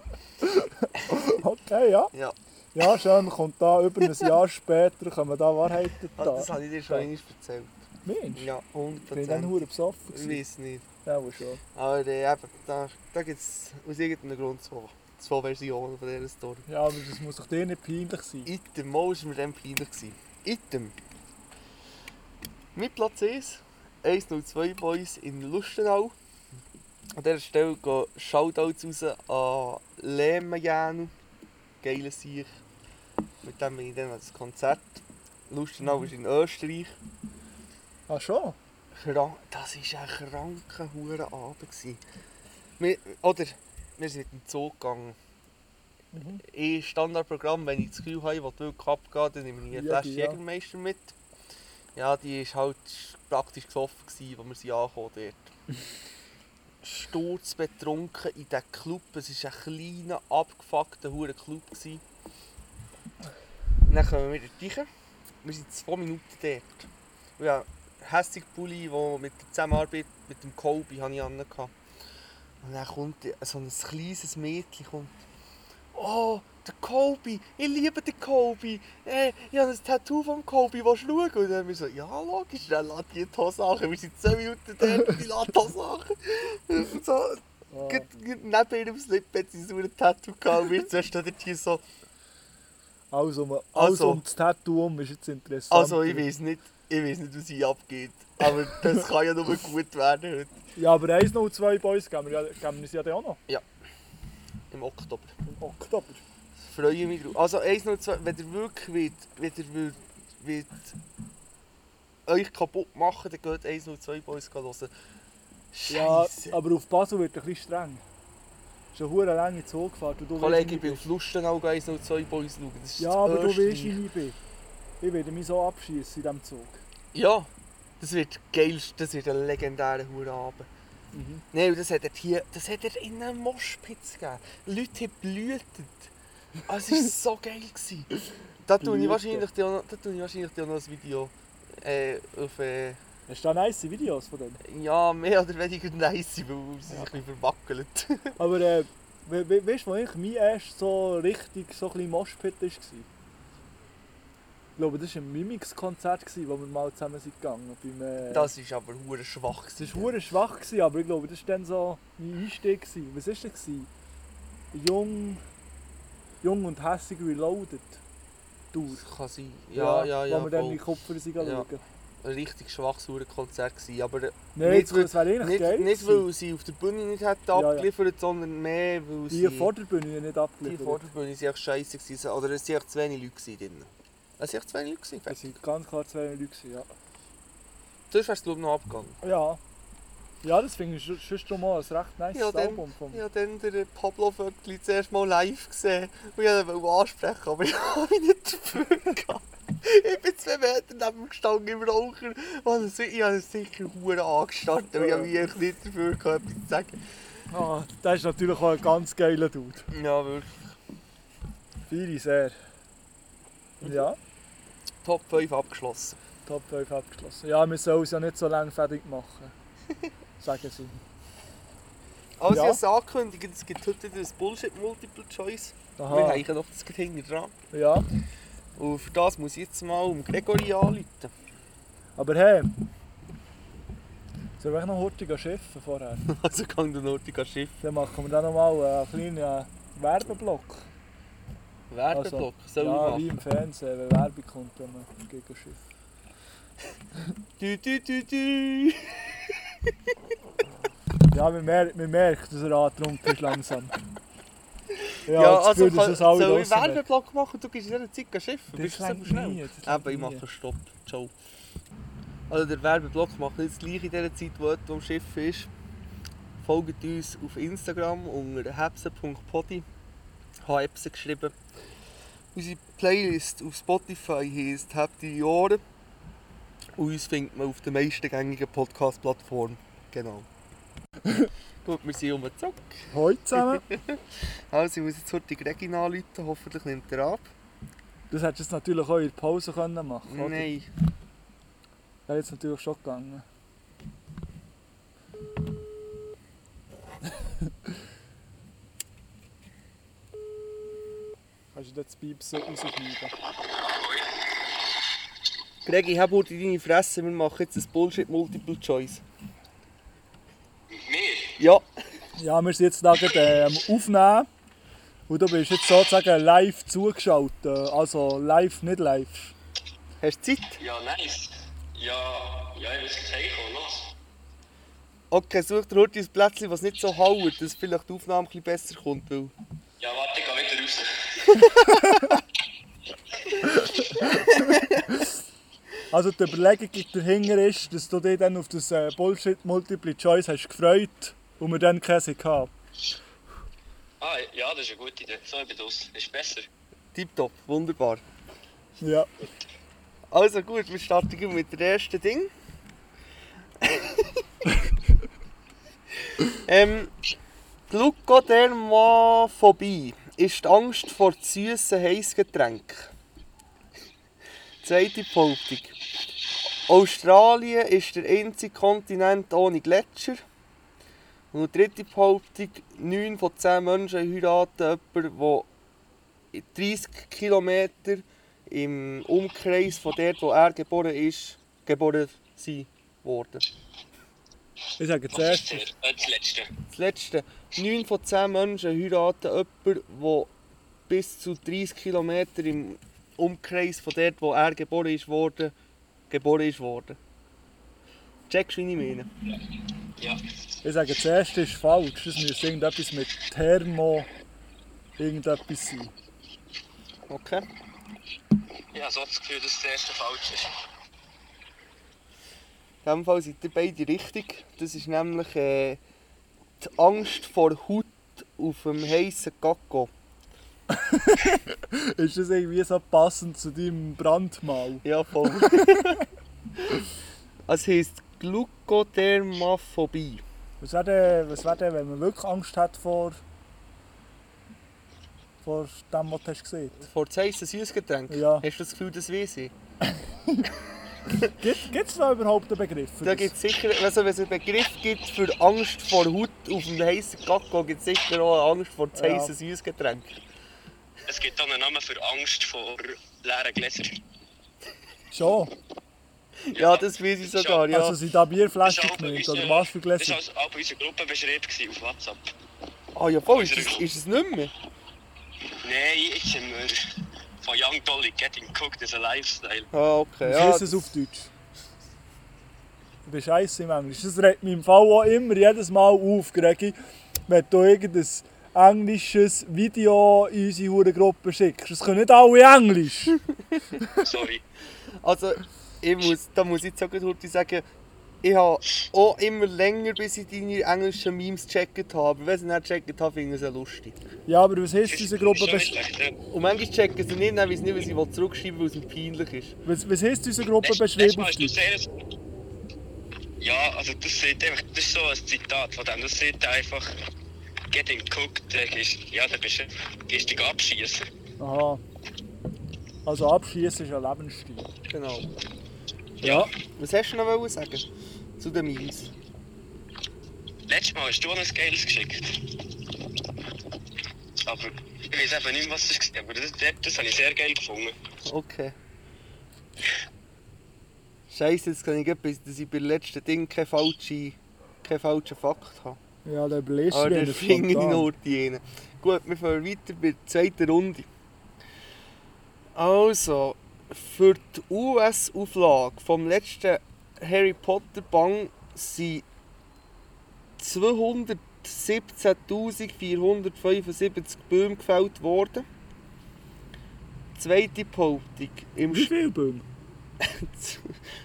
Speaker 3: Okay, ja.
Speaker 4: Ja.
Speaker 3: Ja, schön, kommt da über
Speaker 4: [laughs]
Speaker 3: ein Jahr später, kommen da Wahrheiten
Speaker 4: Ah,
Speaker 3: da.
Speaker 4: Das habe ich dir schon
Speaker 3: Da.
Speaker 4: einmal erzählt.
Speaker 3: Mensch,
Speaker 4: Ja, 100
Speaker 3: bin ich dann hure besoffen
Speaker 4: Ich
Speaker 3: gewesen?
Speaker 4: weiß nicht.
Speaker 3: Ja, wohl schon.
Speaker 4: Aber äh, eben, da, da gibt es aus irgendeinem Grund zwei, zwei Versionen von dieser Story.
Speaker 3: Ja, aber das muss doch dir nicht peinlich sein.
Speaker 4: Item, mal war mir dann peinlich. gewesen. Item. Mit Platz 1, 102 Boys in Lustenau. An dieser Stelle gehen Shoutouts raus an Lehmann Geiler Sieg. Mit dem bin ich dann an das Konzert. Lustenau ist in Österreich.
Speaker 3: Ah, schon?
Speaker 4: Krank, das war ein kranker hure Abend. gsi. Wir, oder wir sind mit dem Zug gegangen.
Speaker 3: Mhm.
Speaker 4: Ich Standardprogramm, wenn ich das Gefühl habe, ich will wirklich abgehen, dann nehme ich eine
Speaker 3: Ja,
Speaker 4: Flasche
Speaker 3: die, ja.
Speaker 4: Jägermeister mit. Ja, die war halt praktisch gesoffen, gsi, als wir sie angekommen dort.
Speaker 3: [laughs]
Speaker 4: Sturzbetrunken in diesem Club. Es war ein kleiner, abgefuckter hure Club. gsi. Dann kommen wir wieder rein. Wir sind zwei Minuten dort. Und ja, hässig Pulli, wo mit der Zusammenarbeit mit dem Colby hatte ich an. Und dann kommt so ein kleines Mädchen kommt. Oh, der Colby, ich liebe den Colby. Hey, ich habe ein Tattoo vom Colby, willst du schauen? Und dann haben wir so, ja logisch, dann lass die Sachen. Wir sind 10 Minuten dort und ich lasse die Sachen. So,
Speaker 3: Ah.
Speaker 4: Gut, gut, neben ihrem Slip hat sie so ein Tattoo gehabt und wir zwei stehen dort hier so.
Speaker 3: Alles um, alles
Speaker 4: Also.
Speaker 3: um das Tattoo um ist jetzt interessant.
Speaker 4: Also ich weiß nicht, ich weiß nicht, was sie abgeht. Aber das kann ja nur gut werden heute.
Speaker 3: Ja, aber 102 Boys geben wir, ja- geben wir es ja dann auch noch. Oh
Speaker 4: Im Oktober.
Speaker 3: Im Oktober.
Speaker 4: Freue ich mich drauf. Also 102, wenn ihr wirklich wollt, wenn ihr wollt, wollt euch kaputt machen, dann geht 102 Boys hören.
Speaker 3: Ja,
Speaker 4: Scheiße.
Speaker 3: aber auf Basel wird ein bisschen streng. Es ist eine hure lange Zugfahrt. und du weißt,
Speaker 4: Kollege,
Speaker 3: wie
Speaker 4: ich bin auf Lustenau gehen, 102 Boys schauen. Das ist
Speaker 3: Ja, aber
Speaker 4: das
Speaker 3: du
Speaker 4: Österreich.
Speaker 3: weißt, wie ich bin. Ich werde mich so abschießen in diesem Zug.
Speaker 4: Ja, das wird geil, das wird ein legendärer Hurabend.
Speaker 3: Mhm.
Speaker 4: Nein, aber das hat er hier, das hat er in einem Moschpitz gegeben. Leute haben blühtet. Ah, Es war so [laughs] geil. Gewesen. Da tue ich
Speaker 3: Blühten.
Speaker 4: wahrscheinlich auch noch, da tue ich wahrscheinlich auch noch ein Video äh, auf äh,
Speaker 3: Hast du da nice Videos von
Speaker 4: [laughs]
Speaker 3: denen?
Speaker 4: ja, mehr oder weniger nice, weil sie sich ein bisschen verwackelt.
Speaker 3: Aber äh, we we weißt du, wo ich mein erst so richtig so ein bisschen Moshpit war? Ich glaube, das war ein Mimics-Konzert, gewesen, wo wir mal zusammen sind gegangen beim, äh,
Speaker 4: Das war aber hure schwach. gewesen.
Speaker 3: Das war hure schwach, gewesen, aber ich glaube, das war dann so mein Einstieg. Gewesen. Was war das? Gewesen? Jung, jung und hässig reloaded. Tour.
Speaker 4: Das kann sein. Ja, ja, ja.
Speaker 3: Wo wir dann
Speaker 4: voll.
Speaker 3: die Kupfer sind
Speaker 4: Ja.
Speaker 3: schauen.
Speaker 4: ein richtig schwaches Hurenkonzert gewesen. Aber
Speaker 3: Nein,
Speaker 4: Nicht,
Speaker 3: das das wäre eigentlich
Speaker 4: nicht,
Speaker 3: geil.
Speaker 4: nicht,
Speaker 3: gewesen.
Speaker 4: weil sie auf der Bühne nicht hätten
Speaker 3: Ja, ja.
Speaker 4: abgeliefert, sondern mehr, weil
Speaker 3: Die
Speaker 4: sie...
Speaker 3: Vorderbühne nicht
Speaker 4: Die
Speaker 3: abgeliefert.
Speaker 4: Vorderbühne waren echt scheisse. gewesen. Oder es waren echt zu wenig Leute gewesen drin. Es waren echt zu wenig Leute. gewesen,
Speaker 3: Es
Speaker 4: fertig.
Speaker 3: waren ganz klar zwei Leute, gewesen, ja.
Speaker 4: Sonst wärst du glaub ich, noch abgegangen.
Speaker 3: Ja. Ja, das finde ich schon- sonst schon mal ein recht nice
Speaker 4: Ja, dann-
Speaker 3: Album. Vom,
Speaker 4: Ich habe dann den Pablo Vöckli das erste Mal live gesehen und ich wollte ihn ansprechen, aber [laughs] ich habe ihn nicht dafür gehabt. Ich bin zwei Meter neben ihm gestanden im Rauchen und ich habe ihn- ich habe ihn sicher Huren angestarrt, aber ich habe mich echt nicht dafür gehabt, etwas zu sagen.
Speaker 3: Ah, das ist natürlich auch ein ganz geiler Dude.
Speaker 4: Ja, wirklich.
Speaker 3: Viele sehr. Ja,
Speaker 4: Top 5 abgeschlossen. [laughs]
Speaker 3: Top 5 abgeschlossen. Ja, wir sollen es ja nicht so langfädig machen. Sagen sie.
Speaker 4: Also
Speaker 3: Ja.
Speaker 4: ich habe es angekündigt, es gibt heute wieder ein Bullshit Multiple Choice. Wir
Speaker 3: Aha,
Speaker 4: haben ja noch das Kind hinten dran.
Speaker 3: ja.
Speaker 4: Und für das muss ich jetzt mal um Gregory anrufen. [laughs]
Speaker 3: Aber hey. Sollen wir noch hurtig schiffen vorher?
Speaker 4: Also kann der Nordica Schiff
Speaker 3: Dann machen wir dann nochmal einen kleinen Werbeblock.
Speaker 4: Werbeblock. Soll
Speaker 3: Also, Ja,
Speaker 4: ich
Speaker 3: wie
Speaker 4: machen?
Speaker 3: im Fernsehen, wenn Werbung kommt, dann gegen Schiff.
Speaker 4: Du, du, du, du.
Speaker 3: Ja, man merkt, man merkt dass er angetrunken ist langsam. Ja,
Speaker 4: Ja,
Speaker 3: das
Speaker 4: also
Speaker 3: Gefühl, dass
Speaker 4: kann,
Speaker 3: es alle
Speaker 4: soll ich
Speaker 3: hören.
Speaker 4: Werbeblock machen? Du gehst in dieser Zeit Schiff. Du
Speaker 3: Das
Speaker 4: bist so
Speaker 3: reicht
Speaker 4: schnell.
Speaker 3: nie, das reicht
Speaker 4: Eben, ich
Speaker 3: nie.
Speaker 4: mache Stopp. Ciao. Also der Werbeblock macht jetzt gleich in dieser Zeit, wo jemand am Schiff ist. Folgt uns auf Instagram unter hebse.podi. Hebse geschrieben. Unsere Playlist auf Spotify heisst «Hab die Jahre». Und uns findet man auf den meisten gängigen Podcast-Plattformen. Genau. [laughs] Gut, wir sind um den Zock.
Speaker 3: Heute zusammen.
Speaker 4: Also ich muss jetzt heute die Regina anrufen, hoffentlich nimmt er ab.
Speaker 3: Das hättest du jetzt natürlich auch in der Pause können machen können.
Speaker 4: Nein.
Speaker 3: Wäre jetzt natürlich schon gegangen. Kannst du das Piepsen rausschneiden?
Speaker 4: Greg, ich habe heute deine Fresse, wir machen jetzt ein Bullshit Multiple Choice.
Speaker 1: Mir?
Speaker 4: Ja,
Speaker 3: Ja, wir sind jetzt da gerade am Aufnehmen. Und du bist jetzt sozusagen live zugeschaltet. Also live, nicht live.
Speaker 4: hast du Zeit?
Speaker 1: Ja, nice. Ja, ja, ich muss jetzt heimkommen, los.
Speaker 4: Okay, such dir heute ein Plätzchen, was nicht so haut, dass vielleicht die Aufnahme ein bisschen besser kommt. Weil...
Speaker 1: Ja, warte, ich geh wieder raus.
Speaker 3: Also die Überlegung dahinter ist, dass du dich dann auf das äh, Bullshit Multiple Choice hast gefreut und wir dann Käse hatten.
Speaker 1: Ah, ja, das ist eine gute Idee. So, ich bin raus. Ist besser.
Speaker 4: Tipptopp, wunderbar.
Speaker 3: Ja.
Speaker 4: Also gut, wir starten mit dem ersten Ding. ähm, die Glucodermophobie ist die Angst vor süßen heißen Getränken. Zweite Behauptung. Australien ist der einzige Kontinent ohne Gletscher. Und dritte Behauptung. 9 von 10 Menschen heiraten jemanden, der 30 Kilometer im Umkreis von dort, wo er geboren ist, geboren sein worden.
Speaker 3: Ich sage
Speaker 1: Was ist
Speaker 3: zuerst,
Speaker 1: der- äh, das letzte?
Speaker 4: Das letzte, 9 von 10 Menschen heiraten jemanden, der bis zu 30 Kilometer im Umkreis von dort, wo er geboren ist, worden, geboren ist worden. Checkst du, wie ich meine?
Speaker 1: Ja.
Speaker 3: ich sage zuerst ist falsch. Das müsste irgendetwas mit Thermo irgendetwas sein.
Speaker 4: Okay.
Speaker 1: Ich habe so das Gefühl, dass das erste falsch ist.
Speaker 4: In dem Fall seid ihr beide richtig. Das ist nämlich äh, die Angst vor Haut auf dem heißen Kakao.
Speaker 3: Ist das irgendwie so passend zu deinem Brandmal? [laughs]
Speaker 4: Ja, voll. Also, es heisst Glucodermaphobie.
Speaker 3: Was wäre denn, was wär denn, wenn man wirklich Angst hat vor, vor dem, was du hast gesehen
Speaker 4: Vor das heisse Süßgetränk.
Speaker 3: Ja.
Speaker 4: Hast du das Gefühl, das weiß ich?
Speaker 3: Gibt es da überhaupt einen Begriff für
Speaker 4: Da
Speaker 3: das?
Speaker 4: gibt sicher, also wenn es einen Begriff gibt für Angst vor Haut auf dem heißen Kakao, gibt es sicher auch eine Angst vor das
Speaker 3: Ja.
Speaker 4: heisse Süßgetränk.
Speaker 1: Es gibt auch einen Namen für Angst vor leeren Gläsern.
Speaker 3: Schon.
Speaker 4: Ja, das weiß ich sogar, ja.
Speaker 3: Also sind da Bierflaschen
Speaker 1: auch bei
Speaker 3: gemeint
Speaker 1: uns,
Speaker 3: oder
Speaker 1: äh,
Speaker 3: was für
Speaker 1: Das
Speaker 3: Gläser?
Speaker 1: war also auch bei unserer Gruppe beschrieben gewesen, auf WhatsApp.
Speaker 4: Ah ja, voll, ist es, ist es nicht mehr?
Speaker 1: Nein, jetzt sind wir von Young Dolly Getting Cooked is a Lifestyle.
Speaker 4: Ah,
Speaker 3: Was
Speaker 4: okay, ja.
Speaker 3: heisst es auf Deutsch? Du bist scheiße im Englisch. Das regt mich im Fall auch immer jedes Mal auf, Gregi. Wenn du irgendein englisches Video in unsere Hurengruppe schickst. Das können nicht alle Englisch.
Speaker 1: Sorry.
Speaker 4: Also, ich muss, da muss ich jetzt auch gleich heute sagen, ich habe auch immer länger, bis ich deine englischen Memes gecheckt habe. Aber wenn sie nicht gecheckt habe, finde ich sie lustig.
Speaker 3: Ja, aber was heisst diese Gruppe?
Speaker 1: Schon
Speaker 3: besch-
Speaker 1: nicht schlecht,
Speaker 4: Und manchmal checken sie nicht, dann weiss nicht, was ich zurückschreiben will, weil es mir peinlich ist.
Speaker 3: Was, was heisst unsere
Speaker 1: ja.
Speaker 3: Gruppe
Speaker 1: Letztes- letztes
Speaker 3: beschrieben
Speaker 1: Mal
Speaker 3: auf
Speaker 1: hast du
Speaker 3: Deutsch?
Speaker 1: sehr- Ja, also das sieht einfach, das ist so ein Zitat von dem, das sieht einfach Getting Cooked, äh, gehst- ja, da bist du gehst dich abschießen.
Speaker 3: Aha. Also abschießen ist ein Lebensstil.
Speaker 4: Genau.
Speaker 3: Ja.
Speaker 4: Was hast du noch wollen sagen? Zu den Memes.
Speaker 1: Letztes Mal hast du ein Geiles geschickt. Aber ich weiß eben nicht, mehr, was das war. Aber das, das, das habe ich sehr geil gefunden.
Speaker 4: Okay. Scheiße, jetzt kann ich gleich bis, dass ich bei letzten Ding keinen falschen, keinen falschen Fakt habe.
Speaker 3: Ja, dann überlegst du
Speaker 4: Aber
Speaker 3: dir
Speaker 4: Ah, der
Speaker 3: das
Speaker 4: Finger in
Speaker 3: spontan.
Speaker 4: Not jene. Gut, wir fahren weiter bei der zweiten Runde. Also, für die US-Auflage vom letzten Harry Potter Bang sind 217.475 Bäume gefällt worden. Zweite Behauptung. Im
Speaker 3: Wie
Speaker 4: Sch-
Speaker 3: viel Bäume?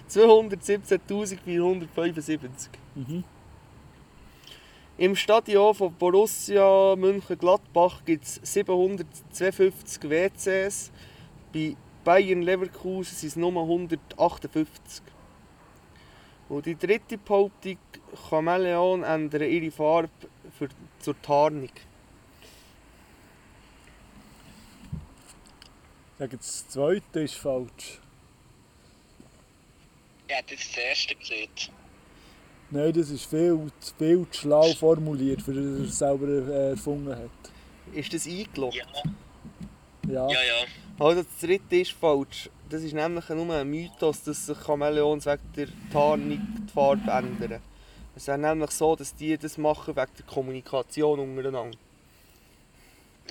Speaker 4: 217.475.
Speaker 3: Mhm.
Speaker 4: Im Stadion von Borussia Mönchengladbach gibt es 752 WCs. Bei Bayern Leverkusen sind es nur 158. Und die dritte Behauptung, Chamäleon ändern ihre Farbe für, zur Tarnung.
Speaker 3: Sag jetzt, das zweite ist falsch.
Speaker 1: Ich hätte jetzt das erste gesehen.
Speaker 3: Nein, das ist viel, zu- viel zu schlau formuliert, für das er es selber äh, erfunden hat.
Speaker 4: Ist das eingeloggt?
Speaker 1: Ja,
Speaker 3: Ja,
Speaker 1: ja, ja.
Speaker 4: Also das dritte ist falsch. Das ist nämlich nur ein Mythos, dass sich Chamäleons wegen der Tarnung die Farbe ändern. Es ist nämlich so, dass die das machen wegen der Kommunikation untereinander.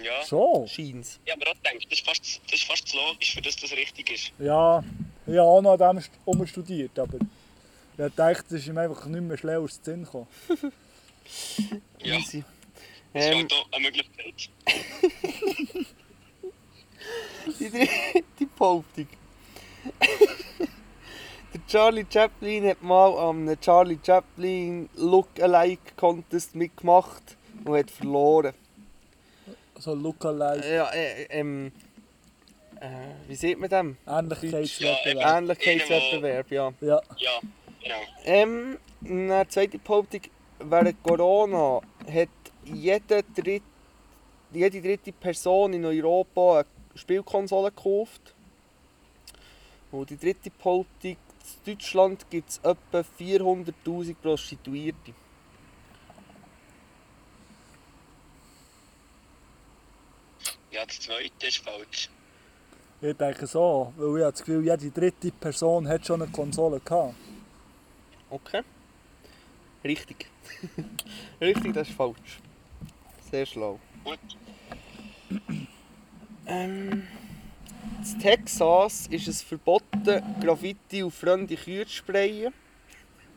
Speaker 1: Ja,
Speaker 3: schon.
Speaker 4: Scheint's.
Speaker 1: ja aber auch denke, das ist fast, das ist fast zu logisch, für das das richtig ist.
Speaker 3: Ja, ich habe auch noch an dem st- um studiert, aber ich dachte, es ist ihm einfach nicht mehr schlau aus dem Sinn gekommen.
Speaker 1: Ja,
Speaker 4: Easy.
Speaker 1: das ist
Speaker 4: Ähm,
Speaker 1: halt auch eine Möglichkeit.
Speaker 4: [laughs] die dritte Behauptung. der Charlie Chaplin hat mal am Charlie Chaplin Look-alike Contest mitgemacht und hat verloren.
Speaker 3: So Lookalike,
Speaker 4: Ja, äh, ähm, äh, wie sieht man dem?
Speaker 1: Äh,
Speaker 3: Ähnlichkeitswettbewerb.
Speaker 4: Ähnlichkeitswettbewerb, ja.
Speaker 3: Ja,
Speaker 1: Ja, genau.
Speaker 4: Ähm, eine zweite Behauptung, während Corona hat jede dritte, jede dritte Person in Europa eine Spielkonsole gekauft. Und die dritte Behauptung, in Deutschland gibt es etwa 400'000 Prostituierte.
Speaker 1: Ja, das zweite ist falsch.
Speaker 3: ich denke so, weil ich habe das Gefühl, jede dritte Person hat schon eine Konsole gehabt.
Speaker 4: Okay. Richtig. [laughs] Richtig, das ist falsch. Sehr schlau.
Speaker 1: Gut.
Speaker 4: Ähm, in Texas ist es verboten, Graffiti auf fremde Kühe zu sprayen.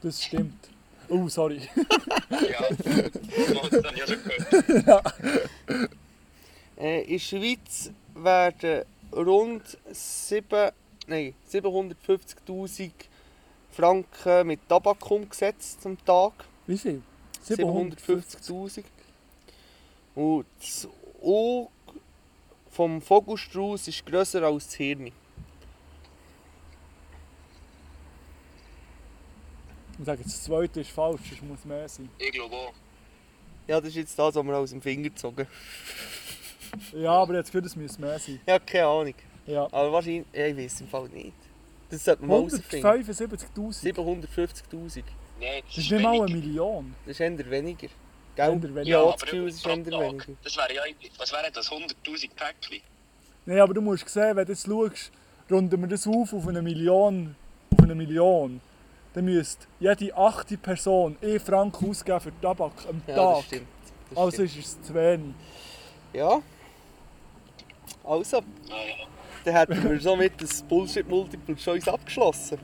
Speaker 3: Das stimmt. Oh, sorry. [laughs]
Speaker 1: Ja, das habe ich auch schon gehört.
Speaker 4: Äh, in der Schweiz werden rund sieben- nein, 750'000 Franken mit Tabak umgesetzt am Tag.
Speaker 3: Wie viel?
Speaker 4: 750'000. Und das Auge vom Vogelstrauß ist grösser als das Hirn.
Speaker 3: Ich sage jetzt, das zweite ist falsch, es muss mehr sein.
Speaker 1: Ich glaube auch.
Speaker 4: Ja, das ist jetzt das, was wir aus dem Finger gezogen haben.
Speaker 3: Ja, aber jetzt Gefühl, es müsste mehr sein.
Speaker 4: Ja, keine Ahnung.
Speaker 3: Ja.
Speaker 4: Aber wahrscheinlich, ja, ich weiß im Fall nicht. Das sollte man mal herausfinden.
Speaker 3: 175'000.
Speaker 4: 750'000.
Speaker 1: Nein,
Speaker 3: Das ist nicht mal eine Million.
Speaker 4: Das ist eher weniger.
Speaker 3: Eher
Speaker 4: Gell?
Speaker 3: weniger.
Speaker 4: Ja,
Speaker 3: Ja,
Speaker 4: das Gefühl, es ist eher weniger.
Speaker 1: Das wäre ja eigentlich, was wären das, 100'000 Päckchen?
Speaker 3: Nein, aber du musst sehen, wenn du jetzt schaust, runden wir das auf auf eine Million, auf eine Million, dann müsste jede achte Person 1 Franken ausgeben für Tabak am
Speaker 4: Ja, das
Speaker 3: Tag.
Speaker 4: stimmt. Das
Speaker 3: also
Speaker 4: stimmt.
Speaker 3: ist es zu wenig.
Speaker 4: Ja. Also,
Speaker 1: Ah, ja.
Speaker 4: dann hätten wir somit das Bullshit-Multiple Choice abgeschlossen.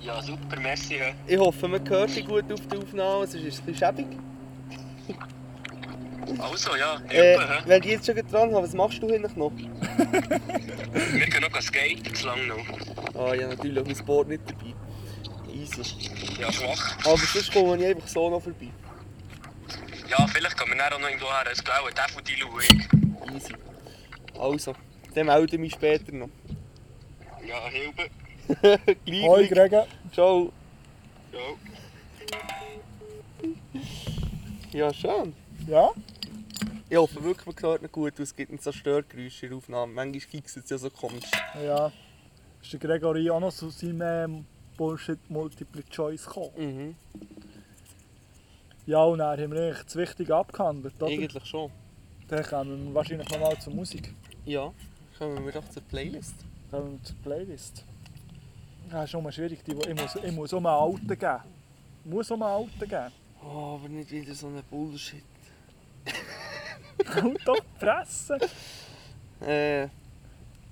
Speaker 1: ja, super, merci. Ja.
Speaker 4: Ich hoffe, man hört dich gut auf die Aufnahme, sonst ist es ein bisschen schäbig.
Speaker 1: Also, Oh, ja, Hilfe.
Speaker 4: Äh,
Speaker 1: hä?
Speaker 4: wenn ich jetzt schon dran habe, was machst du eigentlich noch?
Speaker 1: Wir können noch skaten, zu lang noch.
Speaker 4: Ah, ja, natürlich, mein Board nicht dabei. Easy.
Speaker 1: Ja, schwach.
Speaker 4: Aber sonst komme ich einfach so noch vorbei.
Speaker 1: Ja, vielleicht können wir dann auch noch irgendwo her. Es glaube, der von dir schaue
Speaker 4: Easy. Also, dann melde ich mich später noch.
Speaker 1: ich. Ja, Hilfe.
Speaker 4: Gleich.
Speaker 3: Hoi,
Speaker 4: gleich.
Speaker 3: Gregen.
Speaker 4: Ciao.
Speaker 1: Ja.
Speaker 4: Ja, schön.
Speaker 3: Ja?
Speaker 4: Ich hoffe wirklich, man hört ihn gut aus. Es gibt nicht so Störgeräusche in der Aufnahme. Manchmal fixt es ja so komisch.
Speaker 3: Ja. Ist der Gregory auch noch zu seinem ähm, Bullshit Multiple Choice gekommen?
Speaker 4: Mhm.
Speaker 3: Ja, und dann haben wir eigentlich das Wichtige abgehandelt, oder?
Speaker 4: Eigentlich schon.
Speaker 3: Dann kommen wir wahrscheinlich nochmal zur Musik.
Speaker 4: Ja, kommen wir doch zur Playlist.
Speaker 3: Kommen wir zur Playlist. Ja, ist schon mal schwierig. Die, ich muss, ich muss auch mal einen alten geben. Ich muss auch mal einen alten geben.
Speaker 4: Oh, aber nicht wieder so eine Bullshit.
Speaker 3: Kommt doch die Fresse.
Speaker 4: Äh,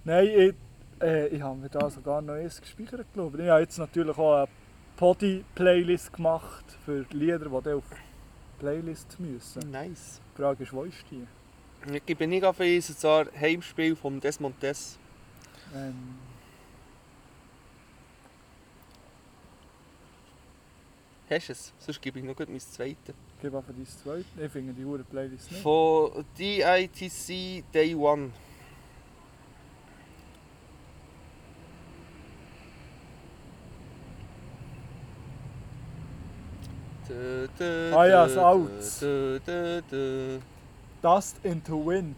Speaker 3: Nein, ich, äh, ich habe mir da sogar noch eins gespeichert, glaube ich. Ich habe jetzt natürlich auch eine Podi-Playlist gemacht für die Lieder, die dann auf die Playlist müssen.
Speaker 4: nice.
Speaker 3: Die Frage ist, wo ist die?
Speaker 4: Ich gebe nicht auf eins, und zwar Heimspiel vom Desmond Des.
Speaker 3: Ähm,
Speaker 4: Hast du es? Sonst gebe ich noch gut mein zweites.
Speaker 3: gib einfach dein zweites. Ich finde die hure Playlist nicht.
Speaker 4: Von DITC Day One. Dö, dö,
Speaker 3: Ah ja,
Speaker 4: dö,
Speaker 3: das Alts.
Speaker 4: dö, dö, dö.
Speaker 3: Dust into Wind.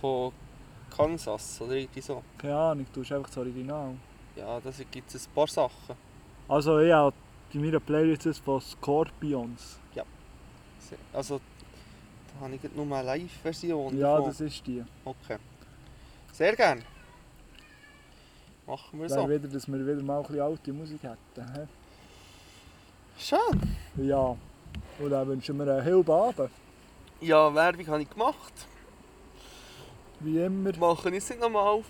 Speaker 4: Von Kansas oder irgendwie so.
Speaker 3: Keine Ahnung, du hast einfach das Original.
Speaker 4: Ja, da gibt es ein paar Sachen.
Speaker 3: Also ich habe in meiner Playlist jetzt von Scorpions.
Speaker 4: Also, da habe ich gerade nur eine Live-Version.
Speaker 3: Ja,
Speaker 4: davon.
Speaker 3: das ist die.
Speaker 4: Okay. Sehr gern. Machen wir
Speaker 3: Wäre
Speaker 4: so.
Speaker 3: wieder, dass wir wieder mal ein bisschen alte Musik hätten. hä?
Speaker 4: Schön.
Speaker 3: Ja. Und dann wünschen wir einen hellen Abend.
Speaker 4: Ja, Werbung habe ich gemacht.
Speaker 3: Wie immer.
Speaker 4: Mache ich es nicht nochmal. In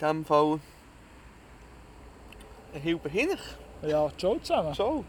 Speaker 4: diesem Fall. Ein Hilbe hin.
Speaker 3: Ja, ciao zusammen.
Speaker 4: Ciao.